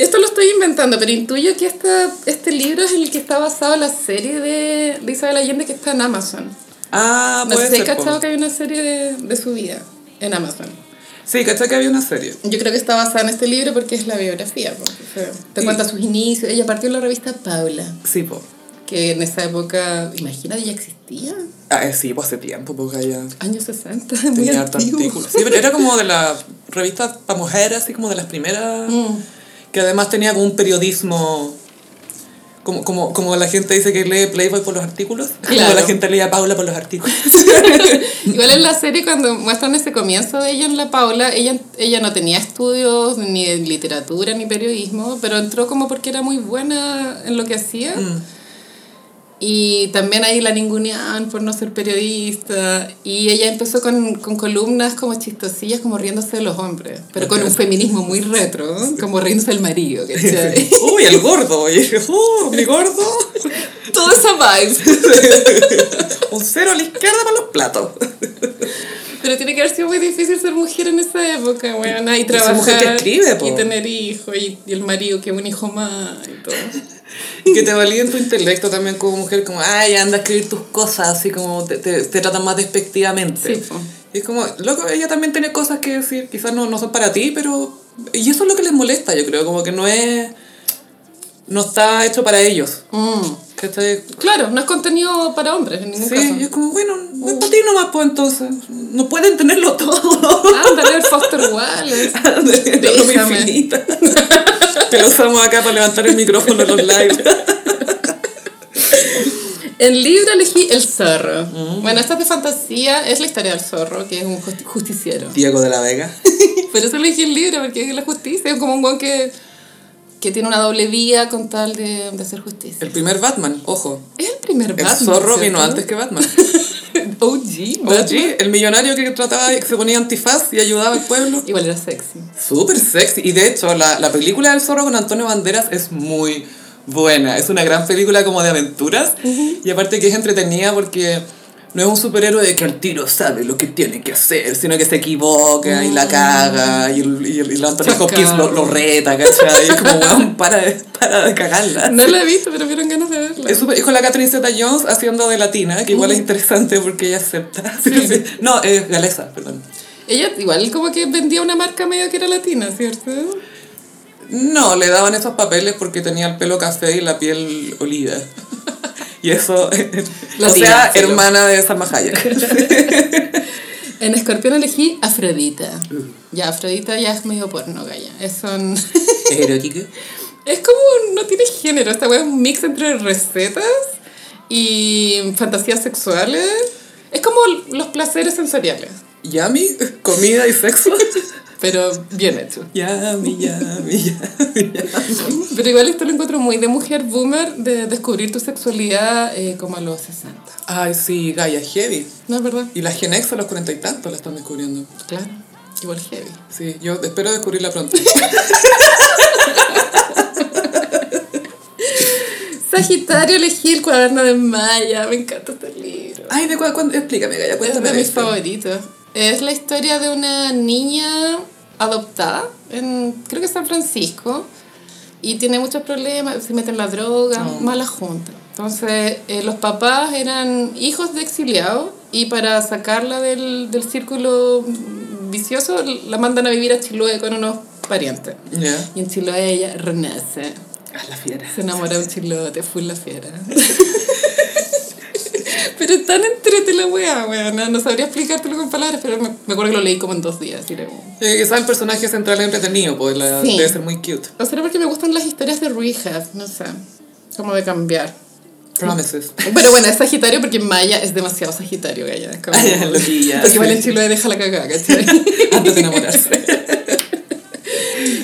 S2: Esto lo estoy inventando, pero intuyo que esta, este libro es el que está basado en la serie de, de Isabel Allende que está en Amazon.
S1: Ah,
S2: No
S1: puede
S2: sé, he
S1: ser, po.
S2: cachado que hay una serie de, de su vida en Amazon.
S1: Sí, cachai que había una serie.
S2: Yo creo que está basada en este libro porque es la biografía. po. O sea, te
S1: Y-
S2: cuenta sus inicios. Ella partió en la revista Paula,
S1: Sí, po.
S2: que en esa época, imagínate, ya existía.
S1: Ah, eh, sí, po, hace tiempo, porque ya
S2: Años 60, muy
S1: tenía harto
S2: antiguo.
S1: artículo. Sí, pero era como de la revista para mujeres, así como de las primeras.
S2: Mm.
S1: Que además tenía como un periodismo. Como, como, como la gente dice que lee Playboy por los artículos.
S2: Claro.
S1: Como la gente leía Paula por los artículos.
S2: Igual en la serie cuando muestran ese comienzo de ella en La Paula, ella, ella no tenía estudios ni en literatura ni periodismo, pero entró como porque era muy buena en lo que hacía. Y también ahí la ninguneaban por no ser periodista. Y ella empezó con, con columnas como chistosillas, como riéndose de los hombres, pero con un feminismo muy retro, como riéndose del marido, ¿cachai?
S1: Uy, el gordo. oye. Uh, mi gordo.
S2: Todo esa vibe.
S1: Un cero a la izquierda para los platos.
S2: Pero tiene que haber sido muy difícil ser mujer en esa época, weón. Y
S1: ser
S2: trabajar.
S1: mujer que escribe, po.
S2: Y tener hijos y, y el marido, que un hijo más y todo.
S1: Y que te validen tu intelecto también como mujer, como, ay, anda a escribir tus cosas, así como te, te, te tratan más despectivamente.
S2: Sí, po.
S1: Y es como, loco, ella también tiene cosas que decir, quizás no, no son para ti, pero... Y eso es lo que les molesta, yo creo, como que no es... No está hecho para ellos. ¿Cachai?
S2: Mm. Claro, no es contenido para hombres en ningún
S1: Sí,
S2: caso.
S1: y es como, bueno, es para ti nomás, pues entonces. No pueden tenerlo todo.
S2: Ándale, el Ah, Foster Wallace.
S1: La broma
S2: Déjame.
S1: infinita. Que lo usamos acá para levantar el micrófono en los lives.
S2: En libro elegí El Zorro.
S1: Mm.
S2: Bueno, esta es de fantasía, es la historia del zorro, que es un justi- justiciero.
S1: Diego de la Vega.
S2: Por eso elegí el libro, porque es la justicia. Es como un guan que, que tiene una doble vía con tal de, de hacer justicia.
S1: El primer Batman, ojo.
S2: Es el primer
S1: El
S2: Batman.
S1: zorro vino
S2: ¿cierto?
S1: Ah, antes que Batman.
S2: OG, Batman.
S1: OG, el millonario que trataba, que se ponía antifaz y ayudaba al pueblo.
S2: Igual era sexy.
S1: Súper sexy. Y de hecho, la, la película del zorro con Antonio Banderas es muy buena. Es una gran película como de aventuras. Y aparte que es entretenida porque no es un superhéroe de que al tiro sabe lo que tiene que hacer, sino que se equivoca y
S2: Mm.
S1: la caga. Y el, y el- y el Anthony
S2: Chacal.
S1: Hopkins lo, lo reta, ¿cachai? Y es como, weón, para de, para de cagarla.
S2: No la he visto, pero vieron ganas de verla.
S1: Es, súper- es con la Catherine Zeta Jones haciendo de latina, que igual es interesante porque ella acepta. No, es galesa, perdón.
S2: Ella igual como que vendía una marca medio que era latina, ¿cierto?
S1: No, le daban esos papeles porque tenía el pelo café y la piel oliva. Y eso, o sea,
S2: Latina, sí,
S1: hermana de Salma Hayek.
S2: En Escorpión elegí Afrodita. Ya, Afrodita ya es medio porno, gaya. Es, son- es
S1: ¿Es erótica?
S2: como, un- no tiene género, esta wea es un mix entre recetas y fantasías sexuales. Es como los placeres sensoriales,
S1: Yami, comida y sexo.
S2: pero bien hecho.
S1: Yami, yami, yami. yami.
S2: Pero igual esto lo encuentro muy de mujer boomer, de descubrir tu sexualidad eh, como a los 60.
S1: Ay, sí, Gaia, heavy.
S2: ¿No es verdad?
S1: Y las Gen X a los cuarenta y tantos la están descubriendo.
S2: Claro. igual heavy.
S1: Sí, yo espero descubrirla pronto.
S2: Sagitario, elegí el cuaderno de Maya. Me encanta este libro.
S1: Ay, ¿de cuál? cuál? Explícame, Gaya,
S2: Es
S1: Ah, cuéntame. este.
S2: de mis
S1: esto.
S2: favoritos. Es la historia de una niña adoptada en, creo que San Francisco, y tiene muchos problemas, se mete en la droga, mala junta. Entonces, eh, los papás eran hijos de exiliados y para sacarla del, del círculo vicioso la mandan a vivir a Chiloé con unos parientes.
S1: Ya.
S2: Y en Chiloé ella renace.
S1: Ah, la fiera.
S2: Se enamora de un chilote, full la fiera. pero es tan entrete la weá, weá. No, no sabría explicártelo con palabras, pero me, me acuerdo que lo leí como en dos días. Y era como-
S1: Eh, quizás el personaje central es entretenido, pues la-
S2: Sí.
S1: debe ser muy cute.
S2: O será porque me gustan las historias de rehab, no sé. Como de cambiar.
S1: Promises.
S2: Pero bueno, es Sagitario porque Maya es demasiado Sagitario, gaya. es como-
S1: Loquilla,
S2: Porque igual
S1: sí.
S2: en Chiloé deja la cagada, ¿cachai?
S1: Antes de enamorarse.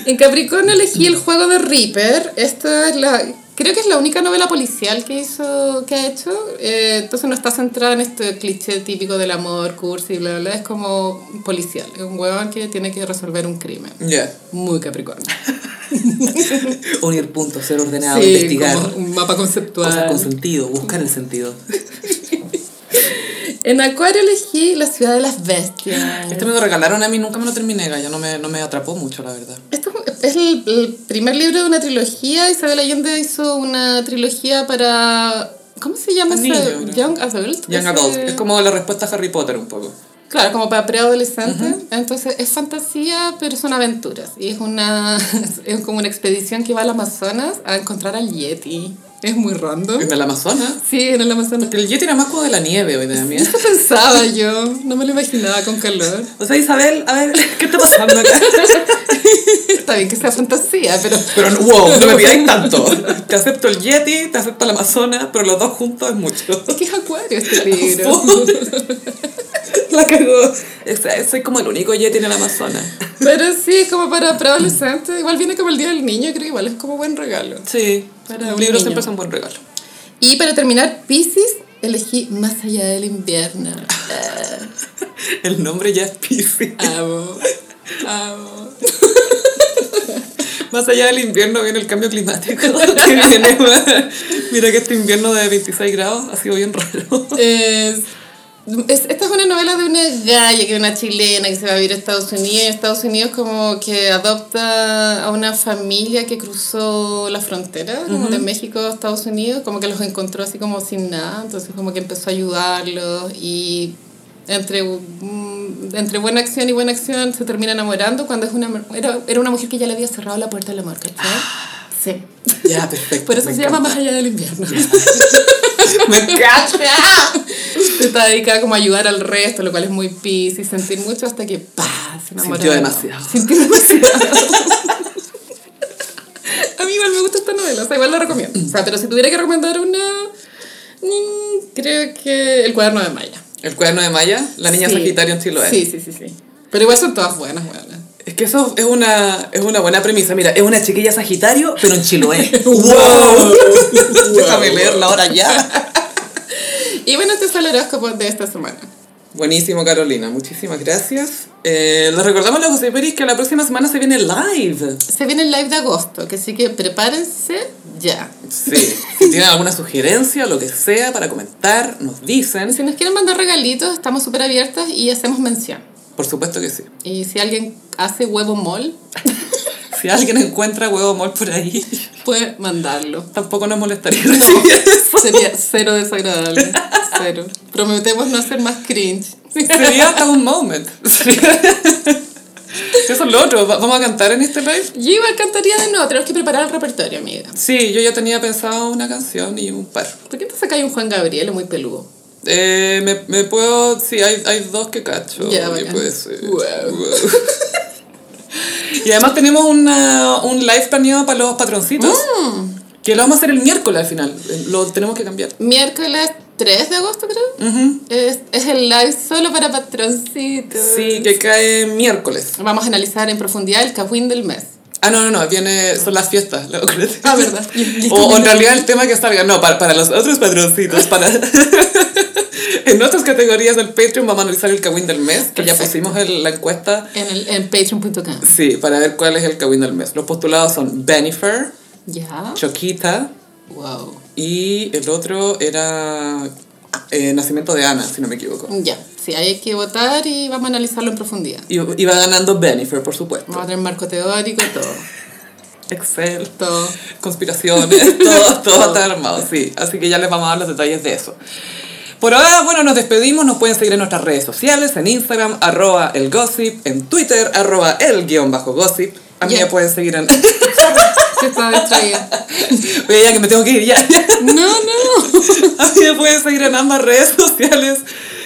S2: En Capricornio elegí el juego de Reaper. Esta es la. Creo que es la única novela policial que hizo. que ha hecho. Eh, entonces no está centrada en este cliché típico del amor, cursi, bla, bla, bla. Es como policial. Es un huevón que tiene que resolver un crimen.
S1: Ya.
S2: Muy Capricornio.
S1: Unir puntos, ser ordenado,
S2: Sí,
S1: investigar.
S2: como un mapa
S1: Cosas con
S2: conceptual.
S1: sentido, buscar el sentido.
S2: En Acuario elegí la ciudad de las bestias.
S1: Este me lo regalaron a mí, nunca me lo terminé, Gaya. No me, no me atrapó mucho, la verdad.
S2: Este es el, el primer libro de una trilogía. Isabel Allende hizo una trilogía para. ¿Cómo se llama
S1: Niño,
S2: ese?
S1: creo.
S2: Young Adult.
S1: Young
S2: ese-
S1: Adult. Es como la respuesta a Harry Potter, un poco.
S2: Claro, como para preadolescentes. Entonces es fantasía, pero son aventuras. Y es, una, es como una expedición que va al Amazonas a encontrar al Yeti. Es muy random.
S1: En el Amazonas.
S2: Sí, en el Amazonas.
S1: El Yeti era más como de la nieve, hoy de la mía.
S2: Eso pensaba yo. No me lo imaginaba con calor.
S1: O sea, Isabel, a ver, ¿qué está pasando acá?
S2: Está bien que sea fantasía, pero
S1: Pero no- wow, no me pidáis tanto. Te acepto el Yeti, te acepto el Amazonas, pero los dos juntos es mucho.
S2: es que es acuario este libro.
S1: La cagó. O sea, soy como el único Yeti en el Amazonas.
S2: Pero sí, es como para preadolescentes. Igual viene como el Día del Niño, creo que igual es como buen regalo.
S1: Sí,
S2: Para
S1: los
S2: un
S1: libros
S2: niño.
S1: siempre son buen regalo.
S2: Y para terminar, Pisces, elegí Más allá del invierno. Ah.
S1: El nombre ya es Pisces.
S2: Amo, amo.
S1: Más allá del invierno viene el cambio climático. que viene, Mira que este invierno de 26 grados ha sido bien raro.
S2: Es, es- esta es una novela de una galla, que es una chilena, que se va a vivir a Estados Unidos. Y en Estados Unidos como que adopta a una familia que cruzó la frontera, como de México a Estados Unidos, como que los encontró así como sin nada. Entonces como que empezó a ayudarlos y entre, mm, entre buena acción y buena acción se termina enamorando cuando es una, era, era una mujer que ya le había cerrado la puerta del amor, ¿cachai? Sí.
S1: Ya, perfecto.
S2: Por eso
S1: Ah. me
S2: se llama
S1: encanta.
S2: Más allá del invierno.
S1: Me encanta.
S2: Está dedicada como a ayudar al resto, lo cual es muy pis y sentir mucho hasta que ¡pah! se enamora.
S1: Sintió
S2: de uno.
S1: demasiado.
S2: Sintió demasiado. a mí igual me gusta esta novela, o sea, igual la recomiendo. O sea, pero si tuviera que recomendar una, mm, creo que El cuaderno de Maya.
S1: El cuaderno de Maya, la niña
S2: Sí.
S1: Sagitario en Chiloé.
S2: Sí, sí, sí, sí. Pero igual son todas buenas, buenas.
S1: Es que eso es una, es una buena premisa. Mira, es una chiquilla Sagitario, pero en Chiloé. ¡Wow! Déjame leerla ahora ya.
S2: Y bueno, este es el horóscopo de esta semana.
S1: Buenísimo, Carolina. Muchísimas gracias. Eh, les recordamos a los José Peris que la próxima semana se viene live.
S2: Se viene el live de agosto, que sí que prepárense ya.
S1: Sí. Si tienen alguna sugerencia, lo que sea, para comentar, nos dicen.
S2: Si nos quieren mandar regalitos, estamos súper abiertas y hacemos mención.
S1: Por supuesto que sí.
S2: Y si alguien hace huevo mol,
S1: Si alguien encuentra huevo mol por ahí,
S2: puede mandarlo.
S1: tampoco nos molestaría. recibir eso.
S2: Sería cero desagradable. Cero. Prometemos no hacer más cringe.
S1: Sería hasta un moment. Eso es lo otro. Va- ¿Vamos a cantar en este live?
S2: Yo igual cantaría de nuevo, tenemos que preparar el repertorio, amiga.
S1: Sí, yo ya tenía pensado una canción y un par.
S2: ¿Por qué te sacáis un Juan Gabriel muy peludo?
S1: Eh, me, me puedo. Sí, hay, hay dos que cacho.
S2: Ya,
S1: que
S2: bacán.
S1: puede ser.
S2: Wow.
S1: Wow. y además tenemos una, un live planeado para los patroncitos.
S2: Ah. Mm,
S1: Que lo vamos a hacer el miércoles al final. Eh, Lo tenemos que cambiar.
S2: Miércoles 3 de agosto, creo. es, es el live solo para patroncitos.
S1: Sí, que cae miércoles.
S2: Vamos a analizar en profundidad el Cajwin del mes.
S1: Ah, no, no, no, viene, son las fiestas. la-
S2: Ah, verdad.
S1: O, o en realidad el tema que salga, no, para, para los otros patroncitos, para, en otras categorías del Patreon vamos a analizar el Kawin del mes, que ya
S2: Perfecto.
S1: pusimos en la encuesta.
S2: En, el- en patreon.com.
S1: Sí, para ver cuál es el Kawin del mes. Los postulados son Benifer,
S2: Ya.
S1: Choquita
S2: Wow.
S1: y el otro era eh, Nacimiento de Ana, si no me equivoco.
S2: Ya. Sí, hay que votar y vamos a analizarlo en profundidad.
S1: Y y va ganando Benifer, por supuesto.
S2: Vamos a tener marco teórico, todo.
S1: Excel.
S2: Todo.
S1: conspiraciones, todo, todo está armado, sí. Así que ya les vamos a dar los detalles de eso. Por ahora, bueno, nos despedimos, nos pueden seguir en nuestras redes sociales, en Instagram, arroba el gossip, en Twitter, arroba el guión bajo gossip. A mí me
S2: Ya.
S1: pueden seguir en...
S2: Se está distraída.
S1: Oye, ya que me tengo que ir, ya.
S2: No, no.
S1: A mí me pueden seguir en ambas redes sociales,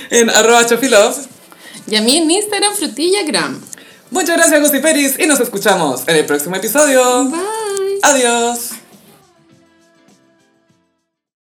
S1: en arroba chofilove.
S2: Y a mí en Instagram, frutillagram.
S1: Muchas gracias, Gossiperis, y nos escuchamos en el próximo episodio.
S2: Bye.
S1: Adiós.